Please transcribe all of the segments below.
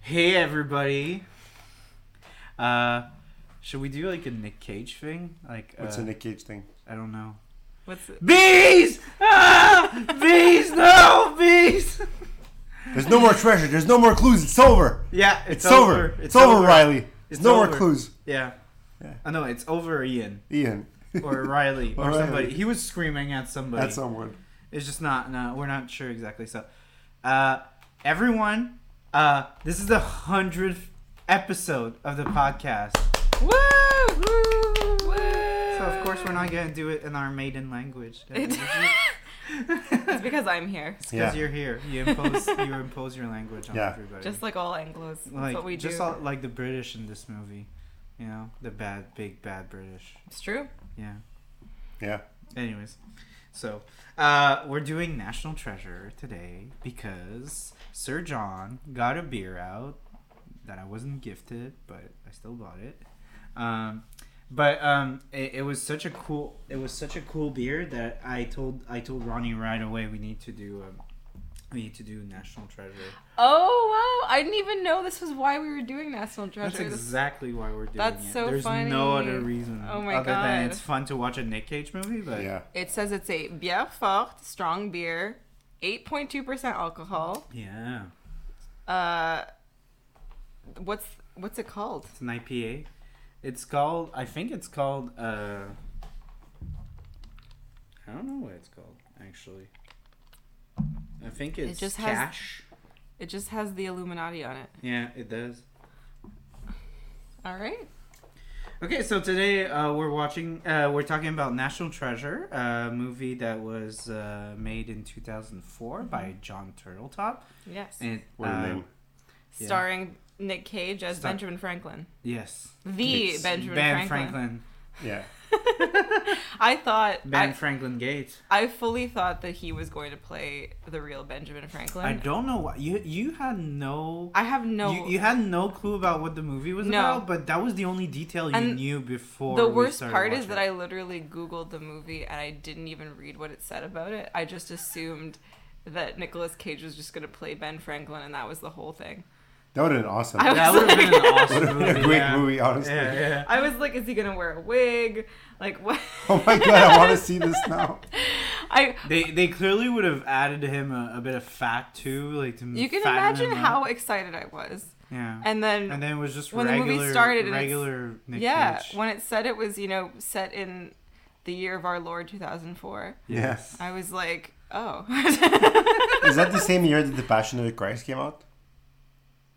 Hey everybody. Uh, should we do like a Nick Cage thing? Like uh, What's a Nick Cage thing? I don't know. What's it? Bees! Ah! Bees! No bees! There's no more treasure. There's no more clues. It's over. Yeah, It's, over. It's, over, Riley. It's no over. more clues. Yeah. Yeah. I know it's over Ian Ian. or Riley or, Or Riley. somebody. He was screaming at somebody. That's someone. It's just not. No, we're not sure exactly. So, uh, everyone, uh, this is the hundredth episode of the podcast. Woo! Woo! So of course we're not gonna do it in our maiden language. It's, it's because I'm here. Yeah. because you're here. You impose. you impose your language on Yeah. everybody. Just like all Anglos, that's like what we do. just all, like the British in this movie. You know the bad, big, bad British. it's true. Yeah. Yeah. Anyways, so uh, we're doing National Treasure today because Sir John got a beer out that I wasn't gifted, but I still bought it. Um, but um, it, it was such a cool it was such a cool beer that I told I told Ronnie right away we need to do um, we need to do National Treasure. Oh wow! I didn't even know this was why we were doing National That's Treasure. This- exactly why we're doing That's it. so There's no funny. other reason Oh my other than God. it's fun to watch a Nick Cage movie, but Yeah. it says it's a bien fort, strong beer, 8.2% alcohol. yeah. Uh, what's what's it called? It's an IPA. It's called. I think it's called. Uh, I don't know what it's called actually. I think it's just has- cash. It just has the Illuminati on it. Yeah, it does. All right. Okay, so today uh, we're watching. Uh, we're talking about National Treasure, a movie that was uh, made in 2004 Mm-hmm. by John Turtletop. Yes. And What a uh, name. yeah. Starring Nick Cage as Star- Benjamin Franklin. Yes, The It's Benjamin Ben Franklin. Franklin. Yeah. I thought Ben I, Franklin Gates. I fully thought that he was going to play the real Benjamin Franklin. I don't know why you you had no. I have no. You, you had no clue about what the movie was No. about, but that was the only detail you And knew before. the we worst started part is watching that it. I literally Googled the movie and I didn't even read what it said about it. I just assumed that Nicolas Cage was just going to play Ben Franklin and that was the whole thing. That would have been awesome. I- that would have been an Would have awesome been movie. a great yeah. movie, honestly. Yeah, yeah. I was like, is he going to wear a wig? Like, what? Oh my god, I want to see this now. I. They they clearly would have added him a, a bit of fat too, like to You can fatten imagine him up. how excited I was. Yeah. And, And then, then it was just when the regular, movie started and it's- regular Nick yeah, Cage. when it said it was, you know, set in the year of our Lord 2004, Yes. I was like, oh. Is that the same year that The Passion of the Christ came out?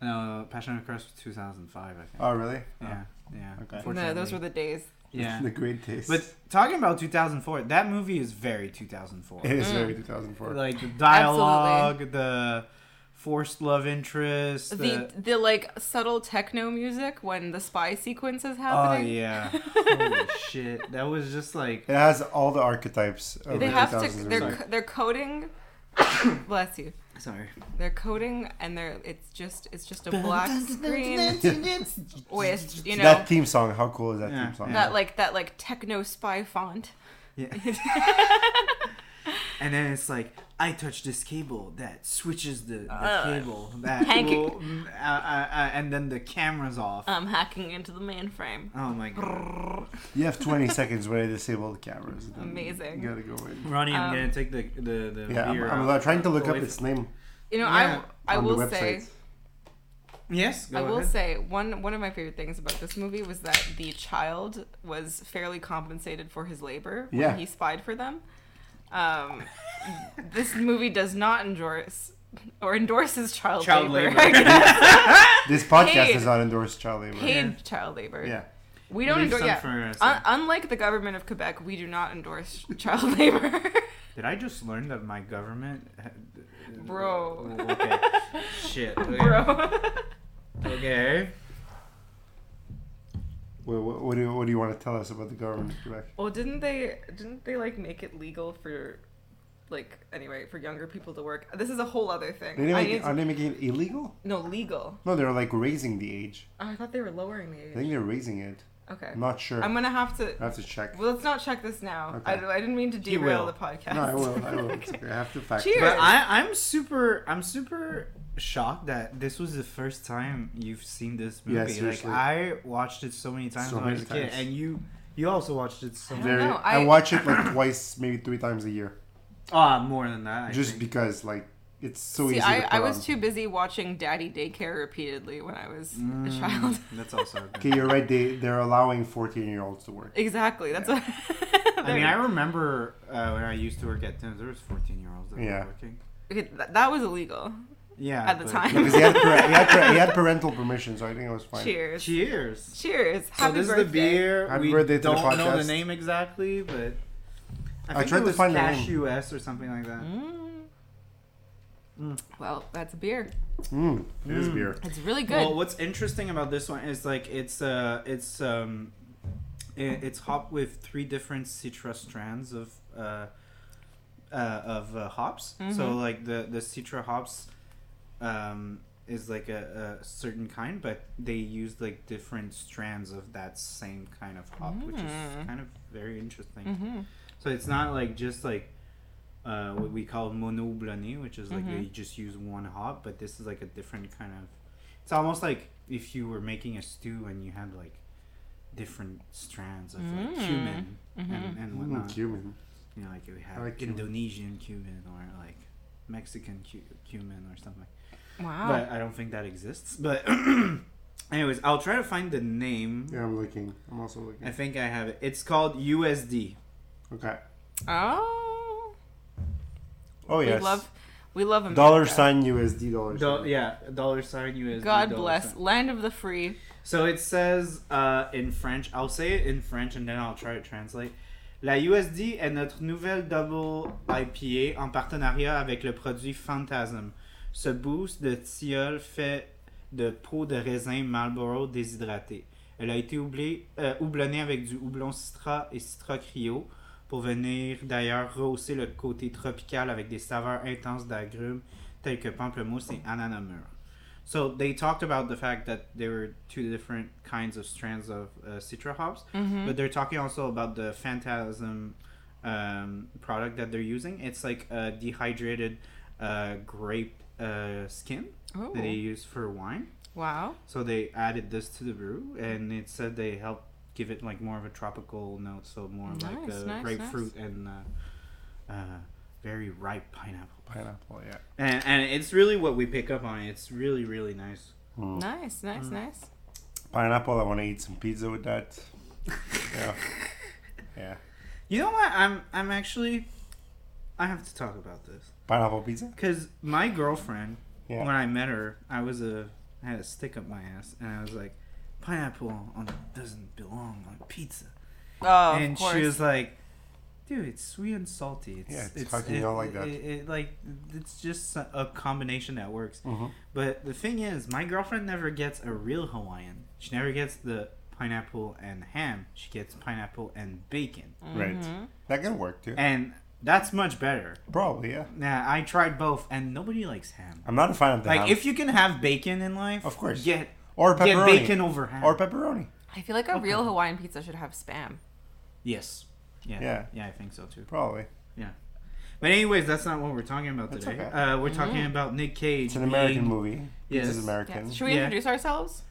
No, Passion of the Christ was 2005, I think. Oh, really? yeah. Yeah. okay. no, those unfortunately. were the days. Yeah. The Great Taste. But talking about 2004, that movie is very 2004. it is Mm. very 2004. like the dialogue, the forced love interest. The, The, the like subtle techno music when the spy sequence is oh happening. yeah, holy shit! That was just like it has all the archetypes of They the have to 2000s. they're co- they're coding bless you. sorry. They're coding and they're it's just it's just a black screen with you know that that, theme song, how cool is that Yeah, theme song? yeah. like that like techno spy font. Yeah. and then it's like I touch this cable that switches the, the Uh, cable that Hank- Uh. will, uh, uh, uh, and then the camera's off. I'm um, hacking into the mainframe. oh my god, You have 20 seconds when I disable the cameras. and then Amazing. You gotta go in. Ronnie, I'm Um, gonna take the the the Yeah, I'm, beer I'm out. lo- trying to look up Away its name You know, Yeah, I I on will the say website. Yes, go I will ahead. say one one of my favorite things about this movie was that the child was fairly compensated for his labor when Yeah. he spied for them. Um, this movie does not endorse or endorses child, Child labor. labor. This podcast Paid. does not endorse child labor. Paid child labor. Yeah. We don't Leave endorse. some Yeah. for us. Un- unlike the government of Quebec, we do not endorse child labor. Did I just learn that my government? Bro. Okay. Shit. Okay. Bro. Okay. What, what, what, do you, what do you want to tell us about the government of Quebec? well, didn't they didn't they like make it legal for like anyway for younger people to work. This is a whole other thing. They didn't I make need it, to- are they making it illegal? no legal. No, they're like raising the age. Oh, I thought they were lowering I the age. think they're raising it. Okay, I'm not sure. I'm gonna have to. I have to check. Well, let's not check this now. Okay. I, I didn't mean to He derail will. the podcast. No, I will. I will. It's okay. I have to fact. Cheers. But I, I'm super, I'm super shocked that this was the first time you've seen this Yeah, movie. like seriously. I watched it so many times So when I was a many kid, times. and you, you also watched it so. I Many, don't Very, know, I, I- watch it like twice, maybe three times a year, ah, more than that. I just think. because like it's so See, easy. I, to put I was on. too busy watching Daddy Daycare repeatedly when I was a child. Mm, That's also. a good- Okay, you're right. They they're allowing fourteen year olds to work. Exactly. That's what. I mean, I remember uh, when I used to work at Tim's. There was 14 year olds that Yeah. were working. Okay, th- that was illegal. Yeah. At the but- time. No, because he had, par- he, had par- he had parental permission, so I think it was fine. Cheers. Cheers. Cheers. So Happy this birthday. is the beer. Happy we birthday to the don't know the podcast. name exactly, but I, I think tried it to was find the name. Cashew S or something like that. Mm. Mm. Well, that's beer. Mm, it is Mm. beer. It's really good. Well, what's interesting about this one is like it's uh it's um i it's hopped with three different citra strands of uh, uh of uh, hops. So Mhm. like the the citra hops um is like a, a certain kind, but they use like different strands of that same kind of hop, which is Mm. kind of very interesting. hmm So it's not like just like uh, what we call mono blonde, which is like Mm-hmm. they just use one hop, but this is like a different kind of. It's almost like if you were making a stew and you had like different strands of like, Mm. cumin Mm-hmm. and, and Mm, whatnot. cumin. You know, like you have I like cumin. Indonesian cumin or like Mexican cu- cumin or something. Wow. But I don't think that exists. But anyways, I'll try to find the name. Yeah, I'm looking. I'm also I looking. think I have it. It's called USD. Okay. oh. Oh yes. We love. We love America. dollar sign USD dollar. Do- sign. yeah, dollar sign USD. God dollar bless. sign. Land of the free. So it says uh, in French. I'll say it in French and then I'll try to translate. La USD est notre nouvelle double IPA en partenariat avec le produit Phantasm. Ce boost de tilleul fait de peau de raisin Marlboro déshydratée. Elle a été houblée- euh, houblonnée avec du houblon Citra et Citra Cryo pour venir d'ailleurs rehausser le côté tropical avec des saveurs intenses d'agrumes tels que pamplemousse et ananas mûr. So they talked about the fact that there were two different kinds of strands of uh, citra hops, Mm-hmm. but they're talking also about the phantasm um, product that they're using. It's like a dehydrated uh, grape uh, skin Oh. that they use for wine. Wow. So they added this to the brew, and it said they helped give it like more of a tropical note, so more like Nice, uh, nice, grapefruit and uh, uh, very ripe pineapple. Pineapple. Yeah. And, and it's really what we pick up on. It's really really nice. Mm. Nice. Nice. Nice. Pineapple. I want to eat some pizza with that. Yeah. yeah. You know what? I'm I'm actually I have to talk about this Pineapple pizza. because my girlfriend Yeah. when I met her, I was a I had a stick up my ass, and I was like, pineapple on, doesn't belong on pizza. Oh, and of course. she was like, "Dude, it's sweet and salty. It's, Yeah, it's- how can you not like that? It, it- like it's just a a combination that works." Mhm. But the thing is, my girlfriend never gets a real Hawaiian. She never gets the pineapple and ham. She gets pineapple and bacon, Mm. Mm-hmm. Right. That can work too. and that's much better. Probably. Yeah. Now I tried both, and nobody likes ham. I'm not a fan of the Like ham. if you can have bacon in life, Of course. get or get pepperoni bacon over ham. or pepperoni. I feel like a real Hawaiian pizza should have spam. yes, yeah, yeah, Yeah. I think so too. Probably. But anyways, that's not what we're talking about That's today. okay. Uh, we're talking Mm-hmm. about Nick Cage. It's an American being- movie. Yes. Yes. It's American. Yes. Should we Yeah. introduce ourselves?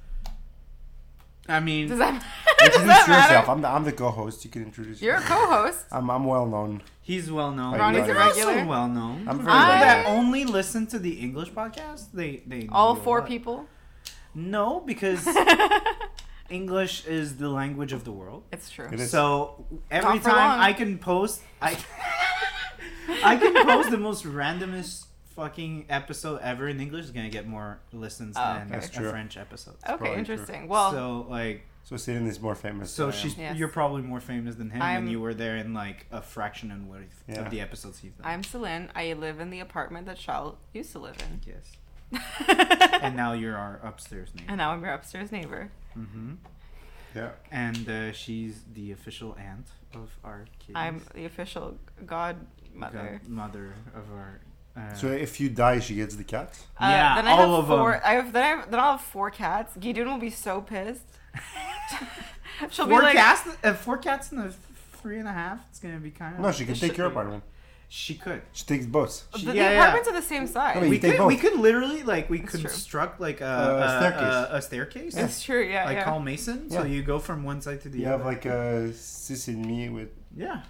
I Does mean, that, does Introduce that matter? yourself. I'm the, I'm the co-host. You can introduce You're a yourself. co-host. Um, I'm, I'm well known. he's well known. Ronnie's You're a also regular. well known. I'm For very people well that known. only listen to the English podcast. They they know All you a four lot. people. No, because English is the language of the world. it's true. It is. So every Not for time long. I can post, I I can post the most randomest fucking episode ever in English is gonna get more listens Oh, than That's a true. French episode. Okay, probably true. interesting. Well, so like So Sidon is more famous. So than I am. she's Yes. you're probably more famous than him, I'm- and you were there in like a fraction and what if- Yeah. of the episodes he's done. I'm Celine. I live in the apartment that Charles used to live in. yes, and now you're our upstairs neighbor, And now I'm your upstairs neighbor. hmm Yeah. and uh, she's the official aunt of our kids. I'm the official god mother. God- mother of our. Uh, So if you die, she gets the cat. Uh, Yeah, then I all have of four, them. I have, then, I have, then I'll have four cats. Gideon will be so pissed. She'll four be like, cats, uh, four cats and a f- three and a half. It's gonna be kind of. No, Uh, she can It take should your be. apartment. She could. She takes both. the, She- the yeah, yeah. apartments are the same size. I mean, We you take could. both. We could literally like we That's true. construct like a, Uh, a staircase. staircase. A, a staircase. That's true. Yeah, Like yeah. call Mason, so Yeah. you go from one side to the You other. have like a sis and me with yeah,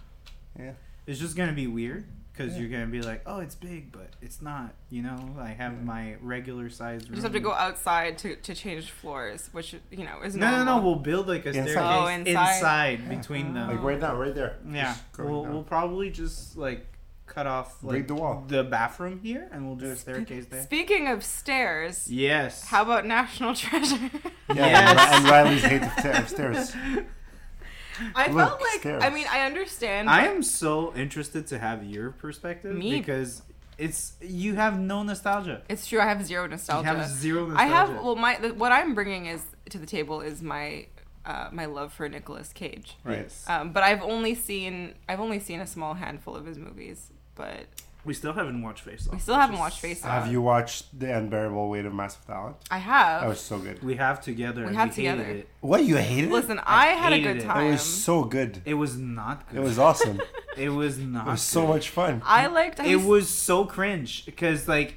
Yeah. It's just gonna be weird because Yeah. you're gonna be like, oh, it's big, but it's not. You know, I have Yeah. my regular size. Room. You just have to go outside to, to change floors, which you know is No, no, no. normal. We'll build like a Inside. staircase Oh, inside, inside. Yeah. between Oh. them. like right now, right there. Uh, yeah, Just going we'll, down. we'll probably just like cut off like Break the wall. bathroom here, and we'll do a staircase there. Speaking of stairs, Yes. how about National Treasure? yeah, and, Yes. Ri- and Riley's hate of ta- of stairs. I Look, felt like stairs. I mean I understand. I am so interested to have your perspective Me. because it's you have no nostalgia. it's true. I have zero nostalgia. You have zero nostalgia. I have well my the, what I'm bringing is to the table is my uh, my love for Nicolas Cage. Right. Yes. Um, but I've only seen I've only seen a small handful of his movies. But we still haven't watched Face Off. We still which haven't is- watched Face Off. Have you watched The Unbearable Weight of Massive Talent? I have. Oh, That was so good. We have together. We and have we hated together. It. What you hated? it? Listen, I, had a hated good it. It time. was so good. It was not good. It was awesome. It was not. it was so good. much fun. I liked. It was so cringe because like,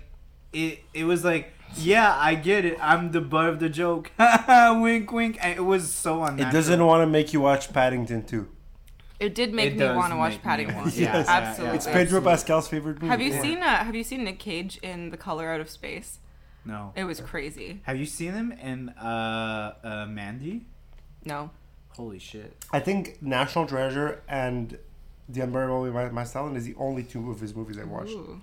it it was like. Yeah, I get it. I'm the butt of the joke. wink, wink. And It was so unnatural. It doesn't want to make you watch Paddington 2 It did make It me does want to watch make me Paddington. want- yeah, Yes. yeah, yeah. absolutely. It's Pedro Absolutely. Pascal's favorite movie. Have you Yeah. seen uh, Have you seen Nick Cage in The Color Out of Space? No. It was crazy. Have you seen him in uh, uh Mandy? No, Holy shit. I think National Treasure and The Unbearable Weight of Massive Talent is the only two of his movies I watched. Ooh.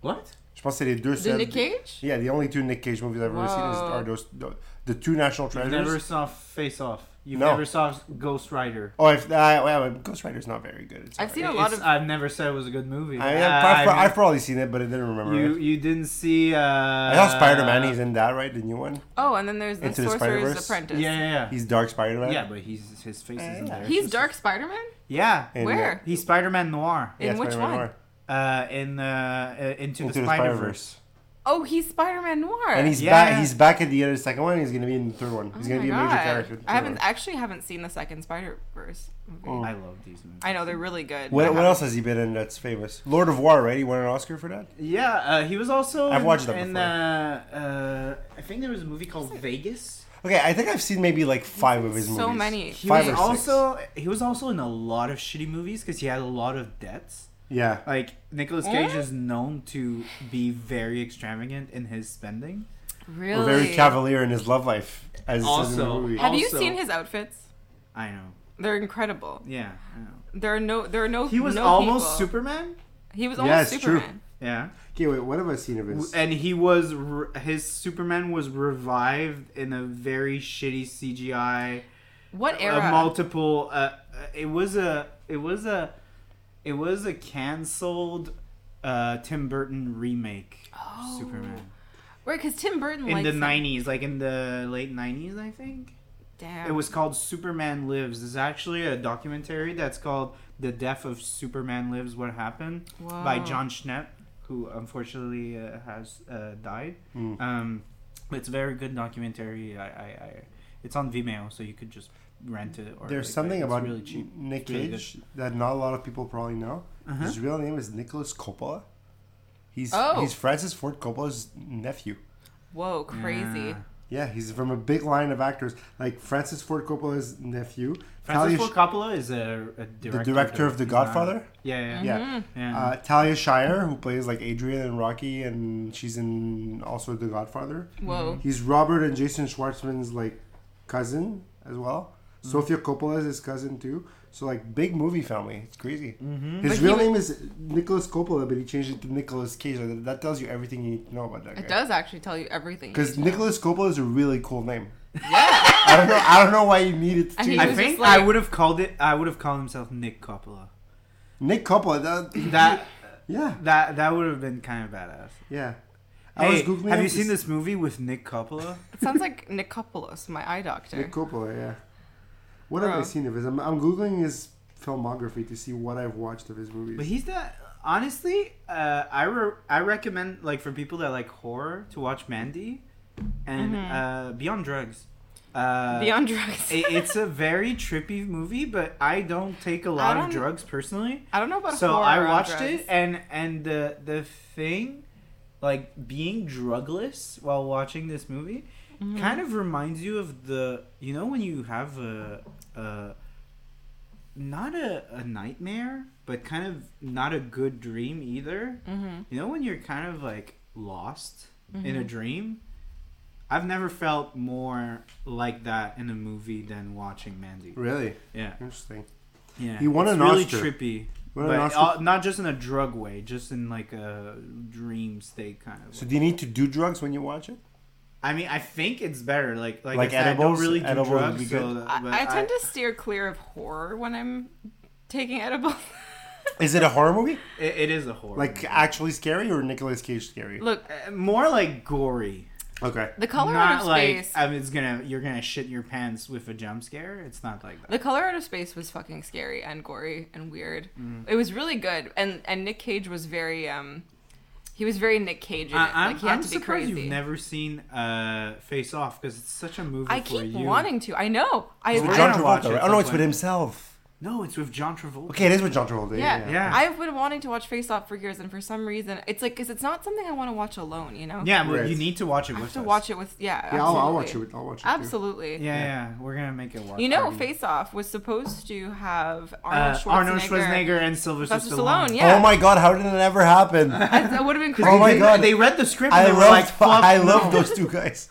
What? Je pense que c'est les deux The seuls- Nick Cage? Yeah, the only two Nick Cage movies I've ever seen is, Whoa. are those the, the two National You Treasures. never saw Face Off. You No. never saw Ghost Rider. Oh, if I, well, Ghost Rider's not very good. It's I've alright. seen a It's- uh, lot of. I've never said it was a good movie. I, Uh, have I've, pro- I I've probably seen it, but I didn't remember. you it. you didn't see. Uh, I saw Spider Man. He's in that, right? The new one. Oh, and then there's the Into the Sorcerer's Spider-Verse? yeah, Apprentice. yeah, yeah. He's Dark Spider Man. Yeah, but he's his face isn't there. He's It's Dark just- Spider Man. Yeah, Where? he's Spider Man Noir. In which one? Uh, in uh, uh, into, Into the the Spider Spider Verse. Verse. Oh, he's Spider Man Noir. And he's Yeah. back. He's back at the end of the second one. He's gonna be in the third one. Oh He's gonna my be a major God. character. in the I third haven't one. actually haven't seen the second Spider Verse movie. Oh. I love these movies. I know they're really good. I What, what haven't- else has he been in that's famous? Lord of War, right? He won an Oscar for that. Yeah, uh, he was also. I've in, watched them in, before. uh, uh, I think there was a movie called Vegas. Okay, I think I've seen maybe like five of his movies. So many. He Five was or six. also he was also in a lot of shitty movies because he had a lot of debts. Yeah. Like Nicolas Cage Eh? is known to be very extravagant in his spending. Really? Or very cavalier in his love life. As it says in the Also- movie. Have you Also- seen his outfits? I know. They're incredible. Yeah. I know. There are no. There are no. He was no almost people. Superman. He was Yeah, almost it's true. Superman. Yeah. Okay, wait. What have I seen of W- his? And he was re- his Superman was revived in a very shitty CGI. What a era? multiple uh, uh, it was a it was a it was a canceled uh, Tim Burton remake Oh. of Superman right, because Tim Burton in likes the him. 90s like in the late 90s I think Damn. it was called Superman Lives there's actually a documentary that's called The Death of Superman Lives What Happened by Wow. John Schnepp who unfortunately uh, has uh, died Mm. um, it's a very good documentary I, I, I it's on Vimeo so you could just rent it or There's like, something it's about really cheap Nick It's really Cage that not a lot of people probably know. Uh-huh. His real name is Nicholas Coppola. He's Oh. he's Francis Ford Coppola's nephew. Whoa, crazy. Yeah. Yeah, he's from a big line of actors like Francis Ford Coppola's nephew, Francis Talia Ford Sh- Coppola is a, a director. the director of The he's not- Godfather. Yeah, yeah, yeah. Yeah. Mm-hmm. yeah. Uh, Talia Shire, who plays like Adrian and Rocky, and she's in also The Godfather. Whoa. Mm-hmm. He's Robert and Jason Schwartzman's like cousin as well. Mm-hmm. Sofia Coppola's his cousin too. So like big movie family. It's crazy. Mhm. His But real he- name is Nicholas Coppola, but he changed it to Nicholas Cage. So that, that tells you everything you need to know about that It guy. does actually tell you everything. you Because need to know. Nicholas Coppola is a really cool name. Yeah. I don't know. I don't know why you needed to And he change I was it. think just like- I would have called it. I would have called himself Nick Coppola. Nick Coppola. That, That yeah, that that would have been kind of badass. yeah. I Hey, was googling. have him you to seen s- this movie with Nick Coppola? it sounds like Nicopoulos, my eye doctor. Nick Coppola. Yeah. What have Bro. I seen of his? I'm, I'm googling his filmography to see what I've watched of his movies. But he's that. Honestly, uh, I re- I recommend like for people that like horror to watch Mandy, and uh, Beyond Drugs. Uh, Mm-hmm. Beyond drugs. it, it's a very trippy movie, but I don't take a lot of don't- drugs personally. I don't know about So horror I on watched it, drugs. and and the the thing, like being drugless while watching this movie, Mm-hmm. kind of reminds you of the you know when you have a a not a, a nightmare, but kind of not a good dream either. Mm-hmm. You know when you're kind of like lost in a dream. I've never felt more like that in a movie than watching Mandy. Really Yeah, interesting. yeah. He won it's an really Oscar. trippy, Won an but Oscar- uh, not just in a drug way, just in like a dream state kind of. So way. do you need to do drugs when you watch it? I mean, I think it's better. Like, like, Like I, said, I don't edibles? really do Edibles would drugs, be so good. that- but I, I tend to steer clear of horror when I'm taking edibles. Is it a horror movie? It, it is a horror. Like actually scary or Nicolas Cage scary? Look, Uh, more like gory. Okay. the color out not of like space. I mean, it's gonna you're gonna shit your pants with a jump scare. It's not like that. The Color Out of Space was fucking scary and gory and weird. Mm. It was really good, and and Nick Cage was very um, he was very Nick Cage. In it. I, am like he had I'm to be surprised crazy. you've never seen uh, Face Off because it's such a movie I for keep you. wanting to. I know. I, It's with I John gotta watch Travolta. it Right? at Oh no, some it's with point. himself. No, it's with John Travolta. Okay, it is with John Travolta. yeah, Yeah. I've been wanting to watch Face Off for years, and for some reason, it's like because it's not something I want to watch alone. You know. Yeah, but Right. you need to watch it I with have to us. watch it with yeah. Yeah, I'll, I'll watch it. absolutely. with- I'll watch it. Absolutely. Absolutely. Yeah, yeah, we're gonna make it watch. You know, party. Face Off was supposed to have Arnold uh, Schwarzenegger. Arnold Schwarzenegger and Sylvester Sylvester Stallone. Stallone, yeah. Oh my god, how did that ever happen? That's- That would have been crazy. Oh my They- God. They read the script. And I they love were like, Fuck I no." love those two guys.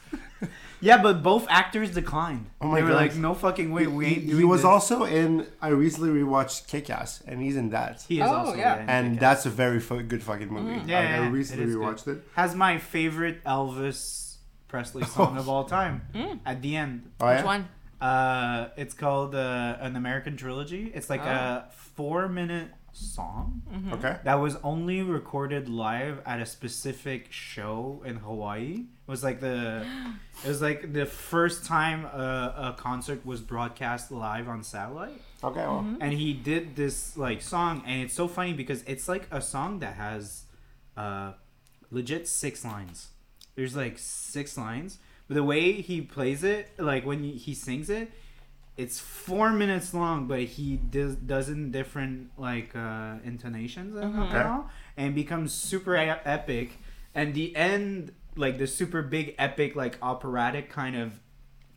Yeah, but both actors declined. Oh my they were God. like, no fucking way, we he, ain't he doing was this." also in. I recently rewatched Kick Ass, and he's in that. He is Oh, also yeah. in and Kick-Ass. Mm, that's a very fu- good fucking movie. Yeah, I, yeah, I yeah, recently it is rewatched good. it. has my favorite Elvis Presley song of all time. Hmm. At the end, Oh, Which yeah? one? uh, it's called uh, an American trilogy. It's like Oh. a four-minute song Okay. that was only recorded live at a specific show in Hawaii. It was like the it was like the first time a, a concert was broadcast live on satellite. Okay. Well. And he did this like song, and it's so funny because it's like a song that has uh, legit six lines. There's like six lines, but the way he plays it, like when he sings it, it's four minutes long, but he does does it in different like uh, intonations and Okay. all, and becomes super e- epic. And the end, like the super big epic, like operatic kind of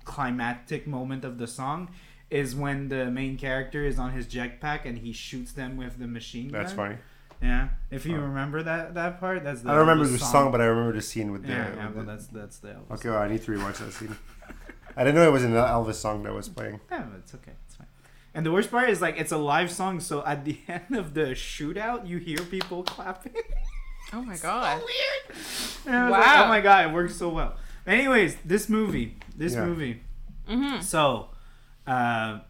climactic moment of the song, is when the main character is on his jetpack and he shoots them with the machine gun. That's funny. Yeah, if you Oh. remember that that part, that's the I don't remember the song. but I remember the scene with the. yeah, yeah, with well, the- that's that's the Elvis. okay, well, I need to rewatch that scene. I didn't know it was an Elvis song that was playing. Yeah, but it's okay. It's fine. And the worst part is like it's a live song, so at the end of the shootout, you hear people clapping. Oh my god. And I was like, Wow. oh my god, it works so well. Anyways, this movie, this Yeah. movie. Mm-hmm. So, uh,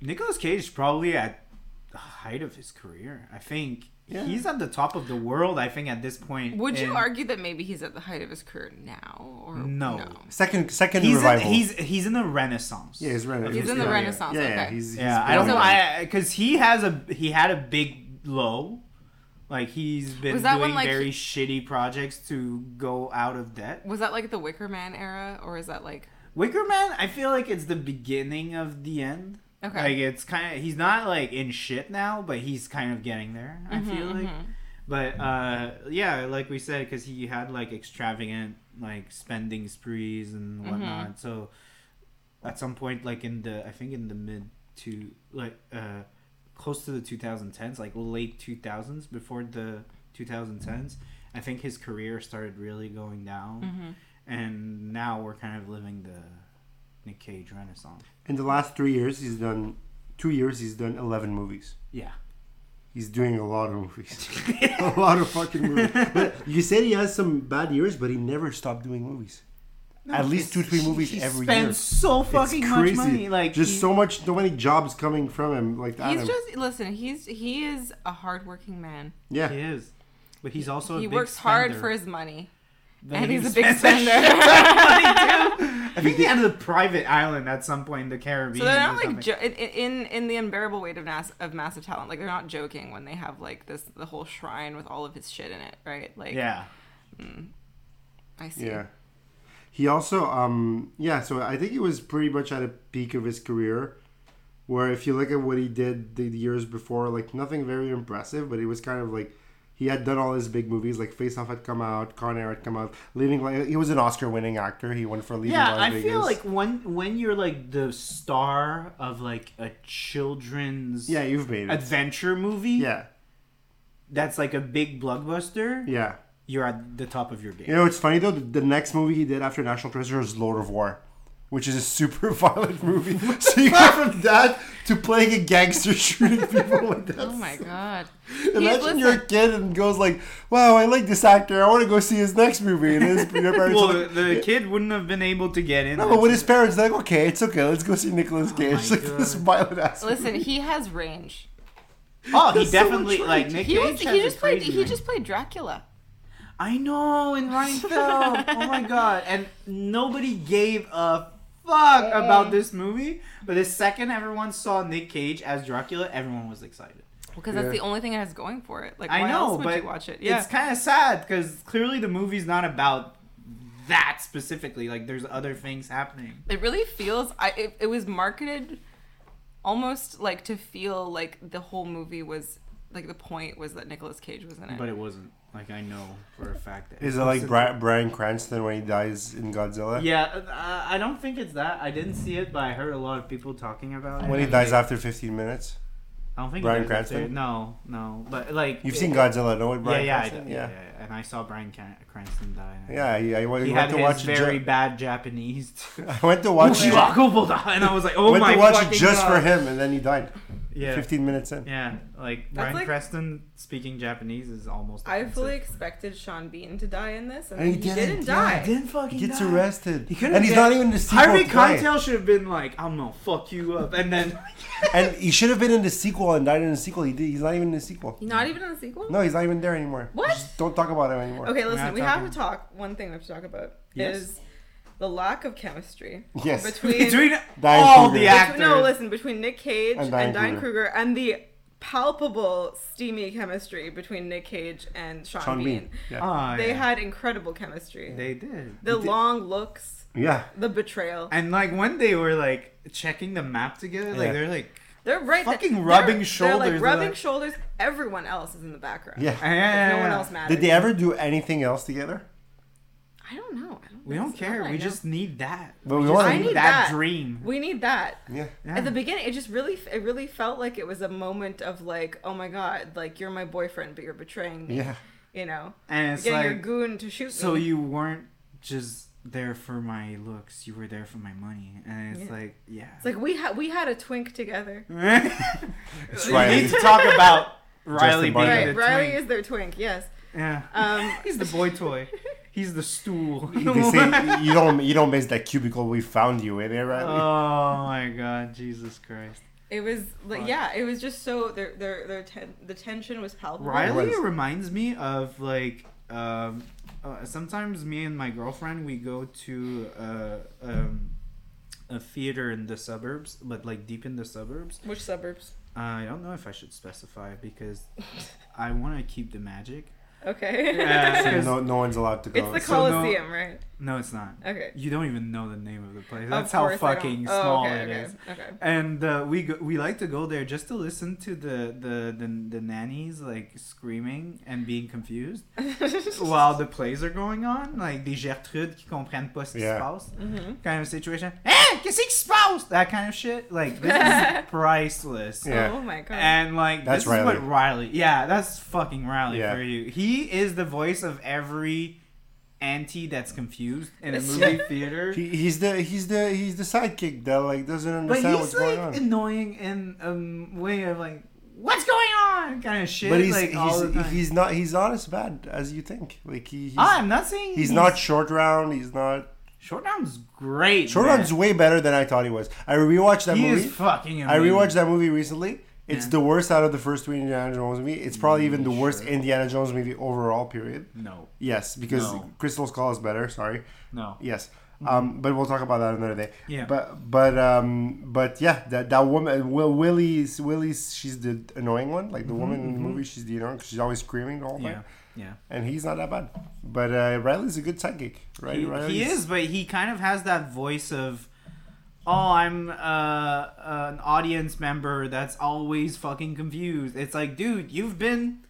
Nicolas Cage is probably at the height of his career. I think Yeah. he's at the top of the world. I think at this point. Would you in- argue that maybe he's at the height of his career now? Or No. Second, second He's in, revival. he's he's in the Renaissance. yeah, he's, rena- He's in the yeah, yeah. Renaissance, Yeah, yeah, okay. he's, he's Yeah, I don't know. brilliant. I because he has a he had a big low. Like he's been Was that doing when, like, very shitty projects to go out of debt. Was that like the Wicker Man era, or is that like Wicker Man, I feel like it's the beginning of the end. Okay. Like it's kind of he's not like in shit now, but he's kind of getting there. I feel like. But uh yeah, like we said, because he had like extravagant like spending sprees and whatnot. So at some point, like in the I think in the mid to like uh close to the 2010s, like late 2000s before the 2010s, I think his career started really going down and now we're kind of living the Nick Cage renaissance. In the last three years, he's done two years. He's done eleven movies. Yeah. He's doing a lot of movies, a lot of fucking movies. But you said he has some bad years, but he never stopped doing movies. At least two, three movies every spends year. so fucking it's much crazy. money. Like just he- so much, so many jobs coming from him. Like that. he's just listen? He's he is a hardworking man. yeah. he is, but he's also a he big works hard spender. for his money, But and he he's a big spends shit spender. money too. I think they had a private island at some point in the Caribbean. So they're or not like something. jo- in, in in the unbearable weight of mass of massive talent. Like they're not joking when they have like this the whole shrine with all of his shit in it, right? Like yeah. I see. Yeah. He also, um, yeah, so I think he was pretty much at a peak of his career, where if you look at what he did the years before, like nothing very impressive, but it was kind of like he had done all his big movies, like Face Off had come out, Con Air had come out, Leaving. Like, he was an Oscar-winning actor. He won for Leaving Yeah, Las I Vegas. feel like when when you're like the star of like a children's yeah, you've made it. adventure movie, Yeah, that's like a big blockbuster. yeah. You're at the top of your game. You know, it's funny though. The, the next movie he did after National Treasure is Lord of War, which is a super violent movie. so you go from that to playing a gangster shooting people like that. Oh my god. Imagine listen- you're a kid and goes like, "Wow, I like this actor. I want to go see his next movie." And his your parents Well, are the, like, the kid wouldn't have been able to get in. no, but with his parents, they're like, "Okay, it's okay. Let's go see Nicolas Cage." It's like this Oh God. violent ass. Listen, he has range. oh, he That's so much definitely right. like Nick He was, Cage. he has a just played crazy he range. just played Dracula. I know in Reinfeld. oh my god! And nobody gave a fuck about this movie. But the second everyone saw Nick Cage as Dracula, everyone was excited. Because Yeah. that's the only thing it has going for it. Like why I know, else would but you watch it? Yeah. it's kind of sad because clearly the movie's not about that specifically. Like, there's other things happening. it really feels I it, it was marketed almost like to feel like the whole movie was like the point was that Nicolas Cage was in it. But it wasn't. Like, I know for a fact that. Is it like Bri- Brian Cranston when he dies in Godzilla? Yeah, uh, I don't think it's that. I didn't see it, but I heard a lot of people talking about it. When he dies after 15 minutes. I don't think Bryan it does it. Cranston? No, no, but like You've it- seen Godzilla, no? With Yeah, Bryan yeah, I Cranston? did, yeah, yeah, and I saw Brian Can- Cranston die. Yeah, yeah. I, I went he went had to his watch. very Ju- bad Japanese. I went to watch. Ju- Uchiwakubuda, and I was like, oh went my to watch it fucking just God. for him, and then he died. Yeah, 15 minutes in. yeah, like Brian like- Creston speaking Japanese is almost. I offensive. fully expected Sean Bean to die in this, and, And he, he didn't. didn't, Yeah, die. he didn't fucking. He gets die. arrested, He could've and he's been- not even the sequel. Harvey to die. Keitel should have been like, I'm gonna fuck you up, and then and he should have been in the sequel and died in the sequel. He did, he's not even in the sequel. Not even in the sequel. No, he's not even there anymore. What? Just don't talk about him anymore. Okay, not listen. We have talking. to talk. One thing we have to talk about Yes. is the lack of chemistry Yes. between, between Diane all Kruger. the Between- actors. No, listen. Between Nick Cage And and Diane Diane, Kruger. Kruger. and the palpable steamy chemistry between Nick Cage and Sean, Sean Bean. Bean. Yeah. Oh, They yeah. had incredible chemistry. They did. the long looks, yeah. the betrayal. And like when they were like checking the map together, like Yeah. they're like, They're right. Fucking they're- rubbing They're shoulders, like rubbing like- shoulders. Everyone else is in the background. Yeah. Like, "Eh." No one else matters. Did they ever do anything else together? I don't know. I don't We think don't so. care. I We know. just need that. But we just want- I need that, that. dream. we need that. Yeah. Yeah. At the beginning, it just really, it really felt like it was a moment of like, oh my god, like you're my boyfriend, but you're betraying me. Yeah. You know, and it's getting your like, goon to shoot so me. you weren't just there for my looks. You were there for my money. And it's Yeah. like, yeah. It's like we had we had a twink together. it's Riley. We need to talk about Riley being Barnett. the Right, Riley twink. is their twink. Yes. Yeah. Um, He's the boy toy. He's the stool. They say you don't you don't miss that cubicle we found you in, eh, oh Riley? my god, Jesus Christ. It was like Fuck. yeah, it was just so their their their ten, the tension was palpable. Riley was- reminds me of like um, uh, sometimes me and my girlfriend we go to uh, um, a theater in the suburbs, but like deep in the suburbs. Which suburbs? I don't know if I should specify because I want to keep the magic. Okay. Yeah, So because- no, no one's allowed to it's go. the so no- Coliseum, right? No, it's not. Okay. You don't even know the name of the place. Of That's how course I don't- fucking oh, small okay, it okay, is. Okay. And uh, we go, we like to go there just to listen to the the, the the nannies like screaming and being confused. while the plays are going on, like des Gertrudes qui comprennent pas ce qui Yeah. se passe, Mhm. kind of situation. Hey, qu'est-ce qui se passe? That kind of shit. Like this is priceless. Yeah. Oh my god. And like That's this is Riley. what Riley. Yeah, that's fucking Riley Yeah. for you. He is the voice of every auntie that's confused in a It's- movie theater. He, he's the he's the he's the sidekick that like doesn't but understand what's he's going like on. annoying in a um, way of like, what's going on? Kind of shit. but he's like, all the time. he's Ah, he's not he's not as bad as you think. Like he he's, I'm not saying he's not short round. He's not Short round's great. Short man. Round's way better than I thought he was. I rewatched that He movie. is fucking I amazing. rewatched that movie recently. It's Yeah. the worst out of the first two Indiana Jones movie. It's probably even the Mm, worst sure. Indiana Jones movie overall. Period. No, Yes, because No. Crystal Skull is better. Sorry. no. Yes. Um, but we'll talk about that another day. Yeah. But but um but yeah, that that woman Will Willie's Willie's she's the annoying one. Like the woman in the movie, she's the annoying. Cause she's always screaming the whole Mm-hmm, yeah, time. yeah. And he's not that bad. But uh, Riley's a good sidekick, right? He, Riley's, he is, but he kind of has that voice of, "Oh, I'm uh, an audience member that's always fucking confused." It's like, dude, you've been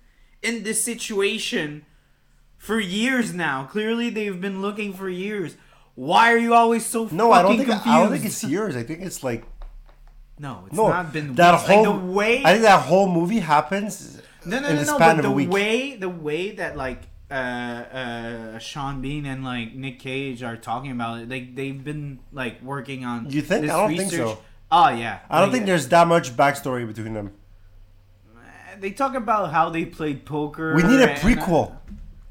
in this situation for years now. Clearly, they've been looking for years. Why are you always so No, I fucking don't think confused? I don't think it's years. I think it's like no, it's no not been that weeks. whole like the way I think that whole movie happens No, no, in no, the no. span But of a the week. way the way that like uh uh Sean Bean and like Nick Cage are talking about it, like they've been like working on. You think? This I don't think research. so. Oh yeah. I don't Like, think there's that much backstory between them. They talk about how they played poker. We need a and- prequel.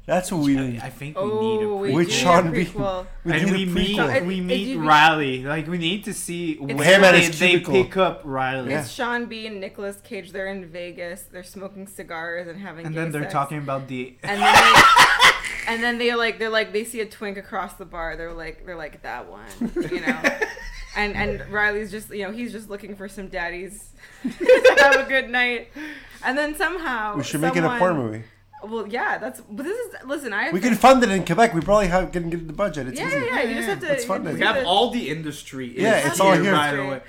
That's what we need. I think we Oh, need a prequel. we With do need a Sean Bean. prequel. We and we need a meet prequel. It- we it- meet you- Riley. Like we need to see Him where at they, his they cubicle. pick up Riley. Yeah. It's Sean Bean, Nicolas Cage. They're in Vegas. They're smoking cigars and having. And gay then they're sex. talking about the And then, they, and then they like they're like they see a twink across the bar. They're like they're like that one, you know. and and Riley's just you know he's just looking for some daddies to have a good night. And then somehow we should make it a porn someone- movie. Well, yeah, that's but this is listen. I We can fund it in Quebec. We probably have can get the budget. It's yeah, easy. yeah, yeah. You just have to. That's fun you then. we just have have to- all the industry. is Yeah, it's all here. By the way,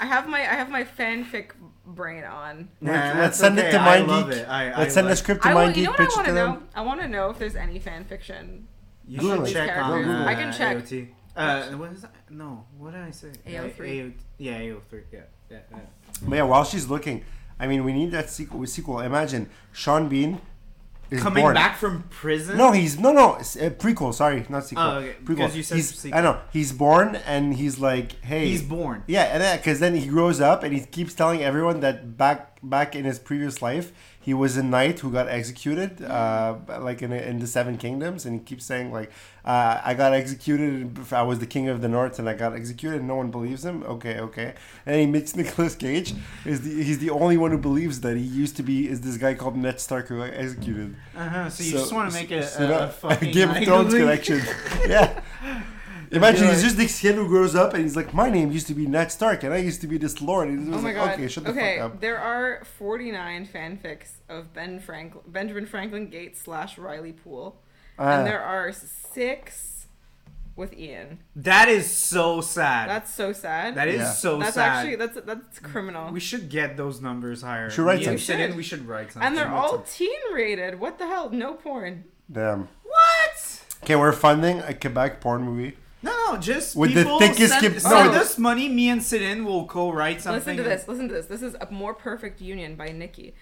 I have my I have my fanfic brain on. Like, Yeah, let's that's send it okay. to I MindGeek. love it. I- I let's send the like- script to I MindGeek. want, you know what I pitch want it to to know? them. I want to know if there's any fan fiction. You Google should it. check on. Google it. uh, I can check. AOT. Uh, what is that? No, what did I say? AO3. AO yeah, AO3. Yeah, yeah. yeah. But yeah, while she's looking, I mean, we need that sequel. sequel. Imagine Sean Bean is Coming born. back from prison. No, he's no, no. It's a prequel. Sorry, not sequel. Oh, okay, Prequel. because you said he's, sequel. I know he's born, and he's like, hey, he's born. Yeah, and then because then he grows up and he keeps telling everyone that back back in his previous life he was a knight who got executed, uh, like in in the Seven Kingdoms, and he keeps saying like, uh, "I got executed. I was the king of the north, and I got executed." And no one believes him. Okay, okay. And he meets Nicolas Cage. Is the, he's the only one who believes that he used to be is this guy called Ned Stark who got executed. Uh-huh. So you just want to make a, so a, that- a fucking Game of like- Thrones connection. yeah. Imagine You're he's like- just this kid who grows up and he's like, my name used to be Ned Stark and I used to be this lord. And he was Oh my like, god. okay, shut the okay, fuck up. there are 49 fanfics of Ben Franklin, Benjamin Franklin Gates slash Riley Poole, Ah. and there are six with Ian. That is so sad. That's, That's so sad. Yeah. so That's sad. actually that's that's criminal. we should get those numbers higher. Should write We some. should- We should write something. and they're all teen rated. What the hell? No porn. Damn. what? Okay, we're funding a Quebec porn movie. No, no, just With the people thickest send, skip- send no. us money. Me and Sidin will co-write something. Listen to and- this. Listen to this. This is a more perfect union by Nikki.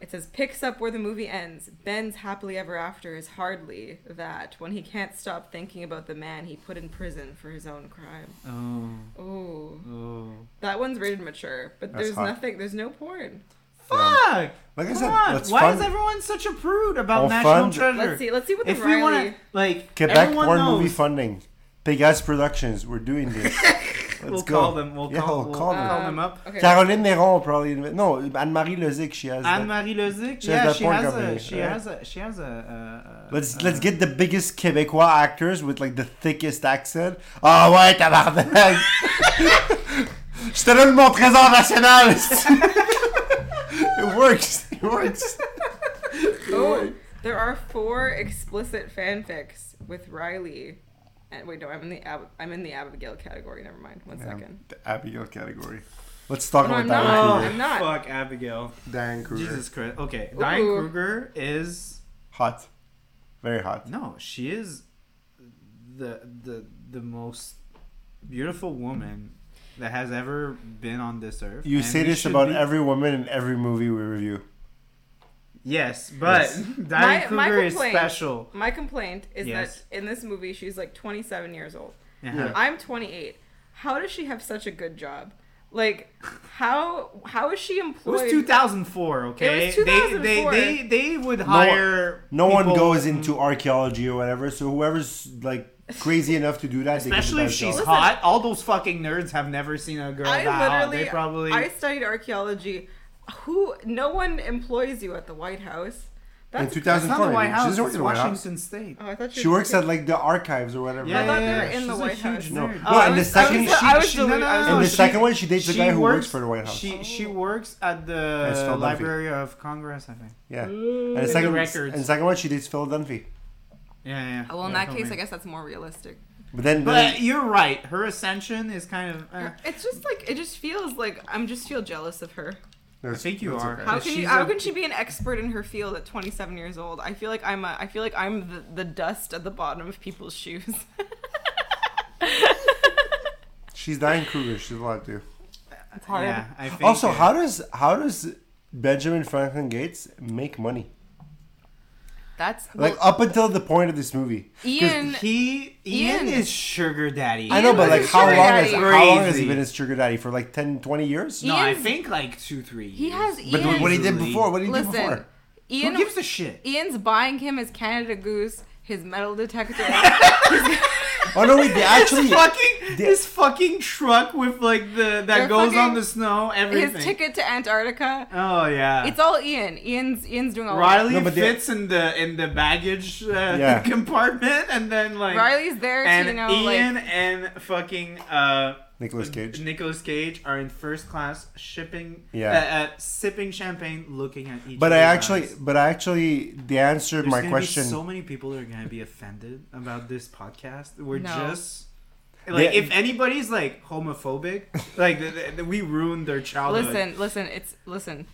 It says picks up where the movie ends. Ben's happily ever after is hardly that when he can't stop thinking about the man he put in prison for his own crime. Oh, Ooh, oh. that one's rated mature, but That's there's hot. nothing. There's no porn. Fuck! Like I Come said, on. let's why fund- is everyone such a prude about We'll National fund- Treasure? Let's see. Let's see what the if Riley. we want to, like, Quebec everyone porn knows, movie funding. Big Ass Productions, we're doing this. Let's we'll go. call them. We'll yeah, call, we'll we'll call them. call them up. Oh, Okay. Caroline Néron will probably inv- no Anne Marie Lezic. She has. Anne that. Marie Lezic, She has yeah, that she porn has, company, a, she yeah. has a, she has a, uh, uh, Let's uh, let's get the biggest Quebecois actors with like the thickest accent. Ah ouais, tabarnak! Je te donne mon trésor national! it works. It works. Oh, there are four explicit fanfics with Riley. And wait, no, I'm in the Ab- I'm in the Abigail category. Never mind. One second. The Abigail category. Let's talk No, about I'm that. not. Kruger. I'm not. Fuck Abigail. Dan Kruger. Jesus Christ. Okay, Diane Ooh. Kruger is Hot. Very hot. no, she is the the the most beautiful woman that has ever been on this earth. You and say we this should about be- every woman in every movie we review. Yes, but Yes. Diane My- my Kruger is complaint- special. My complaint is Yes. that in this movie, she's like 27 years old. Yeah. I'm 28. How does she have such a good job? Like, how how is she It was employed? 2004, okay? It was 2004. They, they, they, they would hire. No one people- goes into archaeology or whatever. So whoever's like crazy enough to do that, Especially they get the if best she's job. hot. All those fucking nerds have never seen a girl I that hot. literally, They probably. I studied archaeology. Who? No one employs you at the White House. in That's- That's not 2004. the White She House. doesn't work it's in the White House. Washington State. Oh, I thought She works at like the archives or whatever. I Yeah, yeah, thought they were yeah. in She's the a White huge House. No, nerd. Uh, no. and the second I was, she, I was she- delu- no, no, I was no, and the she- second one she dates a she guy who works, works- for the White House. Oh. She she works at the It's Phil Dunphy. Library of Congress, I think. yeah, and the the second records. and the second one she dates Phil Dunphy. Yeah, yeah. Oh, well, in Yeah, that case, filmmaker. I guess that's more realistic. But then, But then you're right. Her ascension is kind of. Uh, It's just like it just feels like I'm just feel jealous of her. I think you are. How But can you, she's how a- can she be an expert in her field at 27 years old? I feel like I'm a I feel like I'm the, the dust at the bottom of people's shoes. She's Diane Kruger. She's a lot too. it's hard. yeah, I think Also, uh, how does how does Benjamin Franklin Gates make money? That's Like well, up until the point of this movie, 'Cause Ian. he Ian, Ian- is sugar daddy? I know, Ian but was like a how long sugar has daddy. how long has he Crazy. been his sugar daddy for like 10, 20 years? no, I Ian's- think like two, three. He years. has But Ian. what he did Easily. before? What he did Listen, before? Who Ian. gives a shit? Ian's buying him his Canada Goose, his metal detector. Oh no, wait, they actually. His fucking they- this fucking truck with like the that Their goes on fucking- the snow. Everything. his ticket to Antarctica. Oh yeah. It's all Ian. Ian's Ian's doing all that. Riley No, but they- fits in the in the baggage uh, Yeah. compartment, and then like Riley's there and to you know Ian like and fucking uh, Nicolas Cage. Nicolas Cage are in first class shipping, Yeah. uh, uh, sipping champagne, looking at each. But I other's actually, eyes. but I actually, they answered There's my gonna question. Be so many people that are gonna be offended about this podcast. We're No. just. Like They- if anybody's like homophobic, like th- th- th- we ruined their childhood. listen, listen, it's listen.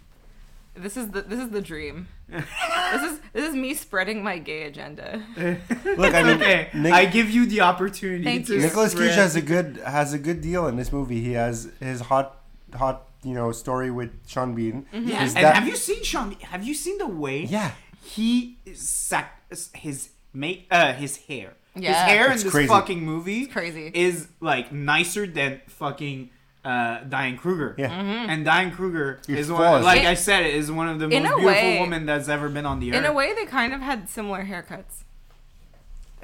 This is the this is the dream. this is this is me spreading my gay agenda. Look, I mean, okay, Nic- I give you the opportunity. Thank to you. Nicolas Cage spread- has a good has a good deal in this movie. He has his hot hot you know story with Sean Bean. Yeah, Is Mm-hmm. and that- have you seen Sean? Have you seen the way? Yeah. he sac- his make uh his hair. Yeah. his hair It's in this crazy. fucking movie crazy. is like nicer than fucking uh Diane Kruger. Yeah. and Diane Kruger You're is one. Like flawless. I said, it is one of the most Mm-hmm. In a beautiful way- women that's ever been on the earth. In a way, they kind of had similar haircuts.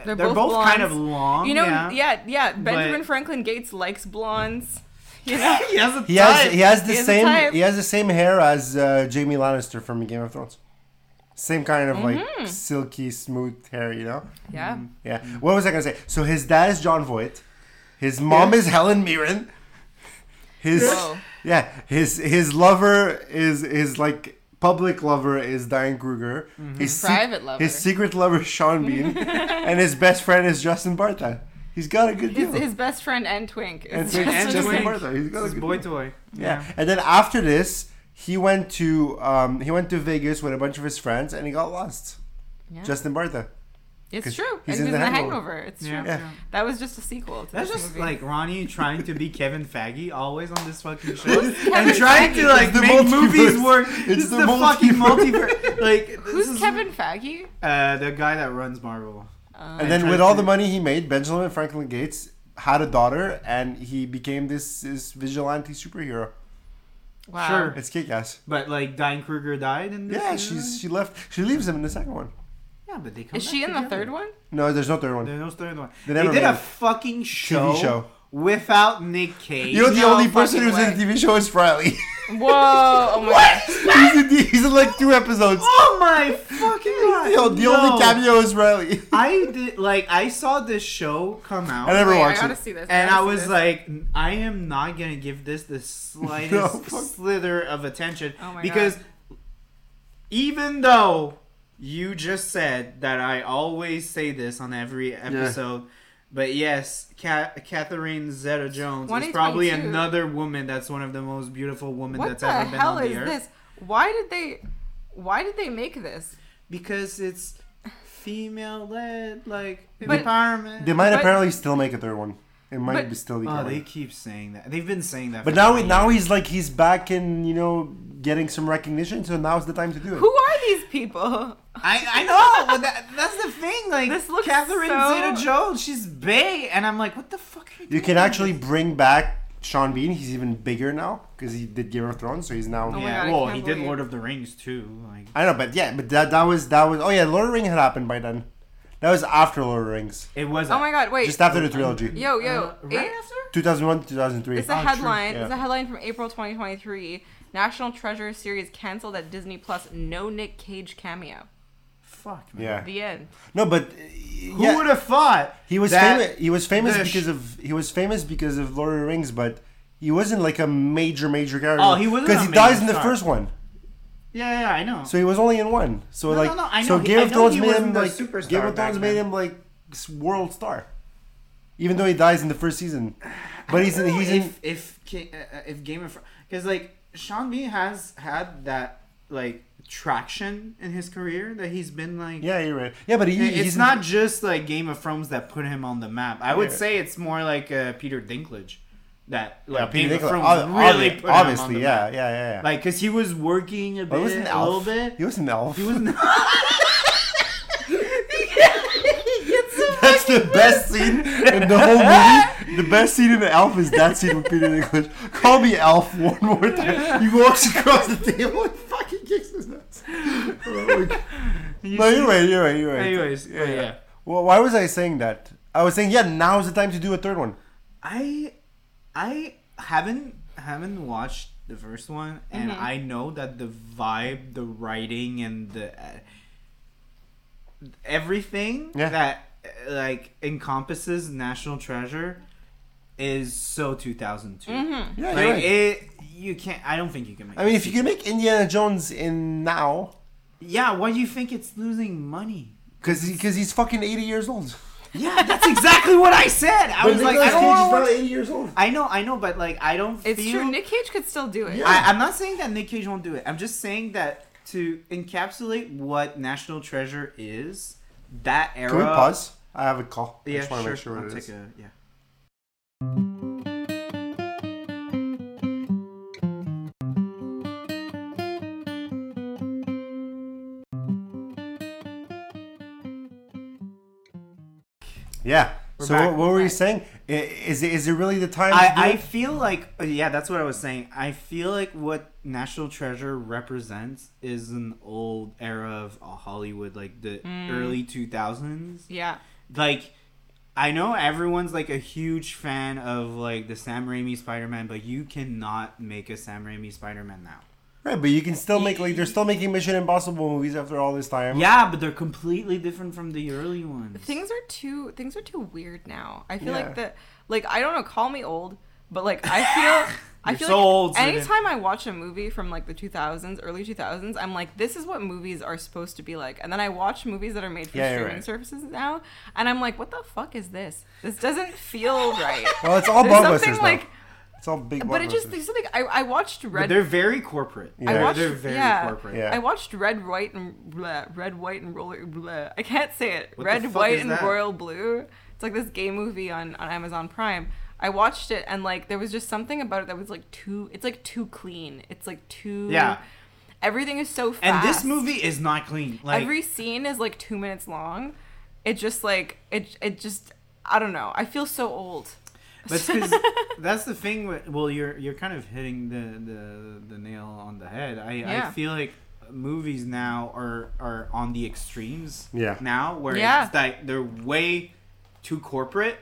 they're, both, kind of blondes. long. You know, yeah. yeah, yeah. Benjamin But- Franklin Gates likes blondes. You know, he has a He has type. he has the He has a same type. he has the same hair as uh, Jamie Lannister from Game of Thrones. Same kind of like silky smooth hair, you know. yeah. Hmm. Yeah. What was I gonna say? So his dad is John Voight. His mom is Helen Mirren. His Whoa. yeah. His his lover is is like public lover is Diane Kruger. His sec- Private lover. His secret lover is Sean Bean, and his best friend is Justin Barta. He's got a good deal. His, his best friend and Twink. And Is Twink- and Justin Twink. Barta. He's got a This is good boy deal. toy. Yeah. And then after this, he went to um, he went to Vegas with a bunch of his friends, and he got lost. Yeah. Justin Bartha. it's 'Cause true. he's He's in in, The the Hangover. hangover. It's Yeah. true. Yeah. yeah. That was just a sequel. To That's this just movie. like Ronnie trying to be Kevin Faggy, always on this fucking show, and Kevin trying to Feige? like It's the make movies multiverse. work. It's It's the the, fucking multiverse. multiverse. like this Who's is, Kevin Uh, Faggy? Uh, the guy that runs Marvel. And then tried with all to- the money he made, Benjamin Franklin Gates had a daughter, and he became this, this vigilante superhero. Wow. Sure. It's kick-ass. But like Diane Kruger died in this. Yeah, uh, she's she left. She leaves him in the second one. Yeah, but they come. Is she in the third one? No, there's no third one. There's no third one. They They, never did made a it. fucking show, show. without Nick Cage. You know, the No only person fucking who's in the TV show is Riley. Whoa! Oh my what? he's, in the, he's in like two episodes. oh my fucking god! Yo, the no. only cameo is Riley. I did like I saw this show come out. I never Wait, I watched gotta it. see this. And gotta I see was this. like, I am not gonna give this the slightest No, fuck. slither of attention Oh my because even though you just said that I always say this on every episode, but yes, Ca- Catherine Zeta Jones is probably 2022. another woman that's one of the most beautiful women what that's the ever been hell on the is earth this? Why did they? Why did they make this? because it's female led, like But- empowerment. They might But- apparently still make a third one. It might But- be still be Oh, they coming. keep saying that. They've been saying that. But for now, 20 now he's like he's back in you know getting some recognition. So now's the time to do it. Who are these people? I, I know, but that, that's the thing. Like This looks Catherine so- Zeta-Jones, she's big, and I'm like, what the fuck? Are you, You can actually bring back Sean Bean. He's even bigger now because he did Game of Thrones, so he's now. Oh my yeah, God, I well, can't he did believe- Lord of the Rings too. Like, I know, but yeah, but that that was that was. Oh yeah, Lord of the Rings had happened by then. That was after Lord of the Rings, it was. Oh my god! Wait. just after the trilogy, Yo, yo. Uh, right it- after? 2001, 2003. It's a Oh, true. headline. It's Yeah. a headline from April 2023. National Treasure series canceled at Disney Plus. No Nick Cage cameo. fuck, man. Yeah. The end. No, but uh, Who yeah, would have thought he was that- famous. He was famous the sh- because of he was famous because of Lord of the Rings, but he wasn't like a major major character. Oh, he wasn't because a he dies major in the star. first one, Yeah, yeah, I know. so he was only in one. So No, like, no, no, I so know. He- Game I of know Thrones he made him wasn't a like superstar Game of back Thrones made then. him like s- world star, even though he dies in the first season. But he's in, know he's in, if if Ki- uh, uh, if Game of because like Sean Bean has had that like traction in his career that he's been like yeah, you're right. Yeah, but he, It- he's It's in- not just like Game of Thrones that put him on the map. I would Yeah. say it's more like uh, Peter Dinklage that like Yeah, Game Peter of Dinklage. Thrones Ob- really obvi- put him on obviously, the yeah, map. yeah, yeah, yeah. Like, cause he was working a But bit, he was an a elf. little bit. He was an elf. He was an It's so That's the best scene in the whole movie. The best scene in the Elf is that scene with Peter Dinklage. Call me Elf one more time. He walks across the table and fucking kicks his nuts. Oh my- You no, see- you're right. You're right. You're right. Anyways, but yeah. Well, why was I saying that? I was saying, yeah, now's the time to do a third one. I I haven't haven't watched the first one, and Mm-hmm. I know that the vibe, the writing, and the uh, everything Yeah. that uh, like encompasses National Treasure is so 2002. Mm-hmm. Yeah, Like you're right. it, you can't. I don't think you can make. I mean, if you can make Indiana Jones in now, yeah, why do you think it's losing money? because he's fucking 80 years old. Yeah, that's exactly what I said. I was like, I don't wanna watch- 80 years old. I know, I know, but like, I don't. It's feel true. Nick Cage could still do it. Yeah. I, I'm not saying that Nick Cage won't do it. I'm just saying that to encapsulate what National Treasure is, that era. Can we pause? I have a call. I Yeah, just want sure. to make sure I'll what it take is. a yeah. Yeah. We're so back. what, what were you Right. saying? I- Is is it really the time? to do I, I it? feel like yeah, that's what I was saying. I feel like what National Treasure represents is an old era of Hollywood, like the early two thousands. Yeah. like I know everyone's like a huge fan of like the Sam Raimi Spider-Man, but you cannot make a Sam Raimi Spider-Man now. right, but you can still make like they're still making Mission Impossible movies after all this time. Yeah, but they're completely different from the early ones. Things are too things are too weird now. I feel Yeah. like the like I don't know, call me old, but like I feel I You're feel so like old, Zidane. anytime I watch a movie from like the 2000s, early 2000s, I'm like this is what movies are supposed to be like. And then I watch movies that are made for Yeah, you're streaming right. services now, and I'm like what the fuck is this? This doesn't feel right. Well, it's all There's blockbusters something now. like It's all big. but it just blockbusters. there's something I I watched but Red they're very corporate. Yeah. I They're- watched, they're very yeah, corporate. Yeah. I watched Red, White, and blah, Red, White, and Roller. Blah. I can't say it. What the Red, fuck White, is and that? Royal Blue. It's like this gay movie on on Amazon Prime. I watched it and like there was just something about it that was like too. It's like too clean. It's like too. Yeah. Everything is so fast. And this movie is not clean. Like every scene is like two minutes long. It just like it. It just. I don't know. I feel so old. but it's 'cause- that's the thing. with- Well, you're you're kind of hitting the the, the nail on the head. I, I Yeah. feel like movies now are are on the extremes. Yeah. Now where Yeah. it's like they're way too corporate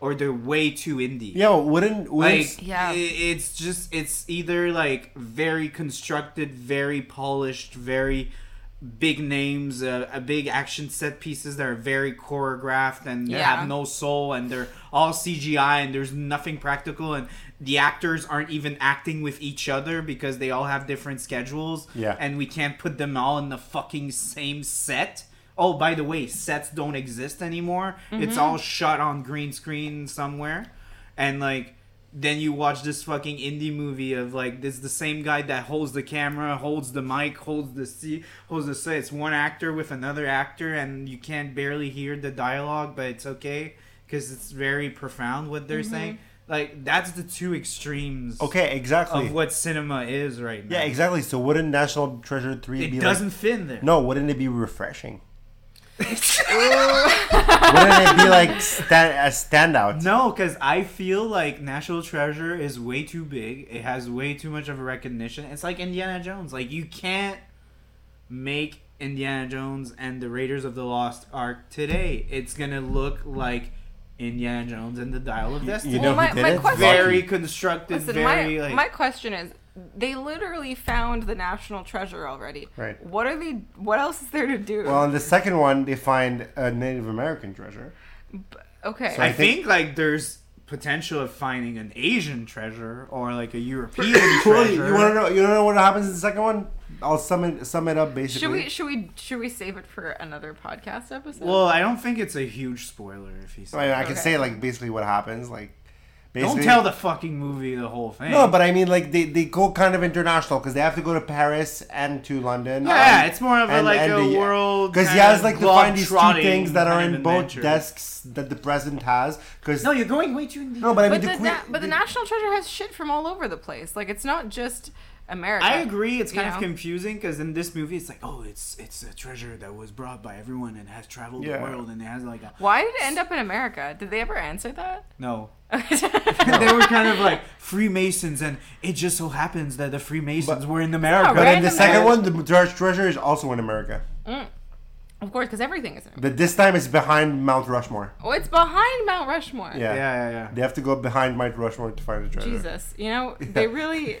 or they're way too indie. yeah. well, Wouldn't wouldn't Like Yeah. i- it's just it's either like very constructed, very polished, very big names, uh, uh, big action set pieces that are very choreographed and they Yeah. have no soul and they're all CGI and there's nothing practical and the actors aren't even acting with each other because they all have different schedules Yeah. and we can't put them all in the fucking same set. Oh, by the way, sets don't exist anymore. It's all shot on green screen somewhere. And like then you watch this fucking indie movie of like this the same guy that holds the camera, holds the mic, holds the C holds the set. It's one actor with another actor and you can barely hear the dialogue, but it's okay cuz it's very profound what they're saying. Like that's the two extremes okay exactly. of what cinema is right now. yeah, exactly. So wouldn't National Treasure three It be doesn't like? fit in there. No, wouldn't it be refreshing? wouldn't it be like stand, a standout? No, because I feel like National Treasure is way too big. It has way too much of a recognition. It's like Indiana Jones. Like you can't make Indiana Jones and the Raiders of the Lost Ark today. It's gonna look like Indiana Jones and the Dial of Destiny. You know Well, my- who did my it? question- very constructed. Listen, very my, like. my question is they literally found the national treasure already. Right. What are they? What else is there to do? Well, in the second one, they find a Native American treasure. okay. I I think, think- like there's potential of finding an Asian treasure or like a European treasure. Well, you want to know? You want to know what happens in the second one? I'll sum it sum it up basically. should we should we should we save it for another podcast episode? Well, I don't think it's a huge spoiler if you I, mean, say. I can Okay. say like basically what happens. Like, Don't basically, tell the fucking movie the whole thing. No, but I mean like they, they go kind of international because they have to go to Paris and to London. yeah, um, it's more of a and- like and a the- world Because he kinda has like to find these two globe-trotting things that are kind in of both adventure. desks that the president has. Because No, no, you're going way too. deep. but I mean but the, the, que- na- but the national treasure has shit from all over the place. Like it's not just America. I agree. It's kind You of know? confusing because in this movie, it's like, oh, it's it's a treasure that was brought by everyone and has traveled Yeah. the world and it has like a Why did it end up in America? Did they ever answer that? no. they were kind of like Freemasons, and it just so happens that the Freemasons But- were in America. but in the Random second ass- one, the tre- treasure is also in America, Of course, because everything is. in America. but this time it's behind Mount Rushmore. Oh, it's behind Mount Rushmore. Yeah. yeah, yeah, yeah. They have to go behind Mount Rushmore to find the treasure. Jesus, you know they really.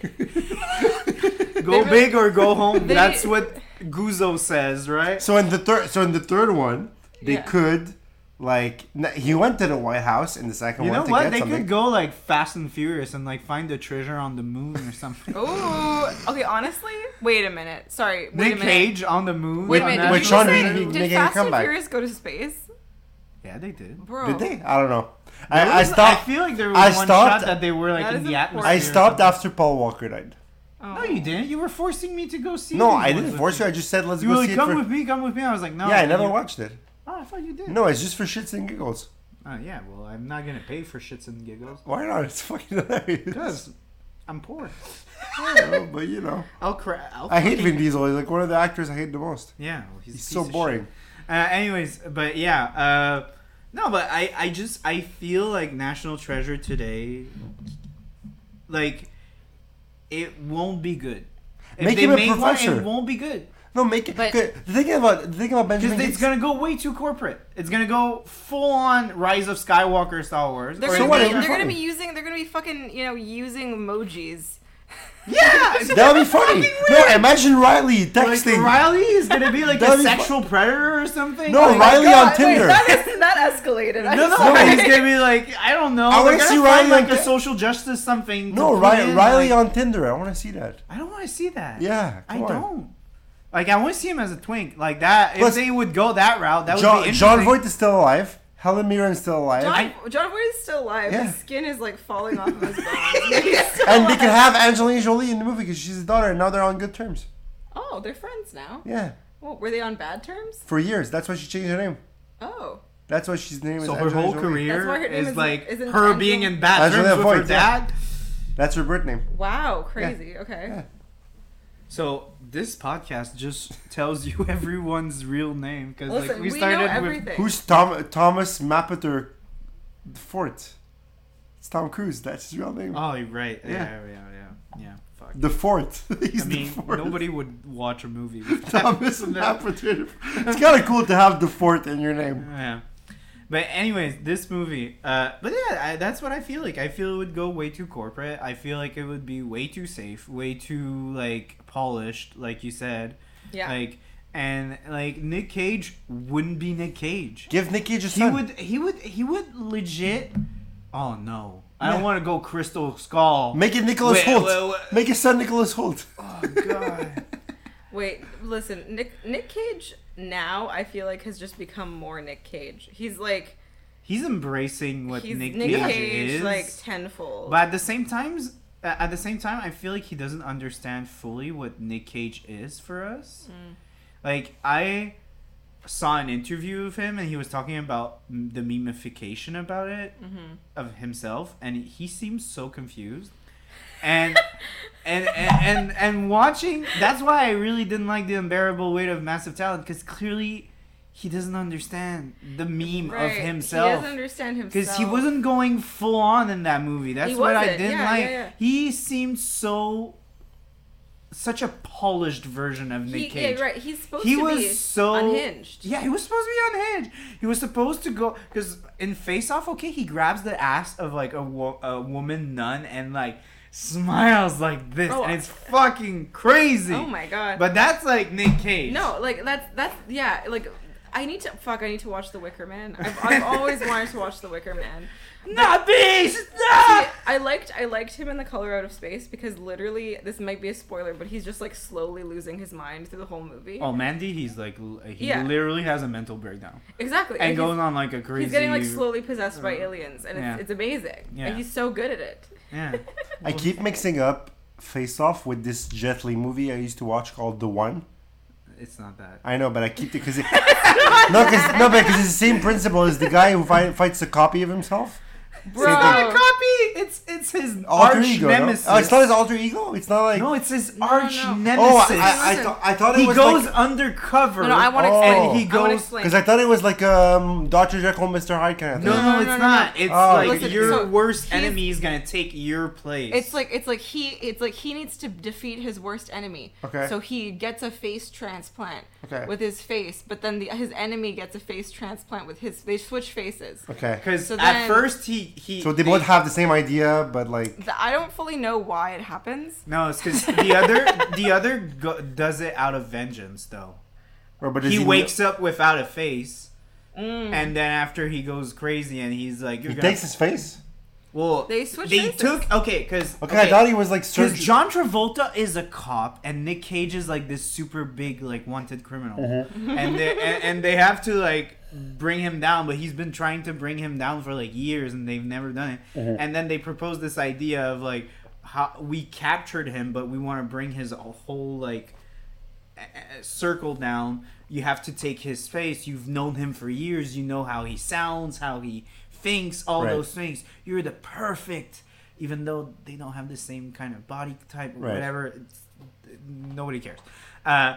Go They really- big or go home. They- That's what Guzzo says, right? So in the third, so in the third one, they Yeah. could like n- he went to the White House in the second You one know to what? get They something. could go like Fast and Furious and like find the treasure on the moon or something. Ooh. Okay. Honestly, wait a minute. Sorry. Wait a Nick minute. Cage on the moon. Wait a on minute. that With did you Sean just Bean say- being- did making a Fast and comeback. Furious go to space? Yeah, they did. Bro. Did they? I don't know. There I, I was- stopped. I, feel like there was I one stopped- shot that they were like That in is the important. atmosphere. or stopped something. after Paul Walker died. Oh. No, you didn't. You were forcing me to go see. No, these I ones didn't with force you. I just said let's You were go like, see it come for. with me, come with me. I was like, no. yeah, I never you- watched it. Oh, I thought you did. No, it's just for shits and giggles. Oh, yeah. Well, I'm not gonna pay for shits and giggles Why not? It's fucking hilarious. because I'm poor. I don't know, but you know, I'll cry. I'll I hate fucking- Vin Diesel. He's like one of the actors I hate the most. Yeah, well, he's, a He's piece so of shit. boring. Uh, anyways, but yeah, uh, no, but I, I just I feel like National Treasure today, like, it won't be good. If Make they him a make one, professor. it won't be good No, make it. But- good. The thing about the thing about Benjamin. because it's Gates- gonna go way too corporate. It's gonna go full on Rise of Skywalker Star Wars. They're, or So gonna, it's gonna- what, it'll be, be they're gonna funny. be using. They're gonna be fucking. You know, using emojis. yeah, that would be funny. fucking No, imagine Riley Like texting. Riley is gonna be like a That'd be fu- sexual predator or something. No, Like, Oh, Riley on Tinder. that, is, that escalated. I'm No, no, sorry. he's gonna be like I don't know. I I wanna want to see see Riley like on a Ti- social justice something. no, to put Riley, in, Riley like- on Tinder. I want to see that. I don't want to see that. Yeah, I come on. don't. Like I want to see him as a twink like that. Plus- if they would go that route, that would John, be John interesting. Voight is still alive. Helen Mirren's still alive. John, John Voight is still alive. Yeah. His skin is like falling off of his bones. He's still and they alive. can have Angelina Jolie in the movie because she's his daughter, and now they're on good terms. Oh, they're friends now. Yeah, Well, were they on bad terms? for years. That's why she changed her name. Oh. That's why she's name is. so her Angelina whole Jolie. career That's why her name is, is- like is in her Angela- being in bad Angela terms with her Voigt, yeah. dad. That's her birth name. Wow, crazy. Okay. Yeah. So this podcast just tells you everyone's real name because Listen, like we we, started know with everything. Who's Tom Thomas Mappeter Fort? It's Tom Cruise. That's his real name. Oh, you're right. Yeah, Yeah. yeah, yeah, yeah. yeah fuck. the Fort. He's I mean, the Fort. nobody would watch a movie with that. Thomas No. Mappeter. It's kind of cool to have the Fort in your name. Oh, Yeah. But anyways, this movie. Uh, but yeah, I, that's what I feel like. I feel it would go way too corporate. I feel like it would be way too safe, way too like polished, like you said. Yeah. Like and like Nick Cage wouldn't be Nick Cage. Give Nick Cage a He son. would. He would. He would legit. Oh no! I don't Yeah. want to go Crystal Skull. Make it Wait, Nicholas Holt. wait, wait. Make his son Nicholas Holt. oh god. Wait, listen. Nick Nick Cage now I feel like has just become more Nick Cage. He's like He's embracing what he's Nick, Nick, Cage, Cage is. like tenfold. But at the same times, uh, at the same time, I feel like he doesn't understand fully what Nick Cage is for us. Mm. Like I saw an interview of him, and he was talking about m- the memification about it Mm-hmm. of himself, and he seems so confused. And, and and and and watching that's why I really didn't like the unbearable weight of massive talent because clearly he doesn't understand the meme Right. of He himself doesn't understand himself. because he wasn't going full on in that movie. That's He what I wasn't. didn't Yeah, like. yeah, yeah. He seemed so such a polished version of He, Nick Cage. yeah, right. He's supposed He to be was so unhinged. Yeah, he was supposed to be unhinged. He was supposed to go because in Face Off, okay, he grabs the ass of like a, wo- a woman nun and like smiles like this, Oh, and it's fucking crazy. Oh my god. But that's like Nick Cage. no, like that's that's yeah, like I need to fuck. I need to watch The Wicker Man. I've, I've always wanted to watch The Wicker Man. not Ah! beast. See, No! I liked I liked him in The Color Out of Space because literally this might be a spoiler, but he's just like slowly losing his mind through the whole movie. Oh, Mandy, he's like l- he Yeah. literally has a mental breakdown exactly. and he's- goes on like a crazy. Uh-huh. He's getting like slowly possessed by aliens, and Yeah. it's, it's amazing. Yeah. And he's so good at it. Yeah. I keep mixing up Face Off with this Jet Li movie I used to watch called The One. It's not that. I know, but I keep it because it. no, because no, because it's the same principle as the guy who fight, fights a copy of himself. It's not a Bro. copy. It's it's his Alter arch ego. no? nemesis. Oh, it's not his alter ego. It's not like. no, it's his No, arch no. nemesis. oh, I, I, Listen. thought- I thought it he was goes like undercover. No, no, I want to Oh. explain. And he I goes- want to explain. because I thought it was like um Doctor Jekyll, Mister Hyde kind of No, thing. no, No, no, it's no, no, not. It's Oh, like Listen, your so worst he's- enemy is gonna take your place. It's like it's like he it's like he needs to defeat his worst enemy. Okay. So he gets a face transplant Okay. with his face, but then the, his enemy gets a face transplant with his. They switch faces. Okay. because so at then- first he he. So they both have the same idea, but like The- I don't fully know why it happens. No, it's because the other the other go- does it out of vengeance though. or but does He kn- wakes up without a face, Mm. and then after he goes crazy and he's like, "You're He gonna." takes his face. well, They switch They faces. took okay because Okay, I thought he was like Because surgery. John Travolta is a cop, and Nick Cage is like this super big, like wanted criminal, Mm-hmm. and they and, and they have to like bring him down. But he's been trying to bring him down for like years, and they've never done it. Mm-hmm. And then they propose this idea of like how we captured him, but we want to bring his whole like a- a- circle down. You have to take his face. You've known him for years. You know how he sounds, how he thinks, all Right. those things. You're the perfect, even though they don't have the same kind of body type or Right. whatever. It's, nobody cares. Uh,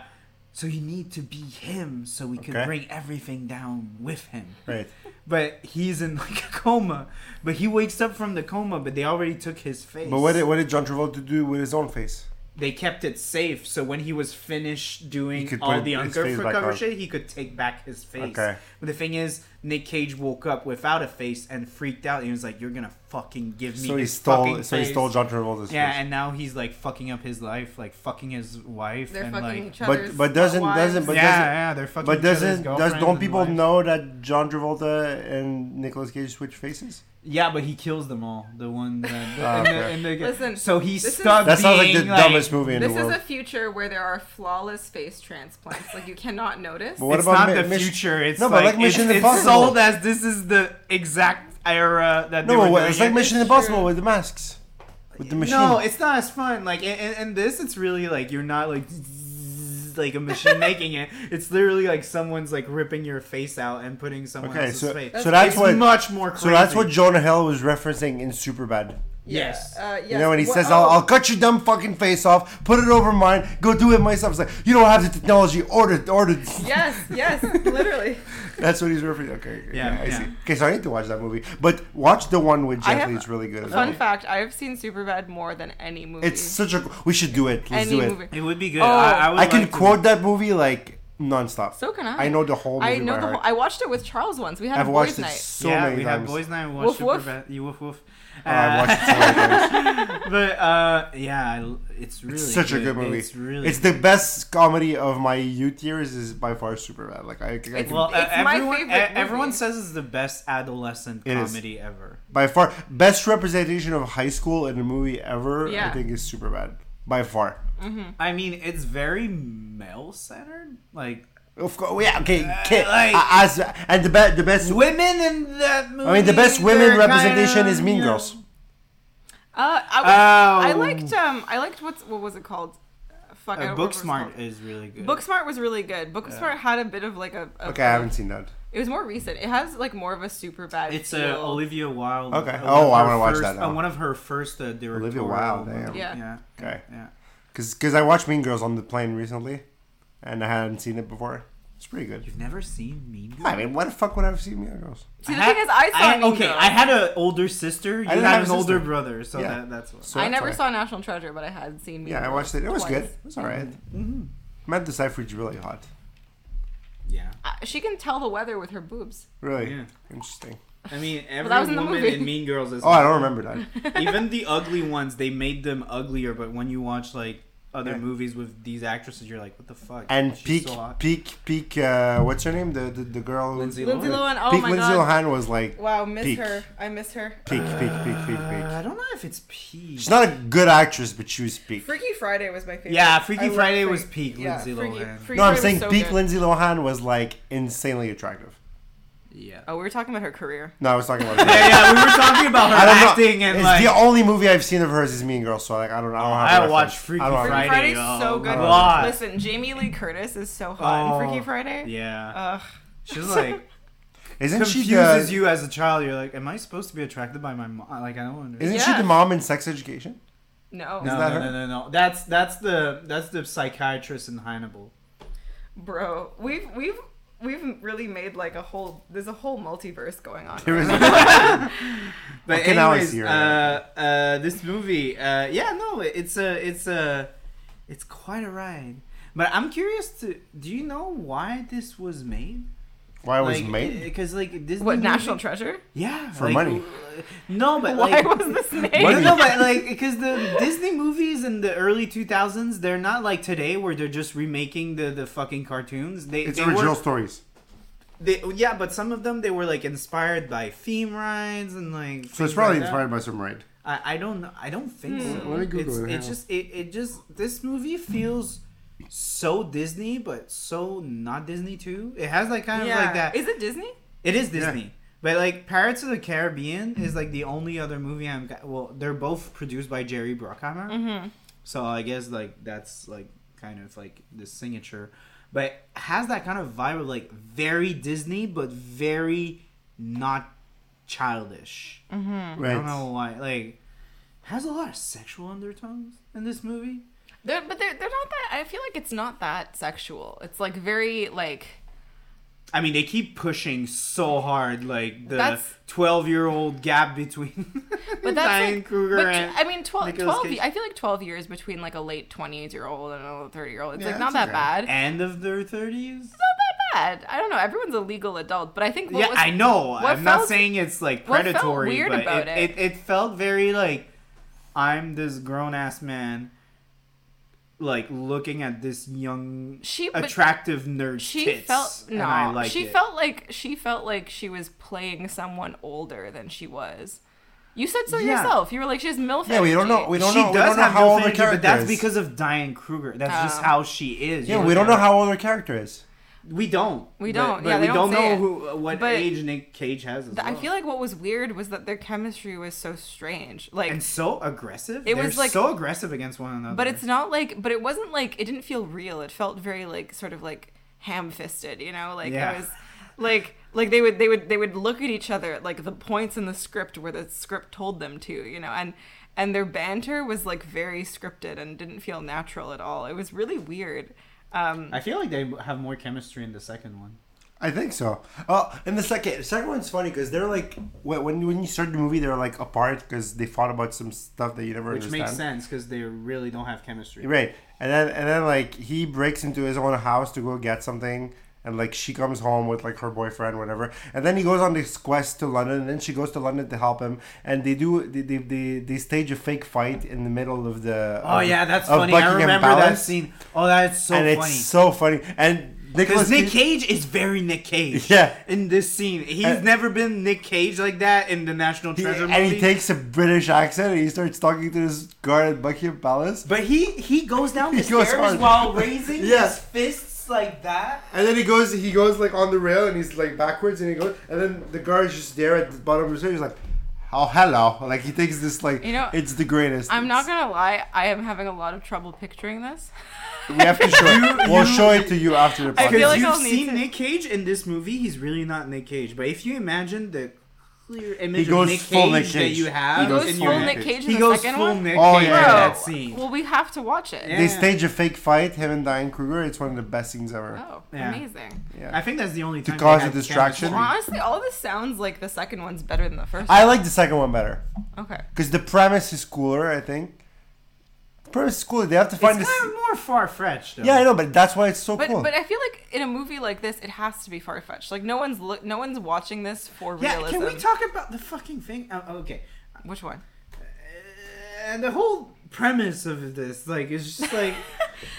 so you need to be him so we can Okay. bring everything down with him. Right. But he's in like a coma. But he wakes up from the coma, but they already took his face. But what did, what did John Travolta do with his own face? they kept it safe so when he was finished He doing could all put the his face back undercover on. shit, he could take back his face. Okay. But the thing is, Nick Cage woke up without a face and freaked out. He was like, "You're gonna fucking give me." So he his stole. fucking So he face." stole John Travolta's Yeah, face. and now he's like fucking up his life, like fucking his wife, They're and fucking like each But- other's. but doesn't- wives. doesn't- but- yeah, doesn't- yeah, they're fucking. But each other's doesn't does girlfriends don't and people wives. know that John Travolta and Nicolas Cage switch faces? Yeah, but he kills them all. The one that. The, Ah, and the, okay. and the, Listen, so he's this is- stuck. That sounds like the being, dumbest movie in this the is world. a future where there are flawless face transplants. Like you cannot notice. But what it's about not Mi- the Mis- future. It's No, like, but like Mission it's, it's Impossible. sold as this is the exact era that they No, were but doing it's like it. Mission Sure. Impossible with the masks, with the machine. No, it's not as fun. Like in, in, in this, it's really like you're not like zzzz, like a machine making it. It's literally like someone's like ripping your face out and putting someone okay. else's So face. so that's it's what much more. Crazy. so that's what Jonah Hill was referencing in Superbad. Yes. Yeah, Uh, yes. You know, when he What- says, oh, I'll, "I'll cut your dumb fucking face off, put it over mine, go do it myself." It's like you don't have the technology or the or the. Yes, yes, literally. That's what he's referring. Okay, okay, Yeah, yeah, I yeah. see. Okay, so I need to watch that movie, but watch the one with I Jet have- Li. It's really good. As Fun well. fact: I have seen Superbad more than any movie. It's such a. We should do it. Let's do any it. movie. it would be good. Oh. I, I, would I can like to- quote that movie like nonstop. So can I. I know the whole movie. I know by the heart. whole. I watched it with Charles once. We had I've a watched boys' it night. so Yeah, many we had times. boys' night. We Woof, watched woof. Superbad. You woof woof. Oh, I've watched it so many times. but uh, yeah, I l- it's really It's such a good movie. It's really it's the best comedy of my youth years. Is by far Superbad. Like I, I can, It's- Well, uh, It's my everyone, favorite e- movie. everyone says it's the best adolescent It is. comedy ever. by far best representation of high school in a movie ever. I Yeah. think is Superbad by far. I mean, it's very male centered. Like Of course, yeah. Okay, okay. like- uh, as and the best, the best. women in that movie. I mean, the best women they're representation kinda, is Mean you know- Girls. Uh, I, Oh. was, I liked. Um, I liked what's what was it called? Uh, Fuck. I Uh, don't remember what it's Booksmart called. is really good. Booksmart was really good. Booksmart had a bit of like a. a- Okay, I haven't seen that. It was more recent. It has like more of a super bad. It's feel. uh, Olivia Wilde. Okay. uh, Oh, one of I her wanna watch first- that now. Uh, one of her first uh, directorial. Wilde, movies. damn. Yeah. Yeah. Okay, Yeah. because I watched Mean Girls on the plane recently, and I hadn't seen it before. It's pretty good. You've never seen Mean Girls? I mean, what the fuck would I have seen Mean Girls? See, the had- thing is, I saw. Mean okay, Girls. I had an older sister. You didn't had have an a older sister. brother, so Yeah. that, that's what. So I that's never why. saw National Treasure, but I had seen. Mean Yeah, I Girls watched it. It was twice. good. It was alright. Mm-hmm. Matt Deciphered's really hot. yeah. Uh, she can tell the weather with her boobs. Really Yeah. interesting. I mean, every that was in the woman movie. in Mean Girls is. Oh, I don't remember that. Even the ugly ones, they made them uglier. But when you watch like other Yeah. movies with these actresses, you're like, what the fuck? And She's peak, so hot. peak, peak. Uh, what's her name? The the, the girl. who- Lindsay Lindsay Lohan. Lohan. Oh peak my Lindsay god. Lohan was like Wow, miss Peak. her. I miss her. peak, peak, peak, peak, Uh, peak. I don't know if it's peak. She's not a good actress, but she was peak. Freaky Friday was my favorite. Yeah, Freaky I love Friday Freak- was peak Lindsay Freaky- Lohan. Freaky No, I'm Friday was saying so peak good. Lindsay Lohan was like insanely attractive. Yeah. Oh, we were talking about her career. No, I was talking about. yeah, yeah, we were talking about her I don't know. acting and it's like. Oh, the only movie I've seen of hers is Mean Girls, so like I don't, I don't have. I a watched reference. Freaky I don't have a Friday. Freaky Friday's oh, so good. God. Listen, Jamie Lee Curtis is so hot Oh, in Freaky Friday. Yeah, Ugh. she's like Isn't she confuses the? you as a child. You're like, am I supposed to be attracted by my mom? Like, I don't understand. Isn't she Yeah. the mom in Sex Education? No. No, that no, no, her? no, no. That's that's the that's the psychiatrist in Hannibal. Bro, we've we've we've really made like a whole there's a whole multiverse going on. There right is- But Okay, now I anyways, see her. uh, uh, this movie, uh, yeah, no, it's a, it's a, it's quite a ride. But I'm curious to, do you know why this was made? Why was like, made? because like Disney. What movie- National Treasure? Yeah, For like, money. uh, No, but Why like, was this made? Money. no, but like because the Disney movies in the early 2000s, they're not like today where they're just remaking the the fucking cartoons. They It's they original were, stories. they, yeah, but some of them they were like inspired by theme rides and like. So it's things probably like that. inspired by some raid. I, I don't know. I don't think Hmm. so. Let me Google it's, it, It's hang on. just it, it just this movie feels so Disney, but so not Disney too. It has like kind of like that. Is it Disney? it is Disney, but like Pirates of the Caribbean is like the only other movie I'm. Got, well, they're both produced by Jerry Bruckheimer, Mm-hmm. so I guess like that's like kind of like the signature, but has that kind of vibe of like very Disney, but very not childish. I don't know Right. why. Like, has a lot of sexual undertones in this movie. They're, but they're, they're not that. I feel like it's not that sexual. It's like very like I mean, they keep pushing so hard, like the That's- twelve-year-old gap between but that's Diane like, Kruger but, and I mean 12, Nicolas 12 Cage. I feel like 12 years between like a late 28 year old and a 30 year old. It's Yeah, like not that that's bad. It's end of their thirties. not that bad. I don't know. Everyone's a legal adult, but I think what Yeah, was I know. what I'm not felt- saying it's like what felt predatory, weird but about it, it- it, it felt very like I'm this grown-ass man, like looking at this young, She- but attractive nerd she tits, felt and no. I like she it. felt like she felt like she was playing someone older than she was. You said so Yeah. yourself. You were like she has milf. Yeah, we don't know. energy. We don't she know. We does don't know have how no old her energy, character but that's is. because of Diane Kruger. That's just Oh. how she is. you yeah, we don't know that. how old her character is. We don't. We But- don't. But, Yeah, we they don't say know it. who uh, what But- age Nick Cage has. As Th- well. I feel like what was weird was that their chemistry was so strange. Like and so aggressive. It They're was like- so aggressive against one another. But it's not like, but it wasn't like, it didn't feel real. It felt very like, sort of like ham fisted, you know? Like Yeah. it was like, like they would, they would, they would look at each other at like the points in the script where the script told them to, you know? And, and their banter was like very scripted and didn't feel natural at all. It was really weird. Um, I feel like they have more chemistry in the second one. I think so. Oh, and the second second one's funny because they're like when when when you start the movie they're like apart because they fought about some stuff that you never Which understand. makes sense because they really don't have chemistry. Right, and then and then like he breaks into his own house to go get something, and like she comes home with like her boyfriend, whatever. And then he goes on this quest to London, and then she goes to London to help him. And they do they they, they, they stage a fake fight in the middle of the Oh of- yeah, that's Um, of funny. I Buckingham remember that Palace. scene. Oh, that's so and it's funny. so funny. And Because Nicholas Nick Cage is very Nick Cage. Yeah. In this scene, he's And- never been Nick Cage like that in the National he- Treasure and movie. he takes a British accent and he starts talking to this guard at Buckingham Palace. But he he goes down He the goes stairs hard. while raising Yeah. his fists like that. And then he goes, he goes like on the rail, and he's like backwards, and he goes, and then the guard is just there at the bottom of the stairs. He's like, "Oh, hello!" Like he takes this like, You know, it's the greatest. I'm not It's- gonna lie, I am having a lot of trouble picturing this. We have to show. it. We'll show it to you after the I podcast. feel Because like you've I'll need seen to- Nick Cage in this movie, he's really not Nick Cage. But if you imagine the clear image goes of Nick full Cage, Nick that Cage. you He have, He goes goes in full your full head- Nick Cage. Cage in he the goes second full one? Nick Oh, Cage yeah, in yeah. that Bro, scene. Well, we have to watch it. Yeah. They stage a fake fight. Him and Diane Kruger. It's one of the best scenes ever. Oh, Yeah. amazing. Yeah. I think that's the only time they cause had a distraction? Well, chemistry. honestly, all this sounds like the second one's better than the first. I like the second one better one. Okay. because the premise is cooler. I think. The premise is cooler. They have to It's find kind this. of more far fetched. Yeah, I know, but that's why it's so But cool. but I feel like in a movie like this, it has to be far fetched. Like no one's look, no one's watching this for Yeah, realism. can we talk about the fucking thing? Uh, okay, Which one? and the whole premise of this, like, it's just like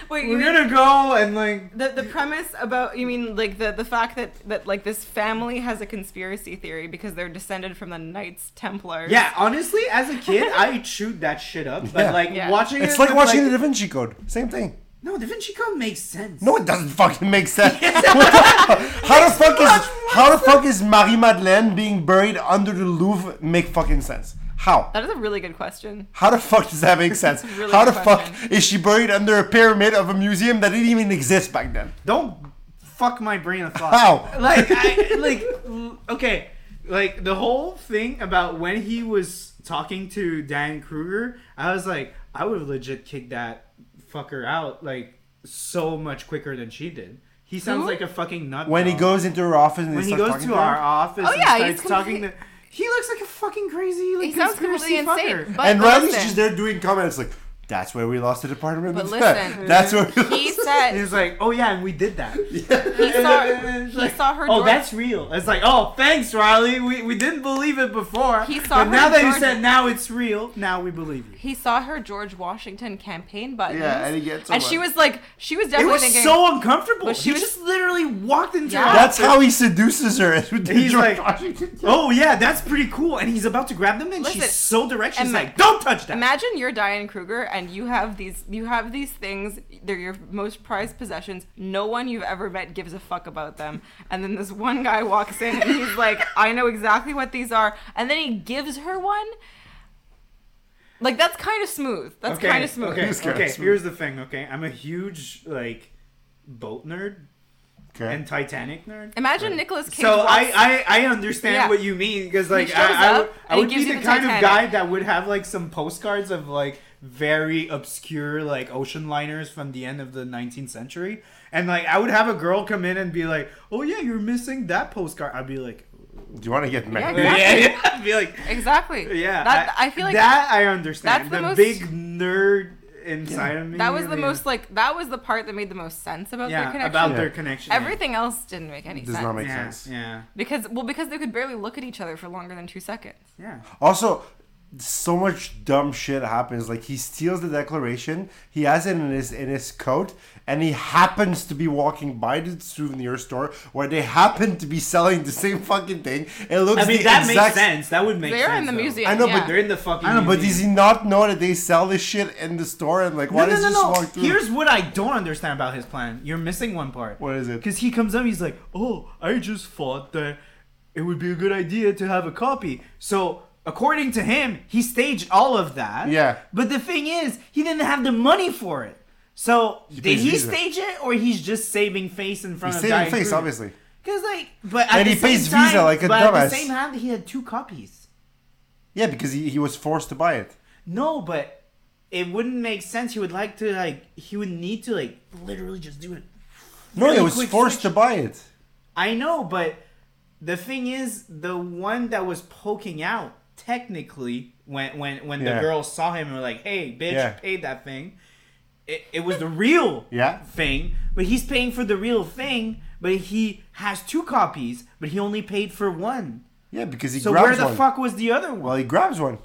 Wait, you we're mean gonna go and like the the premise about you mean like the the fact that that like this family has a conspiracy theory because they're descended from the Knights Templars. Yeah, honestly, as a kid, I chewed that shit up. But Yeah. like Yeah. watching It's it, like with, watching the Da Vinci Code. Same thing. No, Da Vinci Code makes sense. No, it doesn't fucking make sense. What the fu- how the fuck is how the fuck is Marie Madeleine being buried under the Louvre make fucking sense? How? That is a really good question. How the fuck does that make sense? That's a really how the good fuck question. is she buried under a pyramid of a museum that didn't even exist back then? Don't fuck my brain of thought. How? Like, I, like, l- okay, like the whole thing about when he was talking to Dan Kruger, I was like, I would have legit kicked that fucker out like so much quicker than she did. He sounds Who? like a fucking nut. When he job. goes into her office and when they he start goes talking to her? our office Oh, and yeah, starts he's talking to complete- he looks like a fucking crazy like He sounds conspiracy completely insane. fucker. But and Riley's listen, just there doing comments like, "That's where we lost the department." But listen, that's where we he lost it." And said he's like, oh yeah, and we did that. he And saw then- and it's he like, saw her. Oh, door- that's real. It's like, oh, thanks, Riley. We, we didn't believe it before. He but saw her now that you Georgia. said now it's real, now we believe you. he saw her George Washington campaign buttons. Yeah, and he gets and someone. she was like, she was It definitely was thinking. so uncomfortable. But she he was- just literally walked into Yeah. our That's office. how he seduces her. is with the He's like, George Washington. Oh yeah, that's pretty cool. And he's about to grab them, and Listen, she's so direct. She's ima- like, "Don't touch that." Imagine you're Diane Kruger and you have these you have these things, they're your most prized possessions. No one you've ever met gives a fuck about them. And then this one guy walks in and he's like, I know exactly what these are and then he gives her one. Like that's kind of smooth. That's okay, kind of smooth. Okay, It's kinda okay. smooth. Here's the thing. Okay, I'm a huge like boat nerd Okay. and Titanic nerd. Imagine Nicolas Cage. So walks- I, I I understand Yeah. what you mean because like shows I I, would- up I and he would be gives you the the kind Titanic. of guy that would have like some postcards of like very obscure like ocean liners from the end of the 19th century and like I would have a girl come in and be like oh yeah you're missing that postcard I'd be like Do you want to get married? Yeah. yeah yeah I'd be like exactly. yeah That I, feel like that I understand that's the the, most- big nerd inside of me that was yeah. the most like that was the part that made the most sense about their yeah connection. about Yeah. their connection yeah. Everything else didn't make any Does sense. not make yeah sense. yeah Because well, because they could barely look at each other for longer than two seconds. yeah Also, so much dumb shit happens. Like he steals the declaration, he has it in his in his coat, and he happens to be walking by the souvenir store where they happen to be selling the same fucking thing. It looks I mean the that makes exact- sense that would make They're sense in the though. museum. I know, but yeah. They're in the fucking. I don't know, but museum. does he not know that they sell this shit in the store and like why no, does no, he no, just no. walk through? Here's what I don't understand about his plan. You're missing one part. What is it? Because he comes up, he's like, "Oh, I just thought that it would be a good idea to have a copy." So. According to him, he staged all of that. Yeah. But the thing is, he didn't have the money for it. So did pays he Visa. stage it, or he's just saving face in front He's of saving Diane face, Kruger? obviously. Cause like, but at And the he pays same time, Visa like a but At the dumbass. same hand, he had two copies. Yeah, because he, he was forced to buy it. No, but it wouldn't make sense. He would like to like he would need to like literally just do it. No, Really he was quick switch. forced to buy it. I know, but the thing is the one that was poking out technically when when when Yeah. the girls saw him and were like, "Hey, bitch, Yeah. pay that thing." It, it was the real Yeah. thing, but he's paying for the real thing, but he has two copies, but he only paid for one. Yeah, because he So grabs where the one. fuck was the other one? Well, he grabs one.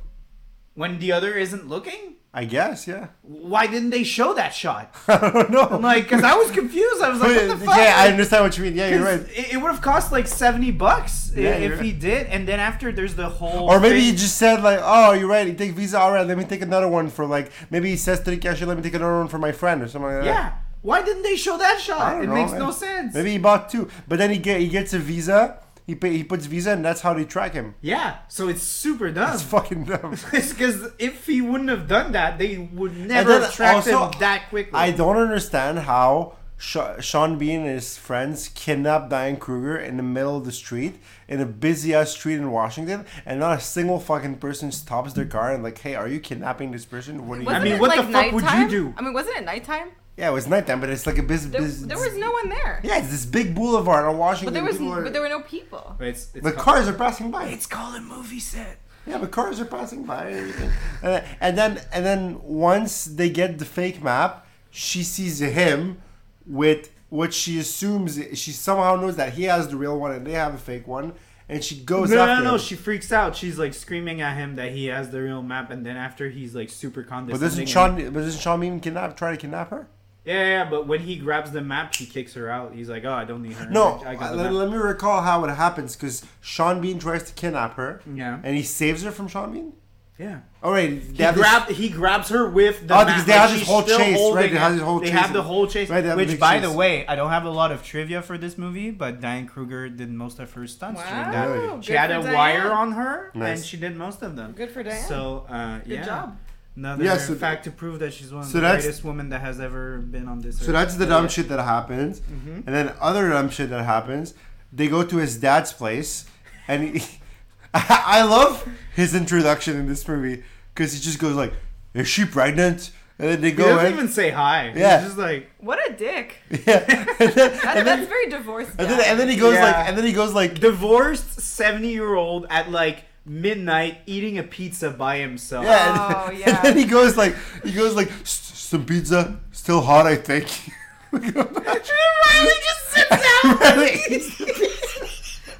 When the other isn't looking? I guess, yeah. Why didn't they show that shot? I don't know. I'm like, because I was confused. I was like, what the fuck? Yeah, I understand what you mean. Yeah, you're right. It, would have cost like 70 bucks i- Yeah, if you're he did. And then after, there's the whole. Or maybe thing- he just said like, "Oh, you're right. You take Visa. All right, let me take another one for like maybe he says to the cashier, let me take another one for my friend or something like that." Yeah. Why didn't they show that I shot? don't It know, makes man. no sense. Maybe he bought two, but then he get he gets a Visa. He pay, he puts Visa, and that's how they track him. Yeah. So it's super dumb. It's fucking dumb. Because if he wouldn't have done that, they would And never then have tracked him also, that quickly. I don't understand how Sha Sean Bean and his friends kidnapped Diane Kruger in the middle of the street, in a busy ass street in Washington, and not a single fucking person stops their car and like, hey, are you kidnapping this person? What are you? Wasn't mean, it, what like, the fuck would you nighttime? do? I mean, wasn't it nighttime? yeah, it was nighttime, but it's like a busy. There, busy there was no one there. Yeah, it's this big boulevard on Washington. but there was, people are- but there were no people. But it's, it's the ca- cars are passing by. It's called a movie set. Yeah, but cars are passing by and everything. And then- And then, and then once they get the fake map, she sees him with what she assumes she somehow knows that he has the real one and they have a fake one, and she goes after him. She freaks out. She's like screaming at him that he has the real map, and then after he's like super but condescending. doesn't and- Sean? But doesn't Sean even kidnap? Try to kidnap her? Yeah, yeah, yeah, but when he grabs the map, she kicks her out. He's like, "Oh, I don't need her." No, I got the let, map." let me recall how it happens because Sean Bean tries to kidnap her, Yeah. and he saves her from Sean Bean. yeah. All right, they He, have this- grab, he grabs her with the map. Oh, because they like, have this she's whole still chase, right? holding They have it. this whole They chase. have the whole chase. Right, they have which, big by chase. the way, I don't have a lot of trivia for this movie, but Diane Kruger did most of her stunts during that. Really? Wow. She good had for a Diane. wire on her, Nice. and she did most of them. Good for Diane. So, uh, Good yeah. job. Another Yeah, so- fact to prove that she's one of so the that's- greatest women that has ever been on this earth. So that's the dumb Yeah. shit that happens. Mm-hmm. And then other dumb shit that happens, they go to his dad's place, and he, I love his introduction in this movie because he just goes like, "Is she pregnant?" And then they He go doesn't in, even say hi. Yeah. He's just like, What a dick. yeah, and then, That, and, that's then, very divorced. and then dad. and then he goes Yeah. like, and then he goes like, divorced 70 year old at like midnight eating a pizza by himself. yeah, Oh, and, yeah. and then he goes like, he goes like, "S- some pizza, still hot, I think. Riley just sits down. What and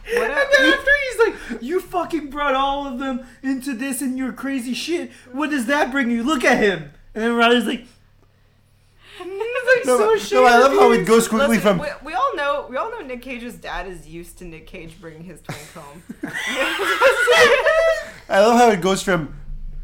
a- then after he's like, "You fucking brought all of them into this and your crazy shit. What does that bring you? Look at him." And then Riley's like, It's like No, so no, shady. I love how it goes quickly Listen, from- We, we all know. We all know Nick Cage's dad is used to Nick Cage bringing his twink home. yeah, I love how it goes from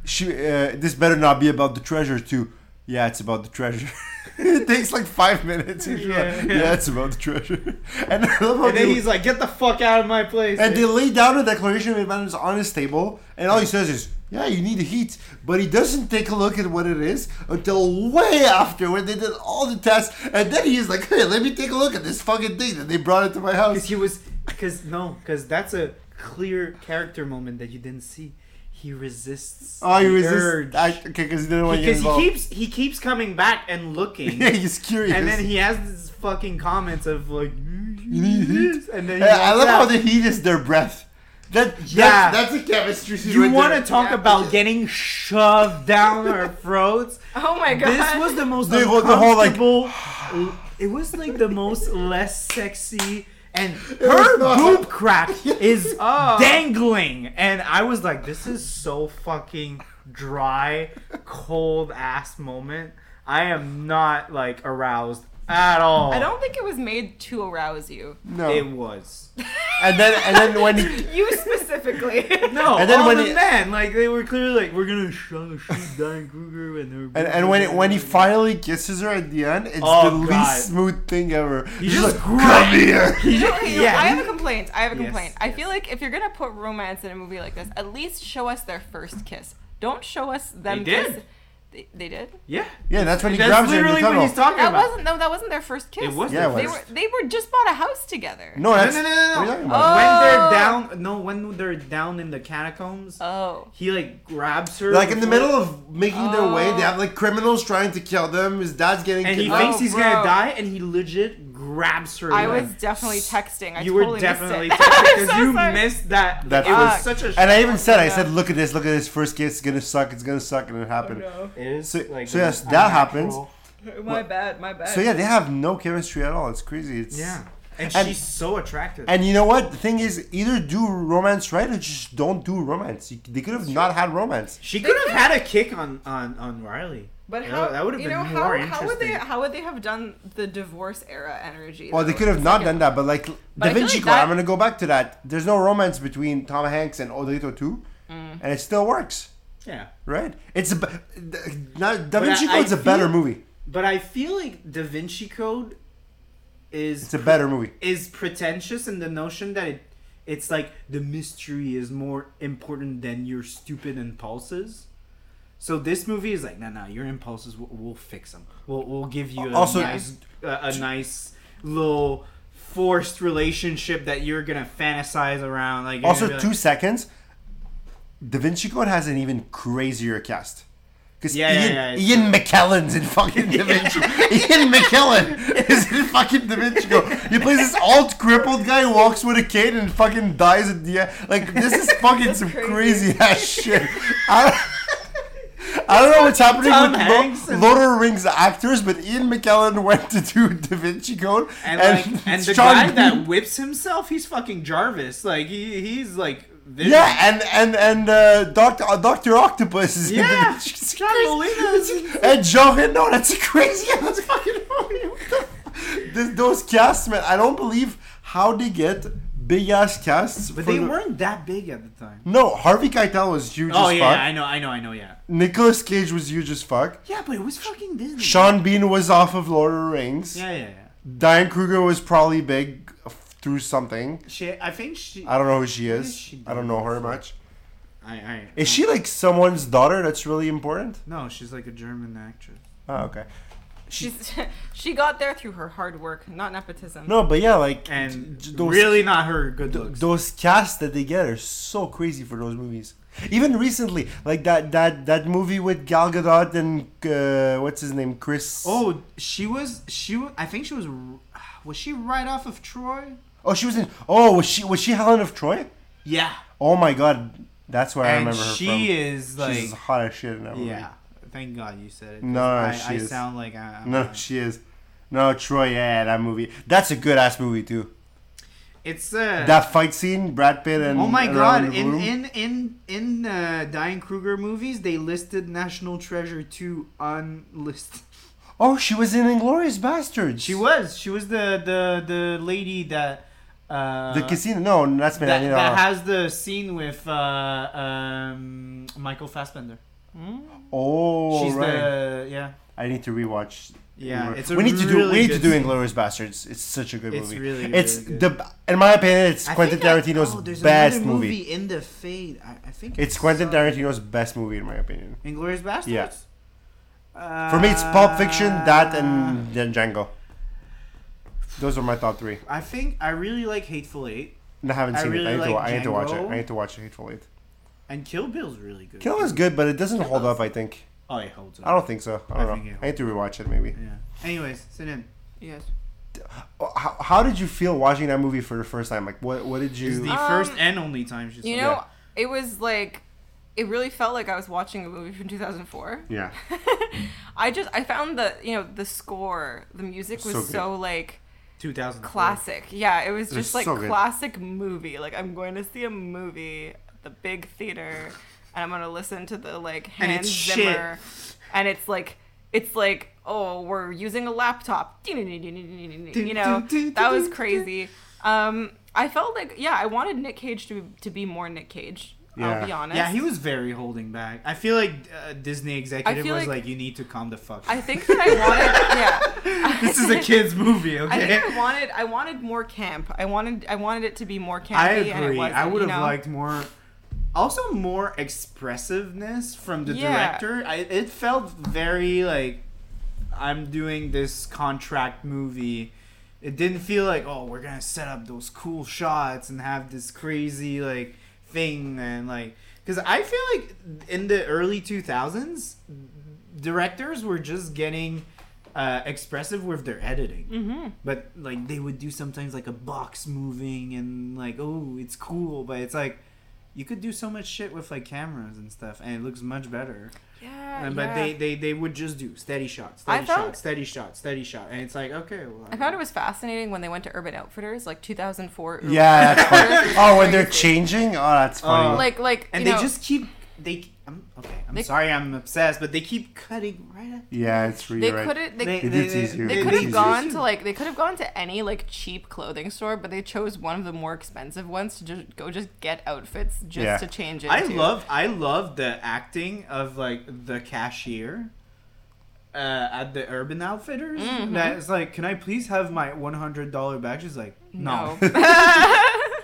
she, uh, this better not be about the treasure to yeah, it's about the treasure. it takes like five minutes. Yeah, Yeah. yeah. it's about the treasure. And I love how and then they, he's like, "Get the fuck out of my place." and they lay down a declaration of independence on his table, and all he says is, "Yeah, you need heat," but he doesn't take a look at what it is until way after when they did all the tests, and then he's like, "Hey, let me take a look at this fucking thing," and they brought it to my Because house. he was, because no, because that's a clear character moment that you didn't see. He resists. Oh, he the resists. urge. I, okay, because he didn't want to get because he involved. keeps he keeps coming back and looking. yeah, he's curious. And then he has these fucking comments of like, you need heat. and then he Yeah, Mm-hmm. I walks love out. how the heat is their breath. That Yeah. yeah, that's, that's a chemistry. scene You right want there. to talk Yeah. about getting shoved down our throats? Oh my god. This was the most They were- the whole, like- uncomfortable. it was like the most less sexy, and her was not. boob crack is Oh. dangling, and I was like, this is so fucking dry, cold ass moment. I am not like aroused at all. I don't think it was made to arouse you. No, It was. and then and then when he, You specifically. No, And then all when the he- men, like they were clearly like, we're gonna shoot, shoot Diane Kruger, and they're and, and when it, when he finally kisses her at the end, it's Oh, the God. least smooth thing ever. He's just like, grunts. come here. You know, you know, Yeah. I have a complaint. I have a Yes, complaint. I feel like if you're gonna put romance in a movie like this, at least show us their first kiss. Don't show us them. They did. kiss- They, they did. yeah, Yeah, that's when he that's grabs her in the literally what tunnel. he's talking That about. wasn't. No, that wasn't their first kiss. It was Yeah, their it They was. first- were. They were just bought a house together. No, no, that's no, no, no, no. What are you talking about? When they're Oh. down, no, when they're down in the catacombs, Oh. he like grabs her, Like in the before- middle of making their way, Oh. they have like criminals trying to kill them. His dad's getting and he kidnapped. thinks Oh, he's bro. gonna die, and he legit grabs her. I leg. was definitely texting. I you totally were definitely missed it. I'm because so you sorry. missed that. That it was fuck. such a. And I even said, I Yeah. said, look at this, look at this first kiss. It's gonna suck. It's gonna suck, and it happened. it is So- like so yes, that happens. unnatural. My bad. My bad. So yeah, they have no chemistry at all. It's crazy. It's Yeah, and, And- she's so attractive. And you know what? The thing is, either do romance right or just don't do romance. You, they could have not had romance. She could have had a kick on on on Riley. But Yeah, how that would have you been know more how, how would they interesting. how would they have done the divorce era energy? Well, though? they could have It's not like done a- that, but like But I Da feel Vinci like Code, that- I'm gonna go back to that. There's no romance between Tom Hanks and Odito too, and it still works, Yeah, right? It's a b- th- not, Da But Vinci I- I Code's a better feel- movie. but I feel like Da Vinci Code is It's a better movie. is pretentious in the notion that it it's like the mystery is more important than your stupid impulses. So this movie is like, no, no, your impulses we'll, we'll fix them. We'll we'll give you a Also- nice a, a nice little forced relationship that you're gonna fantasize around. Like you're Also, gonna be two like, seconds. Da Vinci Code has an even crazier cast. Because Yeah, yeah, Ian, yeah, it's- Ian McKellen's in fucking Da Vinci. Ian McKellen is in fucking Da Vinci Code. He plays this alt crippled guy who walks with a cane and fucking dies e-, at the end. Like, this is fucking some crazy. crazy ass shit. I, I don't know what's happening Tom with Hanks Lo- and- Lord of the Rings actors, but Ian McKellen went to do Da Vinci Code, And, like, and the guy Sean Bean- that whips himself, he's fucking Jarvis. Like he, he's like this. yeah, and and and uh, Doctor uh, Doctor Octopus is in Da yeah. Vinci Code. John Molina's And Jean Reno, that's a crazy ass fucking movie. What the f- Th- Those casts, man, I don't believe how they get big ass casts. But for they the- weren't that big at the time. No, Harvey Keitel was huge Oh as yeah, fuck. I know, I know, I know. Yeah. Nicolas Cage was huge as fuck. Yeah, but it was fucking Disney. Sean Bean was off of Lord of the Rings. Yeah, yeah, yeah. Diane Kruger was probably big f- through something. She, I think she. I don't know who she What is. is she I don't doing know her before? much. I, I, Is she like someone's daughter that's really important? No, she's like a German actress. Oh, okay. She's, she got there through her hard work, not nepotism. No, but yeah, like And j- those- really not her good Th- looks. those casts that they get are so crazy for those movies. Even recently, like that that that movie with Gal Gadot and uh, what's his name, Chris. oh, she was. She. wa- I think she was. r- Was she right off of Troy? oh, she was in. Oh, was she was she Helen of Troy? Yeah. Oh my God, that's where I And remember her she from. is like. She's hot as shit in that movie. yeah. Thank God you said it. 'cause No, I, I she is. sound like I, am No, she is. No, Troy. Yeah, that movie. That's a good ass movie too. it's uh, That fight scene, Brad Pitt and Oh my and god! Orlando In Bloom. in in in uh, Diane Kruger movies, they listed National Treasure two unlisted. oh, she was in Inglorious Bastards. She was. She was the the the lady that. Uh, the casino. No, that's me. that, that has the scene with uh, um, Michael Fassbender. oh, She's right. the yeah. I need to rewatch. Yeah, Inglour- it's a we need to do. really We need to good do scene. Inglourious Bastards. It's such a good It's movie. really, it's really good. the in my opinion, it's I Quentin think I- Tarantino's oh, there's best another movie. In the Fade, I, I think It's Quentin Tarantino. Tarantino's best movie in my opinion. Inglorious Bastards. Uh, Yeah. For me, it's Ah. Pulp Fiction, that, and then Django. Those are my top three. I think I really like Hateful Eight, And I haven't I seen really it. I need, to, wa- like I need to watch it. Django. I need to watch Hateful Eight. and Kill Bill's really good. Kill is good, but it doesn't hold up. I think. Oh, it holds up. I don't think so. I I don't think know. it I need to rewatch it maybe. Yeah. Anyways, sit in. Yes. Oh, How, how did you feel watching that movie for the first time? Like, what what did This is you? the Um, first and only time she's. You know, it was like, it really felt like I was watching a movie from 2004. yeah. I just, I found the, you know, the score, the music was So so, good. like 2000 classic. Yeah, it was was just like so good. classic movie. Like I'm going to see a movie at the big theater, and I'm going to listen to the like And Hans it's Zimmer, and it's like, it's like. Oh, we're using a laptop. You know, that was crazy. Um, I felt like, yeah, I wanted Nick Cage to to be more Nick Cage. Yeah. I'll be honest. Yeah, he was very holding back. I feel like uh, Disney executive feel was like- like, "You need to calm the fuck." I think that I wanted, yeah. this is a kids movie, I okay? think I wanted I wanted more camp. I wanted I wanted it to be more campy. I And it agree. wasn't, I would have you know? liked more, also more expressiveness from the Yeah. director. I, it felt very like I'm doing this contract movie. It didn't feel like oh we're gonna set up those cool shots and have this crazy like thing and like because I feel like in the early 2000s directors were just getting uh, expressive with their editing. Mm-hmm. But like they would do sometimes like a box moving and like oh it's cool, but it's like you could do so much shit with like cameras and stuff, and it looks much better. Yeah, And, but yeah. they, they they would just do steady shot, I steady found- shot, steady shot, steady shot, and it's like okay, well, I found it was fascinating when they went to Urban Outfitters, like 2004. Urban Yeah, that's funny. Outfitters. Oh, when they're changing? Oh, that's funny. Oh. like like and you they know, just keep they. I'm okay. I'm They- sorry, I'm obsessed, but they keep cutting right. At, yeah, it's really they right. could have they, They- they, did tease you. They could have tease gone to like they could have gone to any like cheap clothing store, but they chose one of the more expensive ones to just go just get outfits just Yeah. to change it. I love I love the acting of like the cashier uh, at the Urban Outfitters. That is like, can I please have my one hundred dollar bag? She's like, no. no.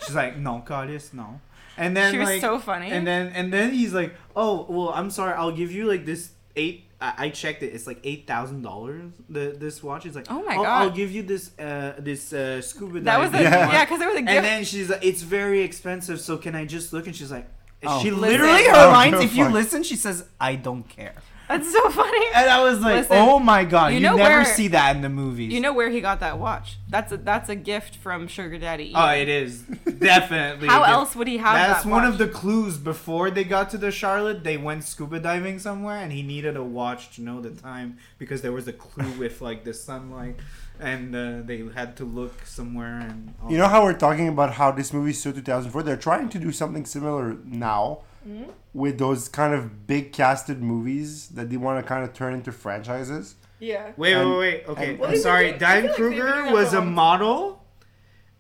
She's like, no, Goddess, no. And then she was like, so funny. and then and then he's like, oh well, I'm sorry, I'll give you like this eight. I, I checked it. It's like eight thousand dollars. The this watch is like, Oh my I'll God. give you this uh this uh scuba. that was a, diving Yeah. one." yeah, because it was a gift. And then she's like, "It's very expensive, so can I just look?" And she's like, Oh. "She Listen. literally her Oh, lines. no, If you fuck. listen, she says, "I don't care." That's so funny. And I was like, Listen, oh my god, you, you know never where- see that in the movies. You know where he got that watch? That's a that's a gift from Sugar Daddy. oh, Ian. it is definitely. How a gift. else would he have That's that one watch? of the clues. Before they got to the Charlotte, they went scuba diving somewhere, and he needed a watch to know the time because there was a clue with like the sunlight, and uh, they had to look somewhere. And all You know how we're talking about how this movie is so 2004? They're trying to do something similar now Hmm? with those kind of big casted movies that they want to kind of turn into franchises. yeah. Wait, And- wait, wait. Okay, and- I'm sorry. I feel like Diane they've been Kruger doing was that a for a long model,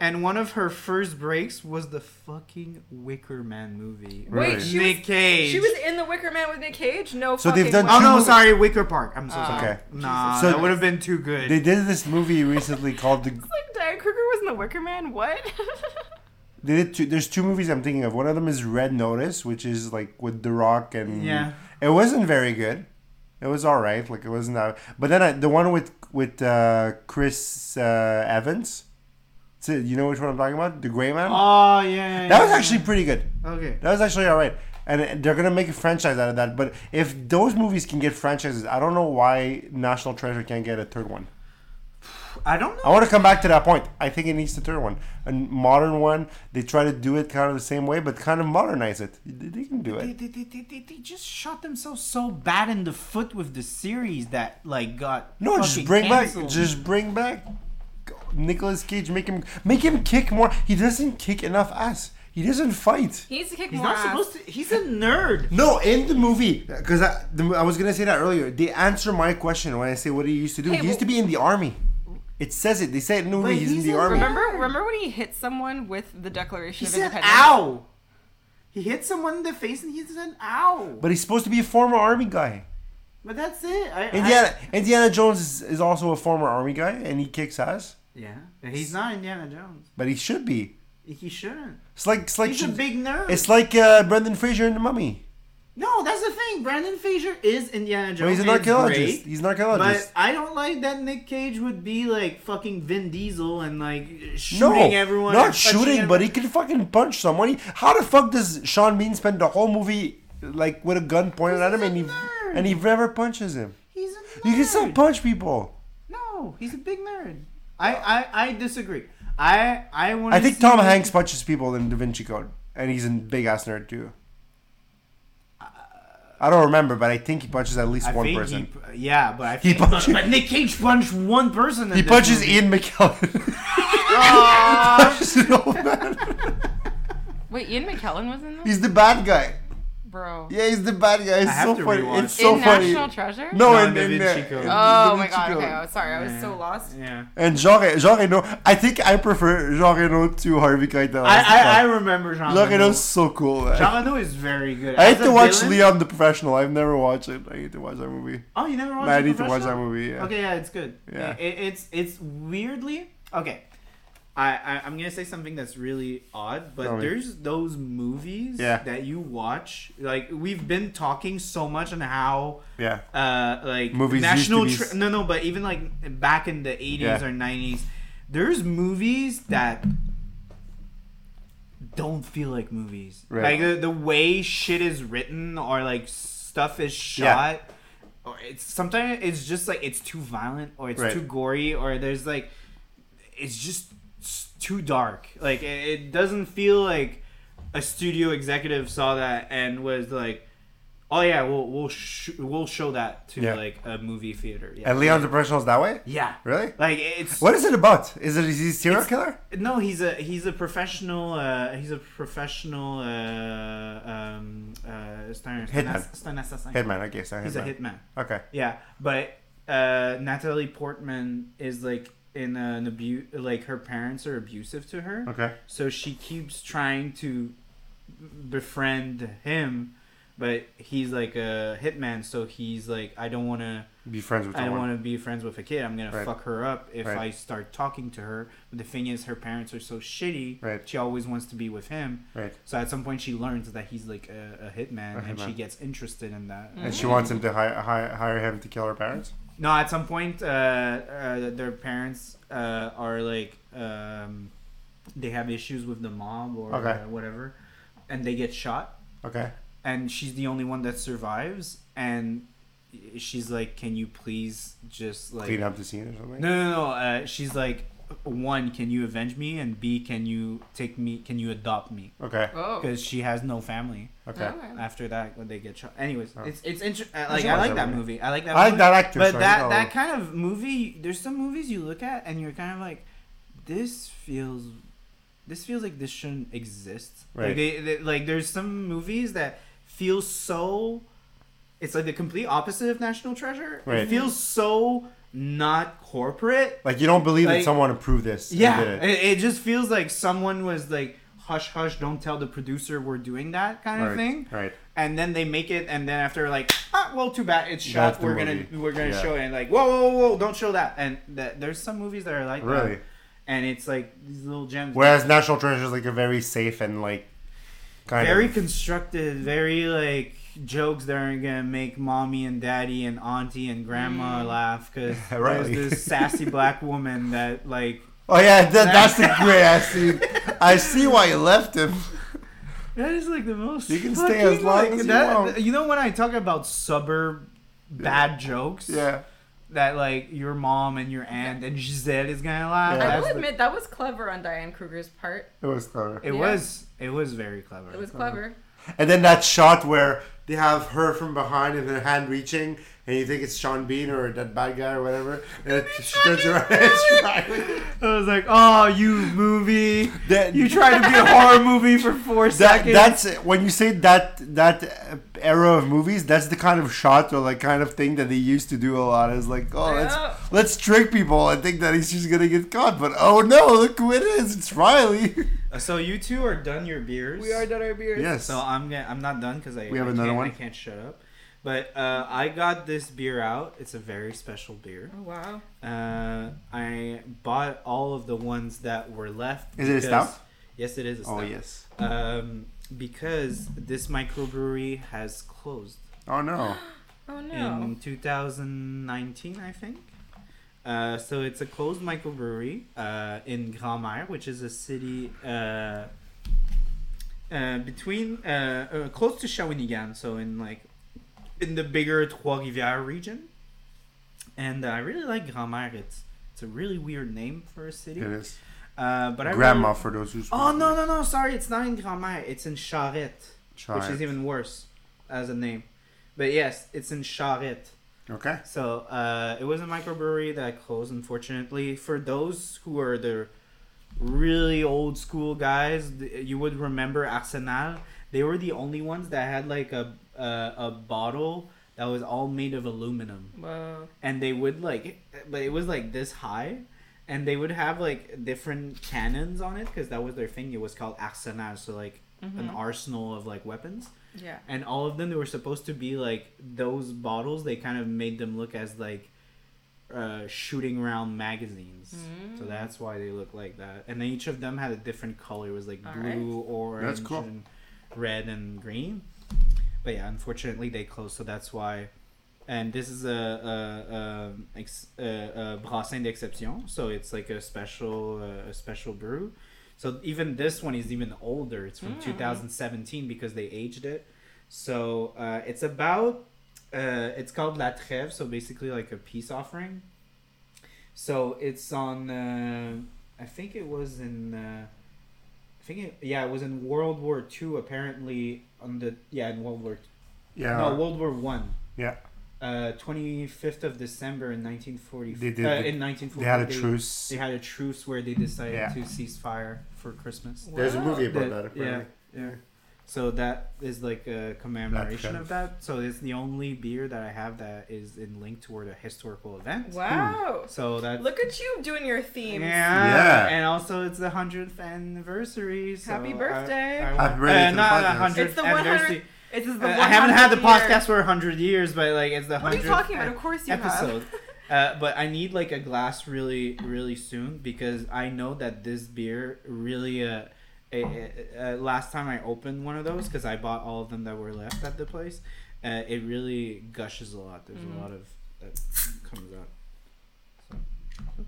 and one of her first breaks was the fucking Wicker Man movie. Wait, with she Nick was- Cage. She was in the Wicker Man with Nick Cage. No. So they've fucking done way. Oh no, Two- sorry, Wicker Park. I'm so Oh. sorry. Ah. Okay. Nah, So- that would have been too good. They did this movie recently called the. Like Diane Kruger was in the Wicker Man. What? They did two, there's two movies I'm thinking of. One of them is Red Notice, which is like with The Rock and Yeah. It wasn't very good. It was all right. Like it wasn't that. But then I, the one with with uh, Chris uh, Evans. So you know which one I'm talking about? The Gray Man. Oh yeah, yeah, that was yeah. actually pretty good. okay. That was actually all right. And they're gonna make a franchise out of that. But if those movies can get franchises, I don't know why National Treasure can't get a third one. I don't I know. want to come back to that point. I think it needs a third one, a modern one. They try to do it kind of the same way, but kind of modernize it. They they can do They, it. they, they, they, they- they just shot themselves so bad in the foot with the series that like got No, just fucking bring canceled. back. Just bring back Nicolas Cage. Make him make him kick more. He doesn't kick enough ass. He doesn't fight. he needs to kick he's more not ass. supposed to. He's a nerd. No, in the movie, because I, the- I was gonna say that earlier. They answer my question when I say what he used to do. Hey, he used to well- be in the army. It says it. They say it in the movie. He's, he's in the in- army. Remember, remember when he hit someone with the He Declaration of said, Independence? "Ow." He hit someone in the face and he said, "Ow." But he's supposed to be a former army guy. But that's it. I, Indiana Indiana Jones is, is also a former army guy, and he kicks ass. I, yeah, he's not Indiana Jones. But he should be. He shouldn't. It's like it's like He's a big nerd. it's like uh, Brendan Fraser in The Mummy. no, that's the thing. Brandon Fraser is Indiana Jones. Well, he's an and archaeologist. great. He's an archaeologist. But I don't like that Nick Cage would be like fucking Vin Diesel and like shooting No, everyone. not and touching shooting, everyone. but he can fucking punch someone. He- How the fuck does Sean Bean spend the whole movie like with a gun pointed at him, He's and a he nerd. and he never punches him? he's a nerd. You can still punch people. No, he's a big nerd. I I, I disagree. I I want. I think Tom Hanks punches people in Da Vinci Code, and he's a big ass nerd too. I don't remember, but I think he punches at least Uh, I one think person. He, p- yeah, but I He think, punches- but Nick Cage punched one person. He punches Ian McKellen. Punches an old man. Wait, Ian McKellen was in this, He's the bad guy. bro. Yeah, he's the bad guy. It's I have so to funny. rewatch. It's so in funny. National Treasure. No, No, in, Da in, Vinci uh, Code. in Da Oh my Vinci god. Code. Okay, I'm sorry. I was so lost. e- Yeah. And Jean, Re- Jean Reno. I think I prefer Jean Reno to Harvey Keitel. I, I, I remember Jean Jean Reno. Reno's so cool, man. Jean Reno is very good. I As need to a watch villain- Leon the Professional. I've never watched it. I need to watch that movie. Oh, you never watched. I The need to watch that Professional? movie. Yeah. Okay, yeah, it's good. Yeah. I- I- it's it's weirdly okay. I, I I'm gonna say something that's really odd, but Tell me. there's those movies Yeah. that you watch. Like we've been talking so much on how Yeah. uh like Movies used national to be tre- s- no no, but even like back in the 80s Yeah. or 90s, there's movies that don't feel like movies. Like Right. the, the way shit is written or like stuff is Yeah. shot or it's sometimes it's just like it's too violent or it's Right. too gory or there's like it's just s- too dark like it, it doesn't feel like a studio executive saw that and was like oh yeah we'll we'll sh- we'll show that to Yeah. like a movie theater yeah And Leon the Professional's that way? yeah Really? like it's What is it about? Is it is he a serial It's- killer? no he's a he's a professional uh he's a professional uh um uh stunt, Hitman. stunt assassin Hitman, I guess. he's a hitman Okay. Yeah, but uh, Natalie Portman is like in an abuse, like her parents are abusive to her. Okay. So she keeps trying to befriend him, but he's like a hitman. So he's like, I don't want to. Be friends with I don't someone. want to be friends with a kid. I'm gonna Right. fuck her up if Right. I start talking to her. But the thing is, her parents are so shitty. Right. She always wants to be with him. Right. So at some point, she learns that he's like a, a hitman, A and she hitman. gets interested in that. And she wants him to hire, hire, hire him to kill her parents? No, at some point, uh, uh, their parents uh, are like, um, they have issues with the mob or Okay. uh, whatever, and they get shot, Okay. and she's the only one that survives, and she's like, "Can you please just like Clean up the scene or something. No, no, no. Uh, she's like, one, can you avenge me, and B, can you take me? Can you adopt me? Okay. Oh. Because she has no family Okay. Okay. after that when they get shot. Anyways, Oh. it's it's inter- uh, like should I watch like that that movie. movie. I like that. I like movie. that actor. Oh. But so I that know. that kind of movie, there's some movies you look at and you're kind of like, this feels, this feels like this shouldn't exist. Right. Like they, they like there's some movies that feel so, it's like the complete opposite of National Treasure. Right. It feels so not corporate. like you don't believe that like- someone approved this. and Yeah, did it. it. it just feels like someone was like, hush hush, don't tell the producer we're doing that kind of Right. thing Right. and then they make it, and then after like, ah, well, too bad it's That's shot. the We're movie. gonna we're gonna Yeah. show it. And like, whoa, whoa, whoa, whoa, don't show that. And that, there's some movies that are like that. Really. and it's like these little gems. Whereas National Treasure is like a very safe and like kind very of constructed, very like jokes that are gonna make mommy and daddy and auntie and grandma laugh 'cause laugh because Right. there's this sassy black woman that like Oh yeah, that, that's the great ass scene. I see why you left him. That is like the most. You can stay as fucking, long like, as you that- want. You know when I talk about suburb bad jokes, Yeah. that like your mom and your aunt and Giselle is gonna laugh. Yeah. I That's will the- admit that was clever on Diane Kruger's part. It was clever. it Yeah. was it was very clever. It was Uh-huh. clever. And then that shot where they have her from behind and her hand reaching, and you think it's Sean Bean or that bad guy or whatever, and she turns around and it's Riley. I was like, oh, you movie, That, you tried to be a horror movie for four that seconds. that's when you say that that uh, era of movies. That's the kind of shot or like kind of thing that they used to do a lot. Is like, oh, Yeah. let's let's trick people and think that he's just gonna get caught, but oh no, look who it is! It's Riley. Uh, so you two are done your beers. done our beers. yes. So I'm gonna, I'm not done because I We have I another can't- one? I can't shut up. But uh, I got this beer out. It's a very special beer. Oh wow. Uh, I bought all of the ones that were left. Is it a because- stout? Yes, it is a stout. oh yes. Um, because this microbrewery has closed Oh no. Oh no. in 2019, I think. Uh, so it's a closed microbrewery uh, in Grand Mare, which is a city uh, uh, between uh, uh, close to Shawinigan, so in like in the bigger Trois Rivières region. And uh, I really like Grand Mare. It's it's a really weird name for a It city. is. Uh, but I really- Grandma for those who. Oh no no no! Sorry, it's not in Grand Mare. It's in Charette, which is even worse as a name. But yes, it's in Charette. okay. So uh, it was a microbrewery that closed, unfortunately. For those who are the really old school guys, th- you would remember Arsenal. They were the only ones that had like a a, a bottle that was all made of aluminum Whoa. and they would like but it was like this high and they would have like different cannons on it because that was their thing it was called arsenal so like an arsenal of like weapons Yeah. and all of them they were supposed to be like those bottles they kind of made them look as like uh, shooting round magazines so Mm. that's why they look like that and then each of them had a different color it was like All blue orange That's cool. and red and green but yeah unfortunately they closed so that's why and this is a, a, a, ex, a, a brassin d'exception so it's like a special uh, a special brew so even this one is even older it's from 2017 because they aged it so uh, it's about uh, it's called la trêve so basically like a peace offering so it's on uh, i think it was in uh, i think it, yeah it was in world war Two. apparently on the yeah in world war Yeah. no world war one yeah. uh, 25th of December in 1940. They did- uh, they- in 1940. They had a they- truce. They had a truce where they decided Yeah. to cease fire for Christmas. There's a Wow. movie That- about that. Apparently. Yeah, yeah. So that is like a commemoration That of that. So it's the only beer that I have that is in link toward a historical event. Wow. So that. Look at you doing your themes. Hmm. Yeah. Yeah. And also, it's the 100th anniversary. So I- Happy birthday. I, Happy birthday Uh, to the not podcast. 100th It's the 100th anniversary. This is the Uh, I haven't had the 100th year. podcast for 100 years, but like, it's the 100th. What are you talking about? Of course you episode. have. Uh, but I need like a glass really, really soon because I know that this beer really. Uh, uh, uh, last time I opened one of those because I bought all of them that were left at the place. Uh, it really gushes a lot. There's a lot of that comes out. So,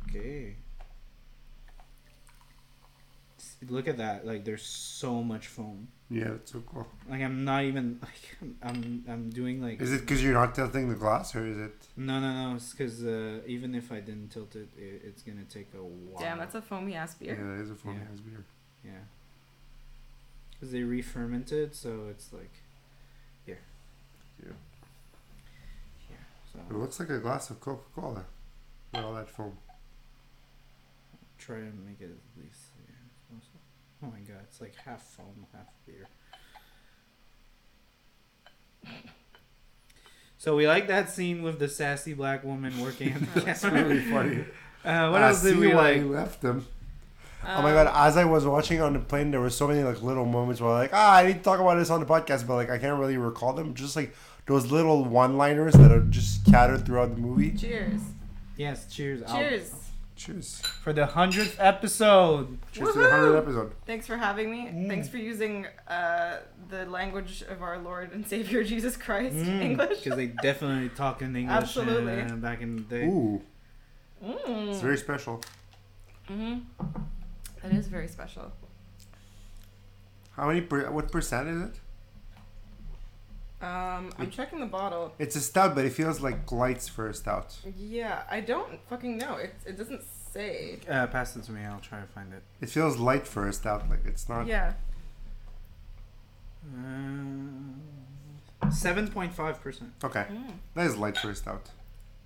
okay. It's look at that. Like there's so much foam. Yeah, that's so cool. Like I'm not even like I'm I'm doing like Is it because you're not tilting the glass, or is it? no no no. It's because uh, even if I didn't tilt it, it, it's gonna take a while. Damn, that's a foamy ass Yeah, beer. that is a foamy Yeah. ass beer. yeah. Because they re-fermented, so it's like here. Yeah. Here. So It looks like a glass of Coca Cola. With all that foam. try to make it at least. Yeah. also- Oh my god, it's like half foam, half beer. So we like that scene with the sassy black woman working in the That's gas really funny. Uh, what I else did see we why like? you left them. oh Um, my god! As I was watching on the plane, there were so many like little moments where like ah, I need to talk about this on the podcast, but like I can't really recall them. Just like those little one-liners that are just scattered throughout the movie. Cheers. Yes, cheers. Al- Cheers. Cheers! for the hundredth episode. Cheers to the Woohoo! hundredth episode. Thanks for having me. Mm. Thanks for using uh, the language of our Lord and Savior Jesus Christ, English. Because Mm, they definitely talk in English Absolutely. uh, back in the day. Ooh, Mm. it's very special. Mhm. It is very special. How many? Per- what percent is it? Um, I'm checking the bottle. It's a stout, but it feels like lights for a stout. Yeah, I don't fucking know. It, it doesn't say. Uh, pass it to me. I'll try to find it. It feels light for a stout. Like it's not. Yeah. Uh, Seven point five percent. Okay, Mm. that is light for a stout.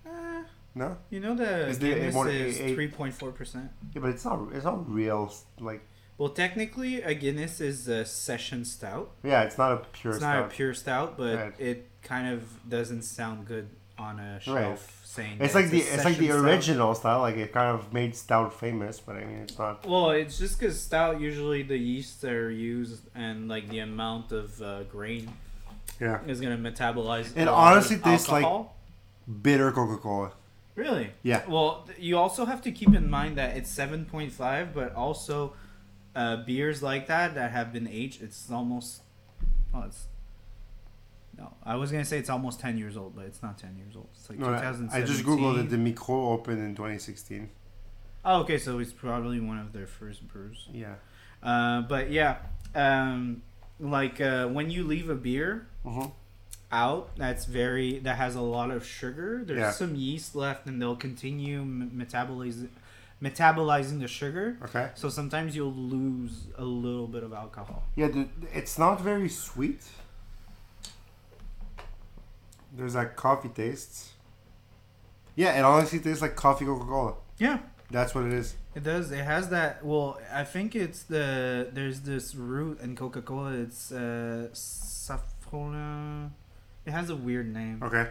Uh, No. You know the Is there a Guinness more- is a- a- three point four percent. Yeah, but it's not. It's not real. Like Well, technically, a Guinness is a session stout. yeah, it's not a pure it's stout. not a pure stout, but Right. it kind of doesn't sound good on a shelf Right. saying It's that like the a it's like session the stout. original style. Like it kind of made stout famous, but I mean it's not. Well, it's just because stout usually the yeasts that are used and like the amount of uh, grain Yeah, is gonna metabolize. It a lot of honestly tastes like- alcohol. bitter Coca Cola. really. Yeah. Well, th- you also have to keep in mind that it's seven point five, but also uh, beers like that that have been aged, it's almost. Well, it's. No, I was gonna say it's almost ten years old, but it's not ten years old. It's like No, two I thousand. I just googled it. The Micro opened in 2016. Oh, okay, so it's probably one of their first brews. Yeah. Uh, but yeah, um, like uh, when you leave a beer hmm out that's very that has a lot of sugar there's Yeah. some yeast left and they'll continue m- metabolizing metabolizing the sugar Okay. so sometimes you'll lose a little bit of alcohol Yeah, the, it's not very sweet. There's that coffee taste. Yeah, it honestly tastes like coffee Coca Cola. yeah That's what it is. it does it has that well i think it's the there's this root in coca-cola it's uh saffron it has a weird name Okay.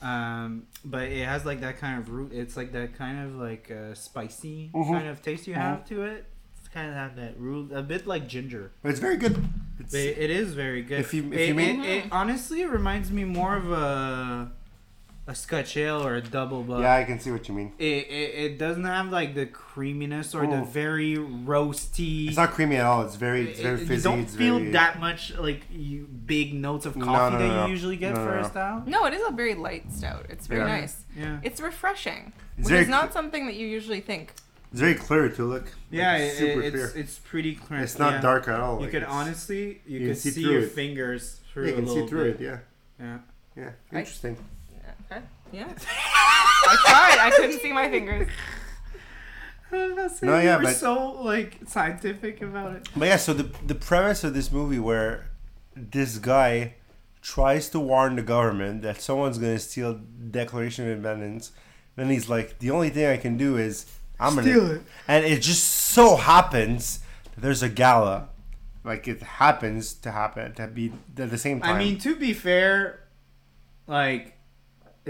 um but it has like that kind of root it's like that kind of like uh, spicy Mhm. kind of taste you Mhm. have to it it's kind of have that root a bit like ginger But it's very good. It's, They, it is very good. If you- if it, you mean- it, it honestly reminds me more of a a Scotch ale or a double buck. yeah, I can see what you mean. It, it, it doesn't have like the creaminess or the Oh. very roasty. It's not creamy at all. It's very, it's It- very it- fizzy. you don't it's feel very, that much like you, big notes of No, coffee no, that no, you no. usually get No, no, for a no. stout. No, it is a very light stout. It's very Yeah. nice. Yeah, It's refreshing, It's which very is not something that you usually think. It's very clear too. Look, Like, yeah, it's it, super it, it's clear. it's pretty clear. It's not yeah. dark at all. You like, could it's- honestly you, you could can see see through your it. fingers Yeah, through you a can little see through bit. it. Yeah, Yeah. yeah. I- Interesting. Okay. Yeah. I tried. I couldn't see my fingers. No, no, yeah, yeah, we were but- so like scientific about it. But yeah, so the the premise of this movie where this guy tries to warn the government that someone's gonna steal Declaration of Independence, then he's like, the only thing I can do is I'm gonna Steal it. and it just so happens that there's a gala, like it happens to happen to be at the same time. I mean, to be fair, like,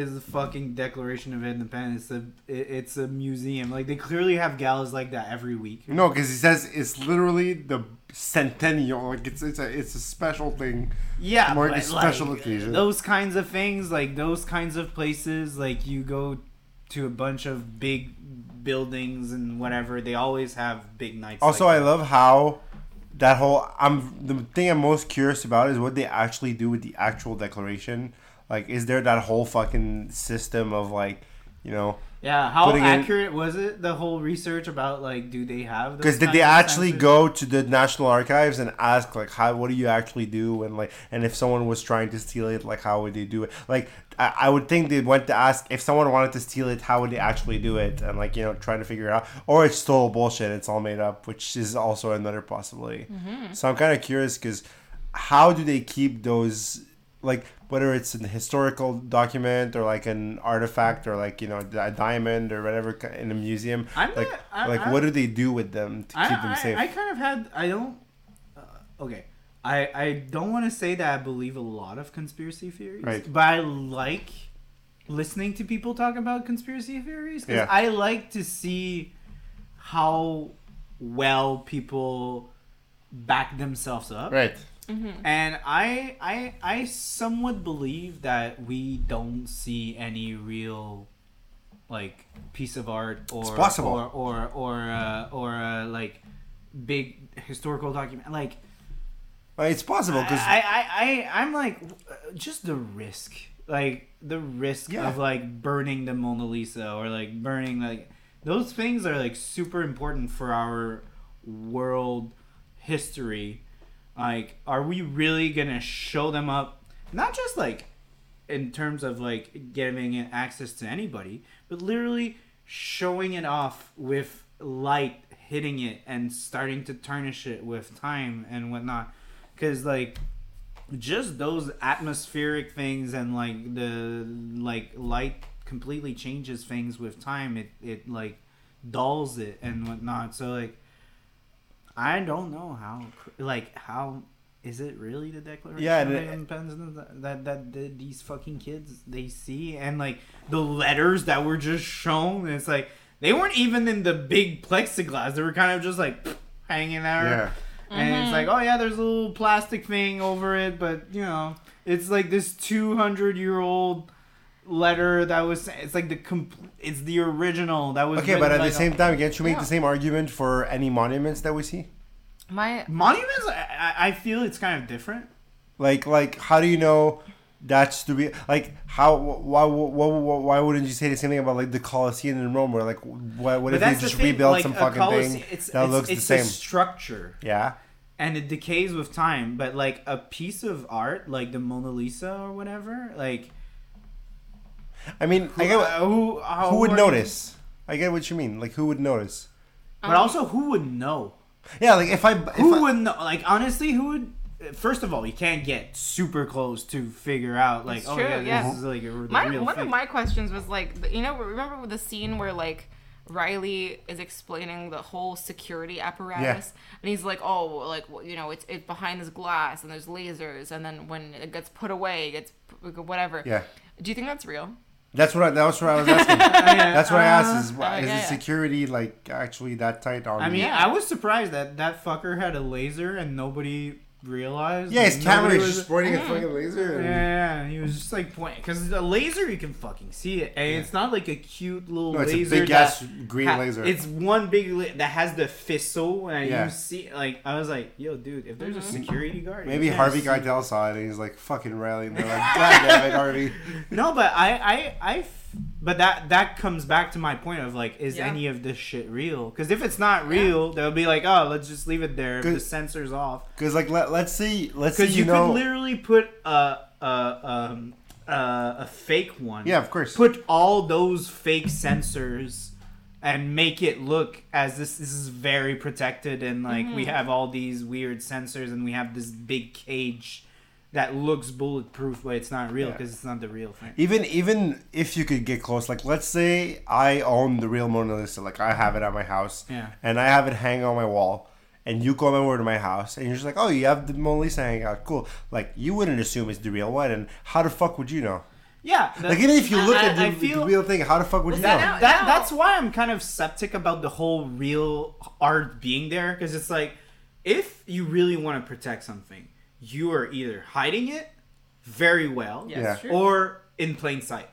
is the fucking Declaration of Independence. It's a, it- it's a museum. Like, they clearly have galas like that every week. No, because he says it's literally the centennial. Like it's it's a it's a special thing. Yeah, More but, like a special like, occasion. Those kinds of things, like those kinds of places, like you go to a bunch of big buildings and whatever. They always have big nights. Also, like I love how that whole I'm the thing I'm most curious about is what they actually do with the actual declaration. Like, is there that whole fucking system of like you know, Yeah, how Putting in- accurate was it? The whole research about like, do they have? those because did kinds they of actually sensors? go to the National Archives and ask like, how what do you actually do, and like, and if someone was trying to steal it, like, how would they do it? Like, I, I would think they went to ask if someone wanted to steal it, how would they actually do it, and like, you know, trying to figure it out, or it's total bullshit, it's all made up, which is also another possibility. Mm-hmm. So I'm kind of curious because how do they keep those like whether it's an historical document or like an artifact or like you know a diamond or whatever ki- in a museum I'm like not- I- like I- what do they do with them to I, keep them I- safe I kind of had. I don't. Uh, okay, I I don't want to say that I believe a lot of conspiracy theories, Right. but I like listening to people talk about conspiracy theories because Yeah. I like to see how well people back themselves up. right And I I I somewhat believe that we don't see any real like piece of art or possible. or or or uh, or uh, like big historical document like Well, it's possible because I, I, I, I'm like, uh, just the risk, like the risk Yeah. of like burning the Mona Lisa or like burning like those things are like super important for our world history. Like, are we really gonna show them up? Not just like in terms of like giving it access to anybody, but literally showing it off with light hitting it and starting to tarnish it with time and whatnot. Cause like just those atmospheric things and like the like light completely changes things with time. It it like dulls it and whatnot. So like I don't know how cr- like how is it really the Declaration Yeah, of and it- Independence that that, that the, these fucking kids they see and like the letters that were just shown. It's like they weren't even in the big plexiglass. They were kind of just like hanging out. Yeah. And it's like, oh yeah, there's a little plastic thing over it, but you know, it's like this 200 year old letter that was. It's like the compl- It's the original that was. okay written but at by the same time can't you make Yeah. the same argument for any monuments that we see My monuments. I, I- I feel it's kind of different. like like how do you know that's to be like how why, why why why wouldn't you say the same thing about like the Colosseum in Rome where like why what But if they that's the just thing, rebuild like, some a fucking Colosseum- thing it's, that it's, looks it's the A same structure. yeah and it decays with time but like a piece of art like the mona lisa or whatever like I mean I get, uh, who, how who would are you- notice? I get what you mean. Like, who would notice? but also who would know Yeah, like if I if who I, would know like honestly who would First of all, you can't get super close to figure out like, It's oh true, yeah, this yeah. is like a, the my real one thing. of my questions was like the- you know remember the scene where like Riley is explaining the whole security apparatus and he's like oh well, like well, you know it's it's behind this glass and there's lasers and then when it gets put away it gets p- whatever Yeah. do you think that's real that's what I, that's what I was asking. that's what I Uh-huh. asked. Is, is yeah, the yeah. security like actually that tight on? uh, I mean, Yeah. I was surprised that that fucker had a laser and nobody realized. yeah, his and camera nobody is was- just pointing a fucking laser. and- Yeah, yeah, he was just like pointing because a laser you can fucking see it, and it's not like a cute little No, oh, it's a laser. big ass that green laser. It's one big la- that has the fissile, and Yeah. you see. Like I was like, yo, dude, if there's a security guard, Maybe you can't Harvey see- Keitel saw it and he's like fucking railing. They're like, God damn it, Harvey. No, but I, I, I. f- But that that comes back to my point of like, is Yeah. any of this shit real? Because if it's not real, they'll be like, oh, let's just leave it there. If the Good. sensor's off. Because like let let's see let's see Because you, you, know could literally put a a um, a a fake one. Yeah, of course. Put all those fake sensors and make it look as this this is very protected and like we have all these weird sensors and we have this big cage that looks bulletproof but it's not real Yeah. because it's not the real thing. even even if you could get close like let's say i own the real mona lisa like i have it at my house Yeah. and i have it hang on my wall and you come over to my house and you're just like oh you have the mona lisa hanging out cool like you wouldn't assume it's the real one and how the fuck would you know Yeah, that- like even if you look Uh, I- at the, I feel- the real thing how the fuck would you know that out? that No. that's why I'm kind of skeptic about the whole real art being there because it's like if you really want to protect something, you are either hiding it very well Yeah. it's true. or in plain sight.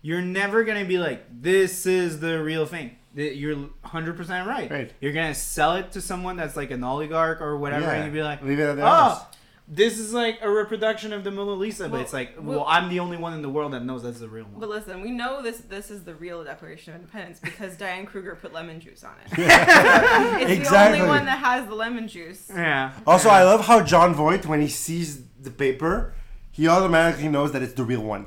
You're never gonna be like, this is the real thing. Th- You're 100 percent right. Right. You're gonna sell it to someone that's like an oligarch or whatever, Yeah. and you'd be like, Leave it at their oh, house." this is like a reproduction of the Mona Lisa, but Well, it's like, well, well- I'm the only one in the world that knows that's the real But one. listen, we know this. This is the real Declaration of Independence because Diane Kruger put lemon juice on it. it's Exactly. the only one that has the lemon juice. Yeah. Also, I love how John Voight, when he sees the paper, he automatically knows that it's the real one.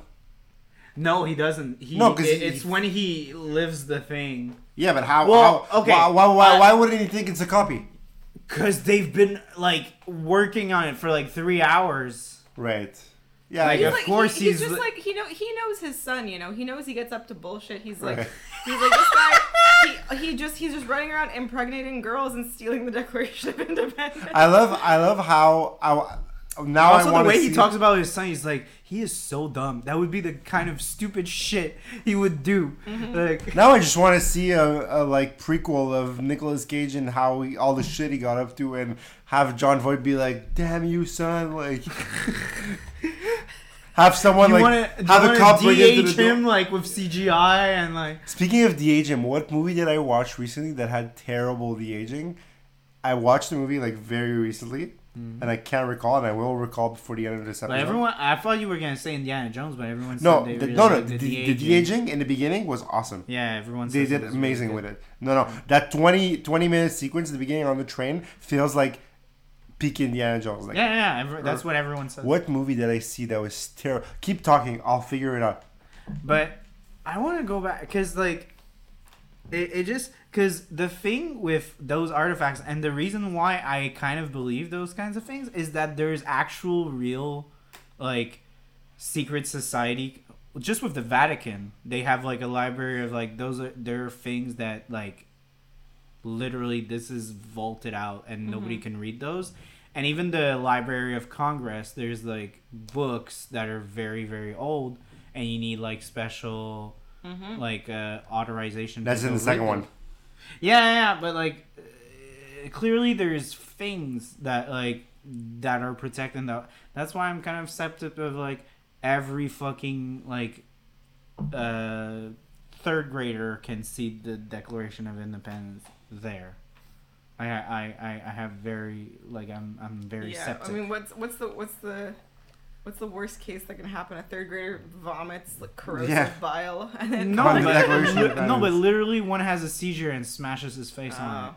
No, he doesn't. He, No, no, 'cause because it, he- it's when he lives the thing. Yeah, but how? Well, how okay, Why, why, why, uh, why wouldn't he think it's a copy? Because they've been like working on it for like three hours. Right. Yeah. Like, I He's of like, course he, he's, he's just li- like he know he knows his son. You know, he knows he gets up to bullshit. He's like, Right. he's like this guy. He, he just he's just running around impregnating girls and stealing the Declaration of Independence. I love. I love how. I, now also, I the want to way see. he talks about his son, he's like, he is so dumb. That would be the kind of stupid shit he would do. Like, now I just want to see a, a like prequel of Nicolas Cage and how he, all the shit he got up to, and have John Voight be like, "Damn you, son!" Like, have someone you like want to have a cop bring him to DH the door. him like with CGI and like. Speaking of the aging, what movie did I watch recently that had terrible the aging? I watched the movie like very recently, and I can't recall, and I will recall before the end of this episode. But Mm-hmm. everyone, I thought you were gonna say Indiana Jones, but everyone no, said they the, really no, no, liked the, the, the, DH. the aging in the beginning was awesome. Yeah, everyone. They says did was really amazing good. with it. No, no, that 20, 20 minute sequence at the beginning on the train feels like peak Indiana Jones. Like, Yeah, yeah, yeah, every, that's what everyone says. what movie did I see that was terrible? Keep talking, I'll figure it out. But I want to go back because like it, it just because the thing with those artifacts and the reason why I kind of believe those kinds of things is that there's actual real like secret society just with the Vatican they have like a library of like those are there are things that like literally this is vaulted out and nobody can read those and even the library of congress there's like books that are very very old and you need like special like uh authorization to That's in go the read second them. one. Yeah, yeah, yeah, but like uh, clearly there's things that like that are protecting the. That's why I'm kind of skeptical of like every fucking like uh third grader can see the Declaration of Independence there. I I I, I have very like I'm I'm very yeah, skeptic. I mean, what's what's the what's the what's the worst case that can happen? A third grader vomits like corrosive Yeah. bile, and then no, Come on, but, the Declaration of li- no, but Independence. literally one has a seizure and smashes his face on it. Oh.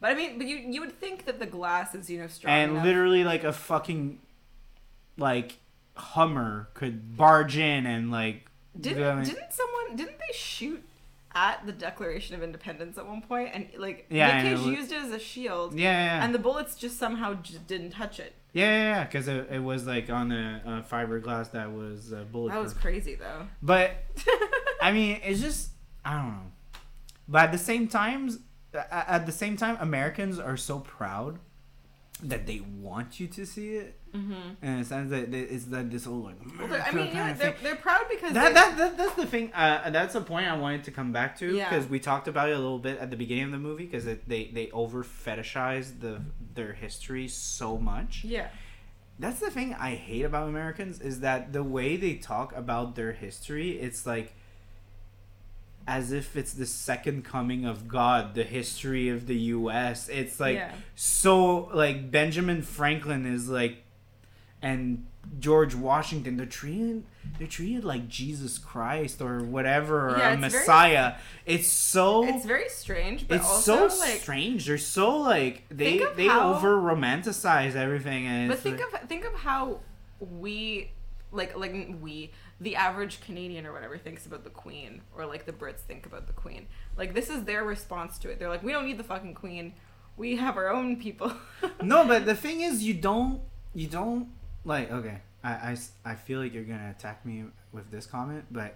But I mean, but you you would think that the glass is you know strong and enough. literally like a fucking like Hummer could barge in and like didn't go in- didn't someone didn't they shoot at the Declaration of Independence at one point and like Yeah, Nick and it Cage was- used it as a shield yeah yeah and the bullets just somehow just didn't touch it. yeah yeah yeah because it, it was like on a, a fiberglass that was uh, That bulletproof. was crazy though. but I mean it's just I don't know. But at the same times, a- at the same time, Americans are so proud that they want you to see it, mm-hmm. and it sounds that they- it's that this whole like Well, they're- I America mean, kind yeah, of they're, thing. they're proud because that, they- that, that that's the thing. Uh, that's a point I wanted to come back to Yeah. because we talked about it a little bit at the beginning of the movie because they they over fetishize the their history so much. yeah. That's the thing I hate about Americans is that the way they talk about their history, it's like as if it's the second coming of God, the history of the U.S. It's like Yeah. so like Benjamin Franklin is like and George Washington, they're treated they're treated like Jesus Christ or whatever or Yeah, a it's very- Messiah. it's so It's it's, very strange, but so also like strange. They're so like they Think of they how- over romanticize everything and But it's think like- of think of how we like like we the average Canadian or whatever thinks about the Queen or like the Brits think about the Queen. Like this is their response to it. They're like, we don't need the fucking Queen. We have our own people. no but the thing is you don't you don't like okay I, I s- I feel like you're gonna attack me with this comment but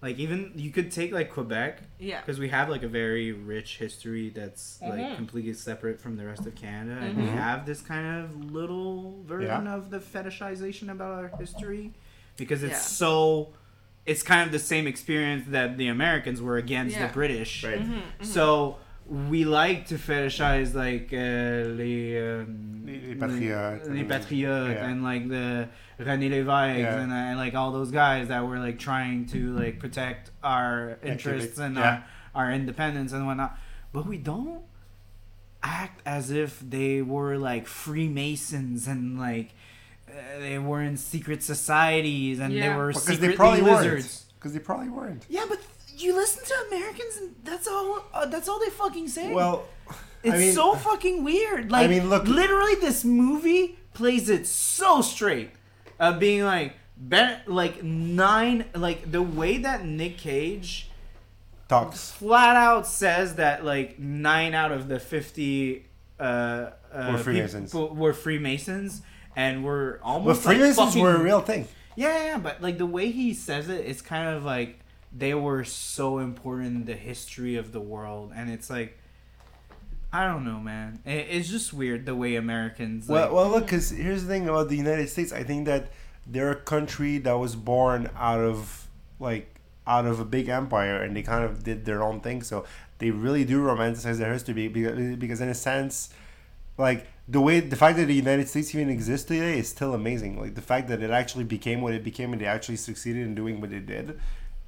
like even you could take like quebec Yeah. because we have like a very rich history that's like Mhm. completely separate from the rest of canada and Mm-hmm. we have this kind of little version Yeah. of the fetishization about our history because it's Yeah. so it's kind of the same experience that the americans were against Yeah. the british Right. Mm-hmm. so we like to fetishize like uh, les, um, Les- les patriotes les and- patriotes yeah. and like the René Lévesque Yeah. and, uh, and like all those guys that were like trying to like protect our interests and yeah. our, our independence and whatnot. But we don't act as if they were like Freemasons and like uh, they were in secret societies and they Yeah. were Because secretly they probably lizards. weren't. Because they probably weren't. Yeah, but you listen to Americans and that's all. Uh, that's all they fucking say. Well, It's I mean- so fucking weird. Like, mean, look- literally, this movie plays it so straight of being like, ben, like nine, like the way that Nick Cage talks. flat out says that like nine out of the fifty uh, uh, Were Freemasons. people were Freemasons. And were But almost like, Freemasons fucking- were a real thing. yeah, yeah, yeah, but like the way he says it, it's kind of like they were so important in the history of the world, and it's like I don't know, man. It, it's just weird the way Americans. Like, well, well, look, because here's the thing about the United States. I think that they're a country that was born out of like out of a big empire, and they kind of did their own thing. So they really do romanticize their history because, because in a sense, like the way the fact that the United States even exists today is still amazing. Like the fact that it actually became what it became, and they actually succeeded in doing what they did,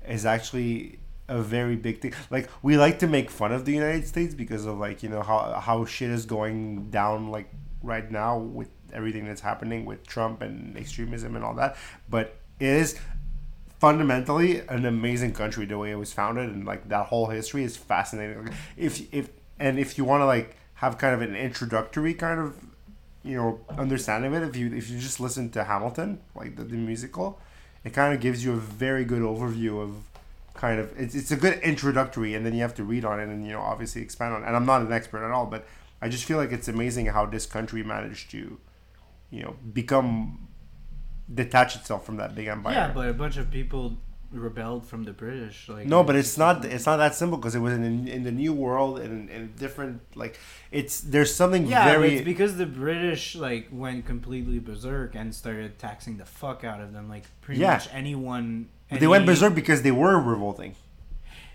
is actually a very big thing. Like we like to make fun of the United States because of like you know how how shit is going down like right now with everything that's happening with Trump and extremism and all that, but it is fundamentally an amazing country the way it was founded and like that whole history is fascinating. Like, If if and if you want to like have kind of an introductory kind of you know understanding of it, if you if you just listen to Hamilton like the, the musical, it kind of gives you a very good overview of kind of it's, it's a good introductory and then you have to read on it and you know obviously expand on it. and i'm not an expert at all but i just feel like it's amazing how this country managed to you know become detach itself from that big empire yeah, but a bunch of people rebelled from the British. Like no, but it's not. It's not that simple because it was in in the new world and in different like it's there's something yeah, but very it's because the British like went completely berserk and started taxing the fuck out of them. Like pretty Yeah. much anyone. they went any- berserk because they were revolting.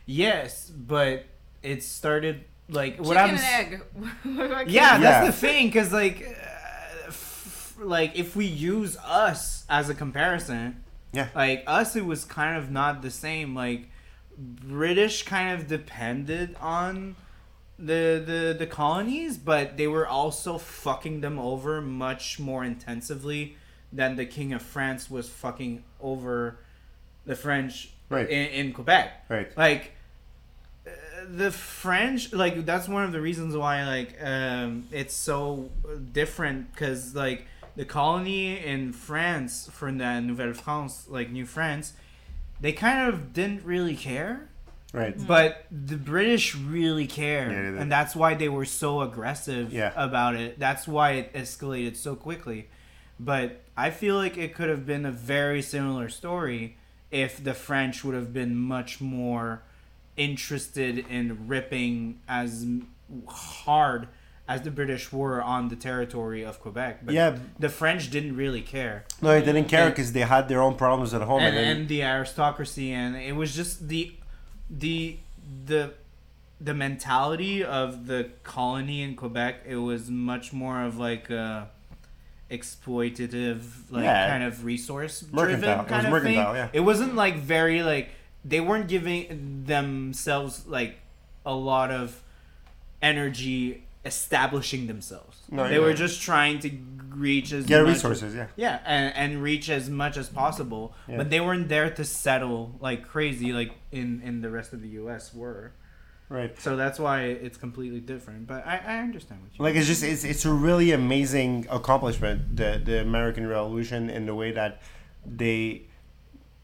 Yes, but it started like what Chicken I'm. and s- egg. What can- yeah, that's Yeah. the thing because like uh, f- like if we use us as a comparison Yeah. like us it was kind of not the same like british kind of depended on the the the colonies but they were also fucking them over much more intensively than the king of france was fucking over the french Right. in, in quebec Right. like uh, the french like that's one of the reasons why like um it's so different because like the colony in france from the nouvelle france like new france they kind of didn't really care Right. but the british really cared Yeah, they did. and that's why they were so aggressive Yeah. about it that's why it escalated so quickly but i feel like it could have been a very similar story if the french would have been much more interested in ripping as m- hard as the british were on the territory of quebec but Yeah. the french didn't really care No, they didn't care And- because they had their own problems at home. and, And, then, and the aristocracy and it was just the the the the mentality of the colony in Quebec it was much more of like a exploitative like Yeah. kind of resource Mercantile. driven It kind was of thing. mercantile, yeah. It wasn't like very like they weren't giving themselves like a lot of energy establishing themselves. No, they yeah. were just trying to reach as get much- resources. Yeah. yeah, and, and reach as much as possible. Yeah. But they weren't there to settle like crazy, like in in the rest of the U.S. were. Right. So that's why it's completely different. But I, I understand what you. Like it's just it's it's a really amazing accomplishment the the American Revolution in the way that they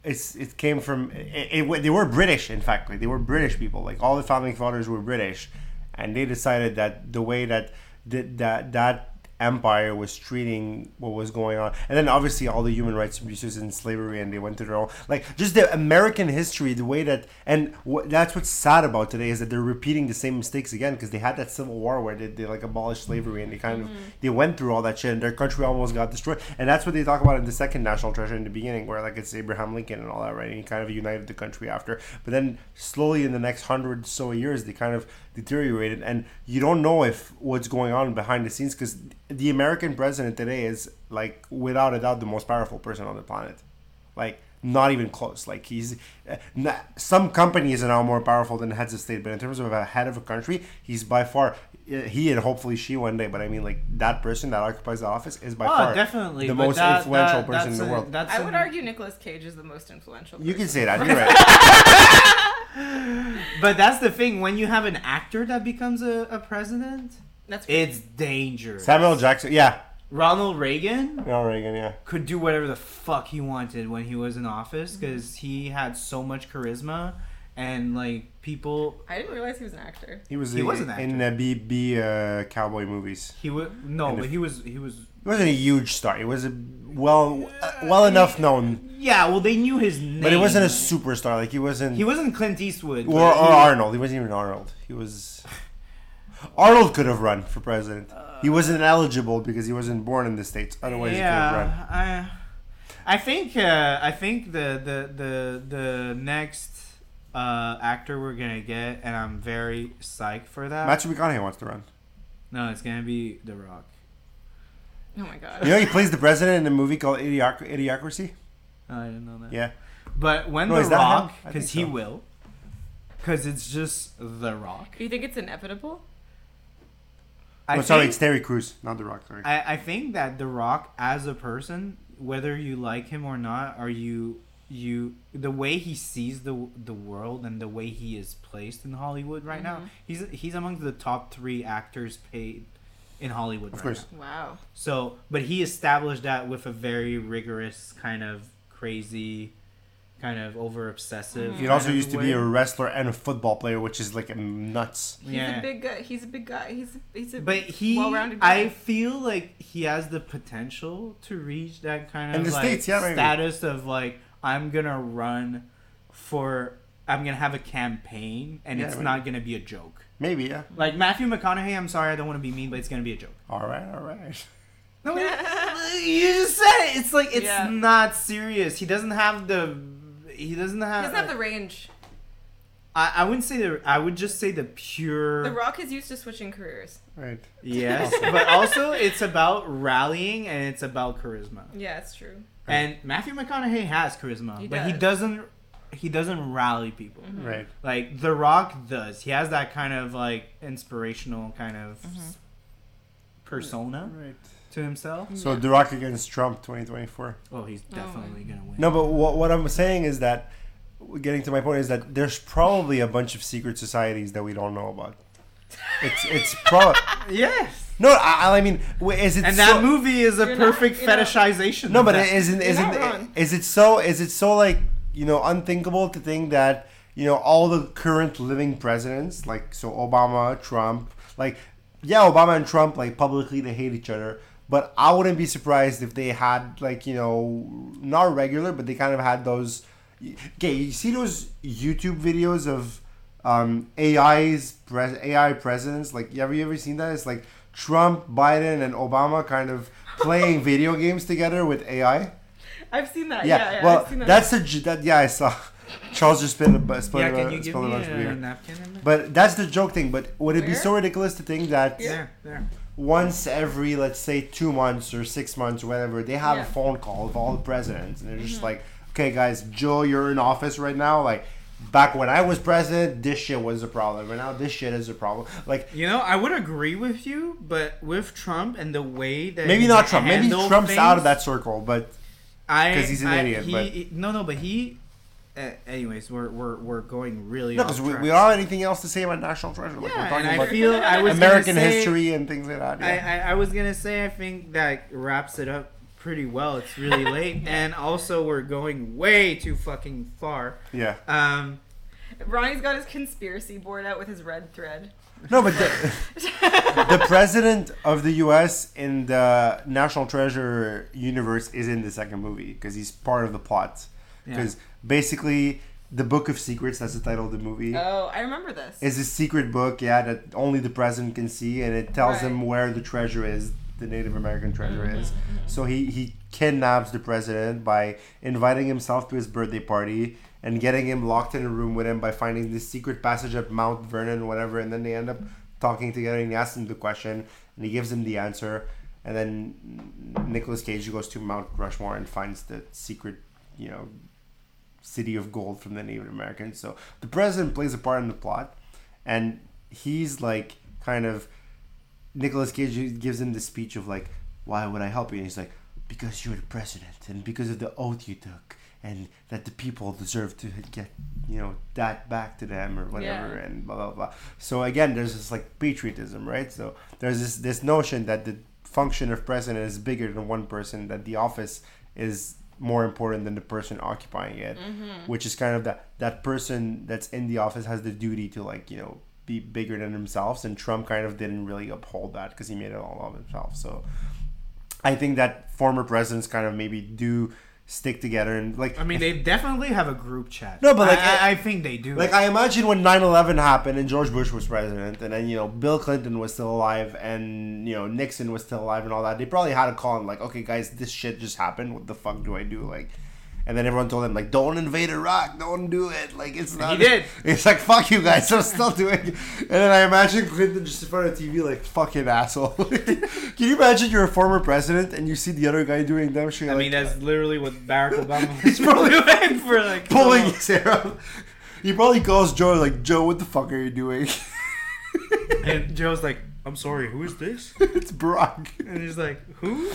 it's it came from it, it, wa- they were British in fact like they were British people like all the founding fathers were British and they decided that the way that that that, that empire was treating what was going on and then obviously all the human rights abuses and slavery and they went to their own like just the american history the way that and wh- that's what's sad about today is that they're repeating the same mistakes again because they had that civil war where they, they like abolished slavery and they kind of they went through all that shit and their country almost got destroyed and that's what they talk about in the second national treasure in the beginning where like it's abraham lincoln and all that right and he kind of united the country after but then slowly in the next hundred so years they kind of deteriorated and you don't know if what's going on behind the scenes because the american president today is like without a doubt the most powerful person on the planet like not even close. Like he's uh, n- some companies are now more powerful than heads of state, but in terms of a head of a country, he's by far uh, he and hopefully she one day. But I mean, like that person that occupies the office is by Oh, far definitely. the but most that- influential that- person that's in the a- world. That's I an- would argue Nicolas Cage is the most influential. you can person. say that. You're right. But that's the thing. When you have an actor that becomes a, a president, That's it's dangerous. Samuel Jackson. Yeah. Ronald Reagan No, Reagan. Yeah. could do whatever the fuck he wanted when he was in office because he had so much charisma and like people. I didn't realize he was an actor. He was, He in- was an actor. in the B B uh, cowboy movies. He would no, And but if- he was he was. He wasn't a huge star. He was a well uh, well enough known, Yeah, well, they knew his name, but he wasn't a superstar. Like he wasn't. He wasn't Clint Eastwood. or, or but he- Arnold. He wasn't even Arnold. He was. Arnold could have run for president. Uh, he wasn't eligible because he wasn't born in the states. Otherwise, he could have run. yeah, I, I think uh, I think the the the the next uh, actor we're gonna get, and I'm very psyched for that. Matthew McConaughey wants to run. no, it's gonna be The Rock. Oh my god. You know, he plays the president in a movie called Idioc- Idiocracy. Oh, I didn't know that. Yeah, But when No, The is that him? Rock, I because he think so. will, because it's just The Rock. You think it's inevitable? I oh, sorry, think- it's Terry Crews, not The Rock. Sorry. I, I think that The Rock as a person, whether you like him or not, are you you the way he sees the the world and the way he is placed in Hollywood right now, he's he's among the top three actors paid in Hollywood Of right course. now. Wow. So, but he established that with a very rigorous kind of crazy, kind of over obsessive. he also used to be a wrestler and a football player, which is like nuts. He's a big guy. He's a big guy. He's he's a But he, well-rounded guy. I feel like he has the potential to reach that kind In of the like States, yeah, maybe. status of like I'm gonna run for, I'm gonna have a campaign, and Yeah, it's maybe. not gonna be a joke. Maybe, yeah. Like Matthew McConaughey, I'm sorry, I don't want to be mean, but it's gonna be a joke. All right, all right. No, you just said it. It's like it's Yeah. not serious. He doesn't have the, he doesn't he have. doesn't have the range. I, I wouldn't say the. I would just say the pure. The Rock is used to switching careers. Right. Yes, but also it's about rallying and it's about charisma. Yeah, it's true. And Matthew McConaughey has charisma, He but he does. Mm-hmm. doesn't. He doesn't rally people Right. like The Rock does. He has that kind of like inspirational kind of Mm-hmm. s- persona Right. to himself. So The Rock against Trump 2024. Oh, he's definitely gonna win. No, but what, what I'm saying is that, getting to my point, is that there's probably a bunch of secret societies that we don't know about. It's it's probably Yes, no. I, I mean, w- is it and so, that movie is a You're not- perfect you're not- fetishization. No, of but that. isn't isn't not wrong. is it so is it so like you know unthinkable to think that you know all the current living presidents like so Obama, Trump, like yeah, Obama and Trump like publicly they hate each other. But I wouldn't be surprised if they had like you know not regular, but they kind of had those. Okay, you see those YouTube videos of um, AI's pres- AI presidents. Like, you ever you ever seen that? It's like Trump, Biden, and Obama kind of playing video games together with AI. I've seen that. Yeah, Yeah, yeah well, I've seen that. that's the j- that yeah I saw. Charles just spilled a bu- spilled yeah, a- can you give spilled a me bunch of a beer. napkin? In there? But that's the joke thing. But would it be Where? so ridiculous to think that there, there. once every let's say two months or six months or whatever they have Yeah. a phone call of all the presidents and they're just Mm-hmm. like okay guys joe you're in office right now like back when i was president this shit was a problem and now this shit is a problem like You know, I would agree with you, but with Trump and the way that maybe he not trump maybe handled trump's things, out of that circle but I 'cause he's an I- idiot, he- but- he- no, no, but he. Uh, anyways, we're we're we're going really. no off because we, track. we don't have anything else to say about national treasure like Yeah, we're talking and I about feel I was gonna american say- history and things like that I, yeah. I I was gonna say I think that wraps it up pretty well. It's really late, and also we're going way too fucking far. yeah Um, Ronnie's got his conspiracy board out with his red thread. no but the, the president of the U.S. in the National Treasure universe is in the second movie because he's part of the plot. Yeah. Because basically, the Book of Secrets—that's the title of the movie. Oh, I remember this. is a secret book, yeah, that only the president can see, and it tells him Right. where the treasure is, the Native American treasure is. So he, he kidnaps the president by inviting himself to his birthday party and getting him locked in a room with him by finding this secret passage at Mount Vernon, whatever, and then they end up talking together and he asks him the question and he gives him the answer. And then Nicolas Cage goes to Mount Rushmore and finds the secret, you know, city of gold from the Native Americans. So the president plays a part in the plot, and he's like kind of Nicholas Cage gives him the speech of like, "Why would I help you?" And he's like, "Because you're the president, and because of the oath you took, and that the people deserve to get you know that back to them or whatever, Yeah. and blah blah blah." So again, there's this like patriotism, right? So there's this this notion that the function of president is bigger than one person, that the office is more important than the person occupying it, which is kind of that that person that's in the office has the duty to like you know be bigger than themselves, and Trump kind of didn't really uphold that because he made it all of himself. So I think that former presidents kind of maybe do stick together and like I mean, they definitely have a group chat. No, but, like, I, I, I think they do. Like I imagine when 9/11 happened and George Bush was president, and then you know Bill Clinton was still alive, and you know Nixon was still alive, and all that. They probably had a call and like, okay, guys, this shit just happened. What the fuck do I do? Like, and then everyone told them like, don't invade Iraq, don't do it. Like it's not. did. It's like fuck you guys, I'm still doing. it. And then I imagine Clinton just in front of TV like fucking asshole. Can you imagine you're a former president and you see the other guy doing dumb shit? I like, mean, that's literally what Barack Obama was probably doing for like pulling so long. his hair up. He probably calls Joe like, Joe, what the fuck are you doing? And Joe's like, "I'm sorry, who is this?" it's Brock. And he's like, "Who?"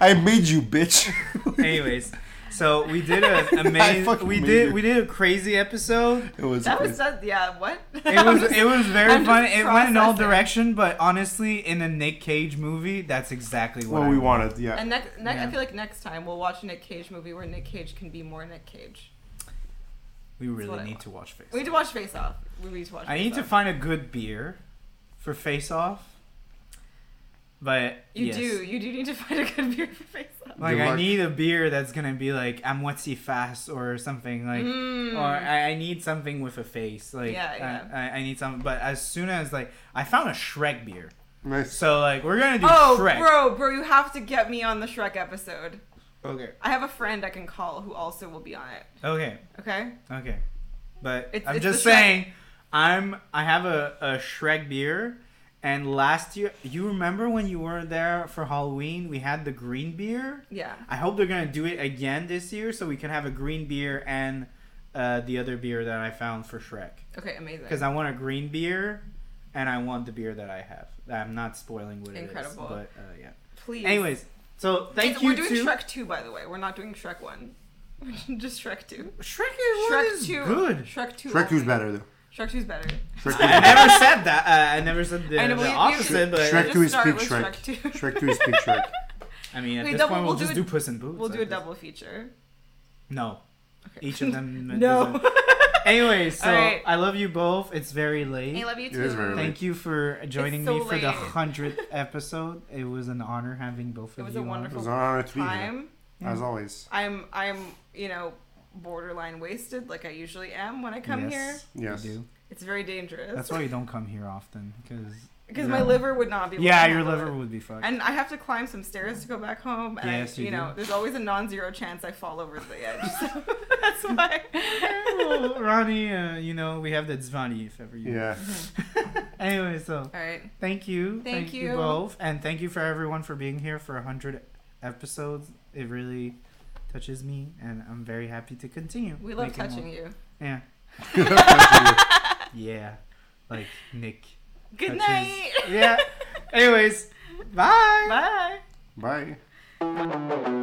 I made you, bitch. Anyways, so we did a I amazing. fucking we made did you. we did a crazy episode. it was. That crazy. was that. Yeah. What? It was it was very I'm just fun. It went in all processing. direction, but honestly, in a Nick Cage movie, that's exactly what, what I we want. wanted. Yeah. And next, next Yeah. I feel like next time we'll watch a Nick Cage movie where Nick Cage can be more Nick Cage. We what really I need want. to watch Face. We need to watch Face Off. We need to watch. I Face need to Off. find a good beer for Face Off. But You yes. do. You do need to find a good beer for Face Off. Like Good I luck. need a beer that's gonna be like I'm what's fast or something like, Mm. or I, I need something with a face like Yeah, I- yeah. I, I need something. But as soon as like I found a Shrek beer, nice. so like we're gonna do Oh, Shrek. bro, bro, you have to get me on the Shrek episode. Okay, I have a friend I can call who also will be on it. okay, Okay. okay. But It's- I'm it's just the Shrek- saying, I'm I have a, a Shrek beer. And last year, you remember when you were there for Halloween? We had the green beer. Yeah. I hope they're gonna do it again this year, so we can have a green beer and uh, the other beer that I found for Shrek. Okay. Amazing. Because I want a green beer, and I want the beer that I have. I'm not spoiling what Incredible. it is, but uh, yeah. Please. Anyways, so thank It's- you We're doing to Shrek two, by the way. We're not doing Shrek one. Just Shrek two. Shrek is, Shrek Shrek is two. good. Shrek two. Shrek only. who's better though. Shrek two's better. Shrek I never said that. Uh, I never said the, I know, the well, you- you- opposite, but Shrek Just two is start big with Shrek. Shrek two. Shrek two is big Shrek. I mean, at Wait, this double- point, we'll, we'll do just a- do Puss in Boots. We'll I do a guess. double feature. No, each of them. No. Anyway, so Alright. I love you both. It's very late. I love you It too. is very late. Thank you for joining so me for the late. hundredth episode. It was an honor having both It of was you. a on. It wonderful was an honor to be here, time. as always. I'm I'm you know borderline wasted like I usually am when I come Yes, here. we Yes. do. It's very dangerous. That's why you don't come here often, because because yeah. my liver would not be. able yeah, to your handle liver it. would be fucked. And I have to climb some stairs to go back home. And Yes, I, you you, know, do. there's always a non-zero chance I fall over the edge. So that's why. well, Ronnie, uh, you know we have that Zvani if ever you. Yeah. Anyway, so All right. thank you, Thank you. both, and thank you for everyone for being here for hundred episodes. It really touches me, and I'm very happy to continue. We love making more- touching you. Yeah, yeah, like Nick. Good touches- night. Yeah. Anyways, bye. Bye. Bye.